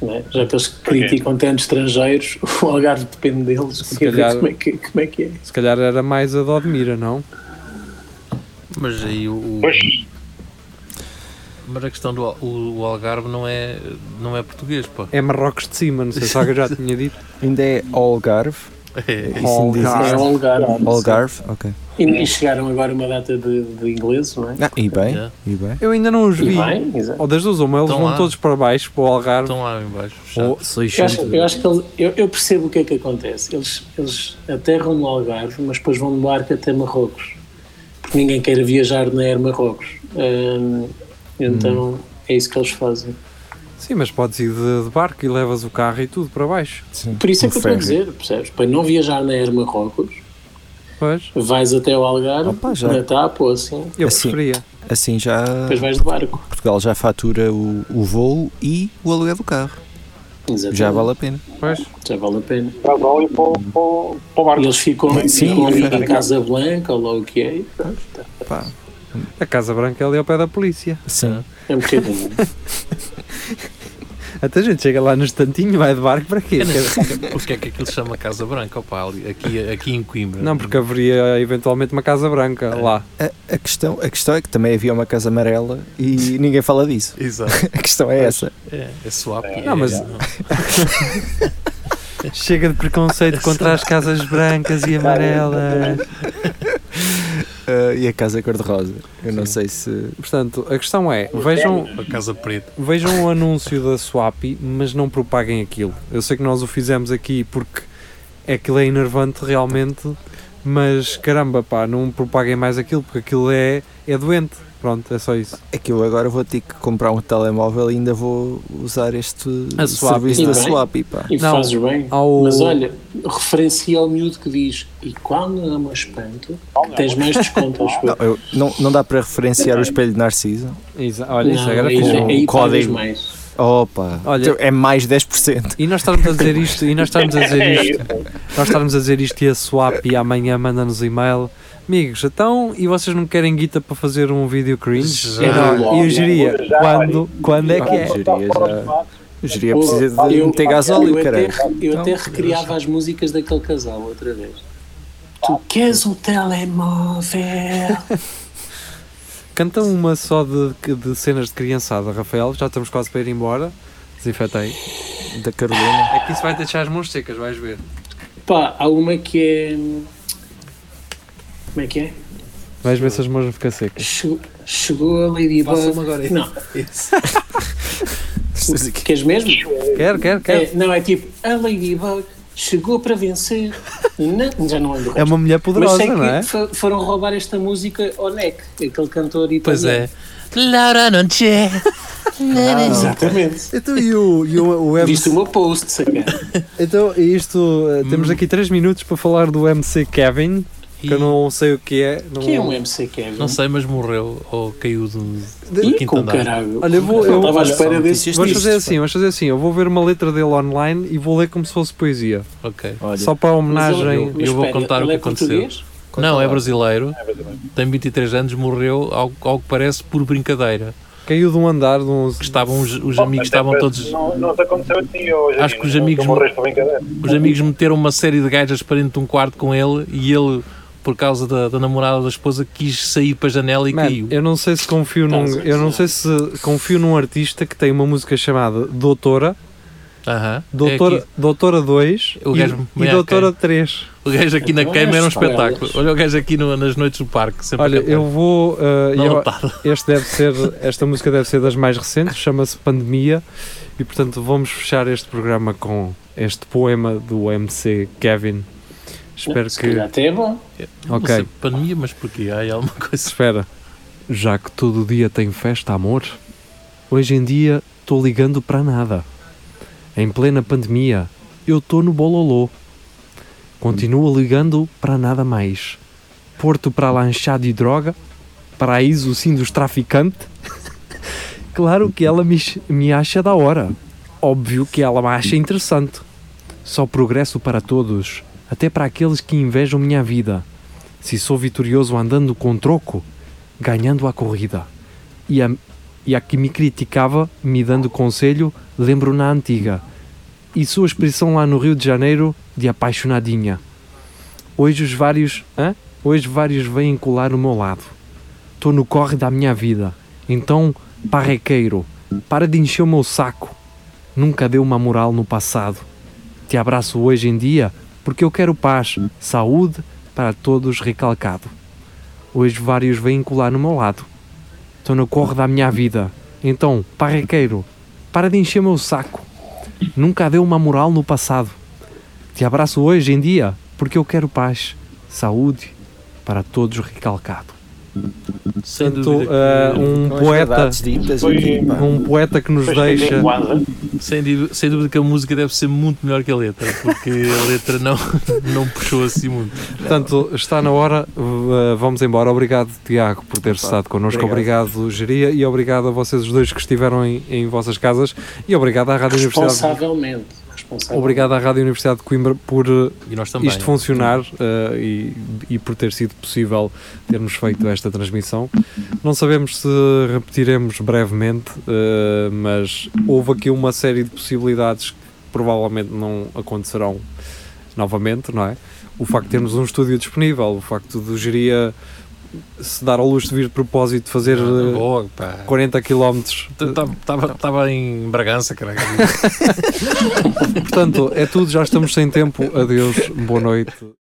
[SPEAKER 3] Não é? Já que eles criticam tanto estrangeiros, [LAUGHS] o Algarve depende deles. Queria ver
[SPEAKER 2] calhar-
[SPEAKER 3] como, é que, como é que é?
[SPEAKER 2] Se calhar era mais a Dodmira, não? um,
[SPEAKER 5] Mas aí o. o-
[SPEAKER 7] Pois,
[SPEAKER 5] Mas a questão do Al- o, o Algarve não é, não é português, pá.
[SPEAKER 2] É Marrocos de cima, não sei se alguém
[SPEAKER 5] [LAUGHS]
[SPEAKER 2] já tinha dito.
[SPEAKER 6] Ainda é Algarve.
[SPEAKER 5] É,
[SPEAKER 2] Ah.
[SPEAKER 6] Isso me diz.
[SPEAKER 3] É o Algarve.
[SPEAKER 6] Algarve? Ok.
[SPEAKER 3] E, e chegaram agora uma data de, de ingleses, não é?
[SPEAKER 6] Ah, e bem,
[SPEAKER 5] Yeah.
[SPEAKER 6] e bem.
[SPEAKER 2] Eu ainda não os
[SPEAKER 3] E
[SPEAKER 2] vi.
[SPEAKER 3] bem, exato.
[SPEAKER 2] Ou das duas, uma, eles
[SPEAKER 5] Estão
[SPEAKER 2] vão
[SPEAKER 5] lá.
[SPEAKER 2] todos para baixo, para o Algarve.
[SPEAKER 5] Estão lá em baixo. fechados.
[SPEAKER 2] Ou
[SPEAKER 3] Eu,
[SPEAKER 2] 600.
[SPEAKER 3] acho, eu acho que eles- eu, eu percebo o que é que acontece. Eles, eles aterram no Algarve, mas depois vão de barco até Marrocos. Porque ninguém quer viajar na Air Marrocos. Hum, então
[SPEAKER 6] Hum.
[SPEAKER 3] é isso que eles fazem.
[SPEAKER 2] Sim, mas podes ir de, de barco e levas o carro e tudo para baixo.
[SPEAKER 6] Sim.
[SPEAKER 3] Por isso é
[SPEAKER 6] Um
[SPEAKER 3] que eu estou a
[SPEAKER 6] ferry.
[SPEAKER 3] dizer, percebes? Para não viajar na Air Marrocos,
[SPEAKER 2] Pois,
[SPEAKER 3] vais até o Algarve,
[SPEAKER 6] Opa, já.
[SPEAKER 3] na TAP ou assim,
[SPEAKER 2] eu
[SPEAKER 6] Assim.
[SPEAKER 2] preferia.
[SPEAKER 6] Assim já
[SPEAKER 3] depois vais de barco.
[SPEAKER 6] Portugal já fatura o, o voo e o aluguel do carro.
[SPEAKER 3] Exatamente.
[SPEAKER 6] Já vale a pena.
[SPEAKER 2] Pois,
[SPEAKER 3] Já vale a pena.
[SPEAKER 7] Para o e para o- para o para o
[SPEAKER 3] E
[SPEAKER 7] barco.
[SPEAKER 3] eles ficam,
[SPEAKER 6] Sim,
[SPEAKER 3] ficam ali
[SPEAKER 6] é
[SPEAKER 3] em Casa Blanca ou lá o que é.
[SPEAKER 6] Pá,
[SPEAKER 2] a Casa Branca é ali ao pé da polícia.
[SPEAKER 6] sim.
[SPEAKER 3] É um bocadinho.
[SPEAKER 2] Até a gente chega lá no estantinho, vai de barco para quê?
[SPEAKER 5] Eu nem sei Porque é que aquilo se chama Casa Branca, opa, ali, aqui, aqui em Coimbra.
[SPEAKER 2] Não, porque haveria eventualmente uma Casa Branca lá.
[SPEAKER 6] A, a questão, a questão é que também havia uma casa amarela e ninguém
[SPEAKER 3] [LAUGHS]
[SPEAKER 6] fala disso.
[SPEAKER 5] Exato.
[SPEAKER 6] A questão é essa.
[SPEAKER 5] É, é swap. É,
[SPEAKER 2] Não, mas- Chega de preconceito contra as casas brancas e amarelas.
[SPEAKER 6] Ah, e a casa cor-de-rosa. Eu não sei se.
[SPEAKER 2] Portanto, a questão é, vejam,
[SPEAKER 5] A Casa Preta.
[SPEAKER 2] Vejam o anúncio da Swap, mas não propaguem aquilo. Eu sei que nós o fizemos aqui porque aquilo é enervante realmente, mas caramba, pá, não propaguem mais aquilo porque aquilo é, é doente. Pronto, é só isso.
[SPEAKER 6] É que eu agora vou ter que comprar um telemóvel e ainda vou usar este
[SPEAKER 2] A Swap.
[SPEAKER 6] serviço
[SPEAKER 3] E
[SPEAKER 6] da
[SPEAKER 3] bem.
[SPEAKER 6] Swap. e pá.
[SPEAKER 3] E
[SPEAKER 2] Não,
[SPEAKER 3] fazes bem.
[SPEAKER 2] ao-
[SPEAKER 3] Mas olha, referencia ao miúdo que diz e qual não é uma espanto, que tens mais desconto. acho eu.
[SPEAKER 6] [LAUGHS] Não, eu- não, não dá para referenciar o espelho de Narciso?
[SPEAKER 2] Exa- Olha, isso é
[SPEAKER 3] Não,
[SPEAKER 2] agora
[SPEAKER 3] aí,
[SPEAKER 2] fiz.
[SPEAKER 6] com
[SPEAKER 3] aí pagas
[SPEAKER 6] código.
[SPEAKER 3] mais.
[SPEAKER 6] Opa!
[SPEAKER 2] Olha-
[SPEAKER 6] então É mais
[SPEAKER 2] [LAUGHS]
[SPEAKER 6] 10%.
[SPEAKER 2] E nós estarmos a dizer isto, e nós estarmos a
[SPEAKER 7] É
[SPEAKER 2] [LAUGHS] dizer isto, nós estarmos a dizer isto e a Swap e amanhã manda-nos e-mail. Amigos, então, e vocês não querem guita para fazer um vídeo cringe?
[SPEAKER 5] Já.
[SPEAKER 2] E nós- E eu geria,
[SPEAKER 7] Já.
[SPEAKER 2] quando, quando é que é?
[SPEAKER 6] Geria já. Geria
[SPEAKER 3] Pô,
[SPEAKER 6] precisa de
[SPEAKER 3] eu-
[SPEAKER 6] meter gás óleo,
[SPEAKER 3] eu
[SPEAKER 6] caralho.
[SPEAKER 3] Até, eu até recriava as músicas daquele casal outra vez. Tu queres um telemóvel?
[SPEAKER 2] Canta uma só de, de cenas de criançada, Rafael. Já estamos quase para ir embora. Desinfetei.
[SPEAKER 6] Da Carolina.
[SPEAKER 2] É que isso vai deixar as mãos secas, vais ver.
[SPEAKER 3] Pá, há uma que é. Como é que é?
[SPEAKER 2] Vais ver se as mãos vão ficar secas.
[SPEAKER 3] Chegou, chegou a Lady
[SPEAKER 5] Faça-me agora isso.
[SPEAKER 3] Não, queres mesmo?
[SPEAKER 2] Quer, quer, quer.
[SPEAKER 3] É, não, é tipo, a Ladybug chegou para [LAUGHS] vencer. Na- já não lembro. o
[SPEAKER 2] É uma mulher
[SPEAKER 3] Mas
[SPEAKER 2] poderosa,
[SPEAKER 3] sei que
[SPEAKER 2] não é?
[SPEAKER 3] fo- foram roubar esta música ao Neck, aquele cantor italiano.
[SPEAKER 5] Pois é. Laura non c'è.
[SPEAKER 3] Exatamente.
[SPEAKER 2] Então, e o, e o, o
[SPEAKER 3] Viste o
[SPEAKER 2] MC,
[SPEAKER 3] meu post, é. saca?
[SPEAKER 2] então e isto, eh, temos aqui 3 minutos para falar do MC Kevin, que eu não sei o que é. Não,
[SPEAKER 3] Quem é um MC Kevin?
[SPEAKER 5] Não sei, mas morreu ou caiu de um do
[SPEAKER 3] Ih,
[SPEAKER 5] quinto
[SPEAKER 3] com
[SPEAKER 5] andar.
[SPEAKER 3] caralho.
[SPEAKER 2] Olha, eu vou-
[SPEAKER 3] Não
[SPEAKER 2] eu-
[SPEAKER 3] estava à
[SPEAKER 2] olha,
[SPEAKER 6] só
[SPEAKER 3] espera desse.
[SPEAKER 6] notícias
[SPEAKER 2] Vamos
[SPEAKER 6] Isto,
[SPEAKER 2] fazer
[SPEAKER 6] isto,
[SPEAKER 2] assim, vamos fazer assim. Eu vou ver uma letra dele online e vou ler como se fosse poesia.
[SPEAKER 5] Ok.
[SPEAKER 6] Olha,
[SPEAKER 2] Só para
[SPEAKER 3] Mas
[SPEAKER 2] homenagem.
[SPEAKER 3] mas
[SPEAKER 5] eu vou
[SPEAKER 3] espera,
[SPEAKER 5] contar o
[SPEAKER 3] ele
[SPEAKER 5] que
[SPEAKER 3] é
[SPEAKER 5] aconteceu.
[SPEAKER 3] português?
[SPEAKER 5] Não, é brasileiro. Tem 23 anos, morreu, ao, ao que parece, por brincadeira.
[SPEAKER 2] Caiu de um andar, de um.
[SPEAKER 5] Que Estavam os, os amigos estavam
[SPEAKER 4] é
[SPEAKER 5] todos.
[SPEAKER 7] Não, não te aconteceu a ti hoje.
[SPEAKER 5] Acho que os amigos-
[SPEAKER 7] Morreste para brincadeira.
[SPEAKER 5] Os amigos meteram uma série de gajas para dentro de um quarto com ele e ele, por causa da, da namorada da esposa, quis sair para a janela e
[SPEAKER 2] Man,
[SPEAKER 5] caiu.
[SPEAKER 2] eu não sei se confio
[SPEAKER 3] Não,
[SPEAKER 2] num,
[SPEAKER 3] sim,
[SPEAKER 2] eu não sei
[SPEAKER 3] sim.
[SPEAKER 2] se confio num artista que tem uma música chamada Doutora,
[SPEAKER 5] Aham. É
[SPEAKER 2] Doutora,
[SPEAKER 5] aqui.
[SPEAKER 2] Doutora 2
[SPEAKER 5] O gajo
[SPEAKER 2] e, e
[SPEAKER 5] meia
[SPEAKER 2] Doutora
[SPEAKER 5] cara.
[SPEAKER 2] 3.
[SPEAKER 5] o gajo aqui na
[SPEAKER 3] Então,
[SPEAKER 5] cama era um
[SPEAKER 3] estas
[SPEAKER 5] espetáculo.
[SPEAKER 3] palavras.
[SPEAKER 5] Olha o gajo aqui no- nas noites do parque. Sempre
[SPEAKER 2] Olha,
[SPEAKER 5] a cantar.
[SPEAKER 2] eu vou uh,
[SPEAKER 5] Não,
[SPEAKER 2] eu-
[SPEAKER 5] não tá.
[SPEAKER 2] este deve ser, esta música deve ser das mais recentes, chama-se Pandemia e portanto vamos fechar este programa com este poema do MC Kevin. Espero
[SPEAKER 3] Se
[SPEAKER 2] que
[SPEAKER 3] calhar até é bom.
[SPEAKER 5] Não
[SPEAKER 2] Ok.
[SPEAKER 5] sei, pandemia, mas porquê? Há aí alguma coisa.
[SPEAKER 2] Espera, já que todo dia tem festa, amor, hoje em dia estou ligando para nada. Em plena pandemia, eu estou no bololô. Continuo ligando para nada mais. Porto para lanchado e droga, paraíso sim dos traficantes. [LAUGHS] Claro que ela me, ch- me acha da hora. Óbvio que ela me acha interessante. Só progresso para todos, até para aqueles que invejam minha vida se sou vitorioso andando com troco, ganhando a corrida. E a, e a que me criticava, me dando conselho, lembro na antiga. E sua expressão lá no Rio de Janeiro, de apaixonadinha. Hoje os vários, hã? Hoje vários vêm colar o meu lado. Estou no corre da minha vida. Então, parrequeiro, para de encher o meu saco. Nunca deu uma moral no passado. Te abraço hoje em dia porque eu quero paz, saúde para todos recalcado. Hoje vários vêm colar no meu lado. Estou no corre da minha vida. Então, parrequeiro, para de encher meu saco. Nunca deu uma moral no passado. Te abraço hoje em dia, porque eu quero paz, saúde para todos recalcado.
[SPEAKER 5] Sem
[SPEAKER 2] Portanto,
[SPEAKER 5] dúvida,
[SPEAKER 2] eh,
[SPEAKER 5] que, é
[SPEAKER 2] um
[SPEAKER 6] Com as
[SPEAKER 2] poeta,
[SPEAKER 6] verdades ditas
[SPEAKER 7] Foi-
[SPEAKER 6] aqui, pá.
[SPEAKER 2] um poeta que nos
[SPEAKER 7] Depois tem
[SPEAKER 2] deixa.
[SPEAKER 5] um
[SPEAKER 7] Guanza.
[SPEAKER 5] sem, dú- sem dúvida que a música deve ser muito melhor que a letra, porque a letra não, [LAUGHS] não puxou assim muito.
[SPEAKER 2] Portanto, está na hora, uh, vamos embora. Obrigado, Tiago, por ter estado connosco. Obrigado, Geria, e obrigado a vocês os dois que estiveram em, em vossas casas. E obrigado à Rádio Universidade.
[SPEAKER 3] Responsavelmente. responsavelmente.
[SPEAKER 2] Obrigado à Rádio Universidade de Coimbra por uh,
[SPEAKER 5] E nós também.
[SPEAKER 2] isto funcionar uh, e, e por ter sido possível termos feito esta transmissão. Não sabemos se repetiremos brevemente, uh, mas houve aqui uma série de possibilidades que provavelmente não acontecerão novamente, não é? O facto de termos um estúdio disponível, o facto de geria se dar ao luxo de vir de propósito de fazer uh,
[SPEAKER 5] Ah, Boa, pá.
[SPEAKER 2] 40 km.
[SPEAKER 5] Estava em Bragança, caralho.
[SPEAKER 2] Portanto, é tudo, já estamos sem tempo. Adeus, boa noite.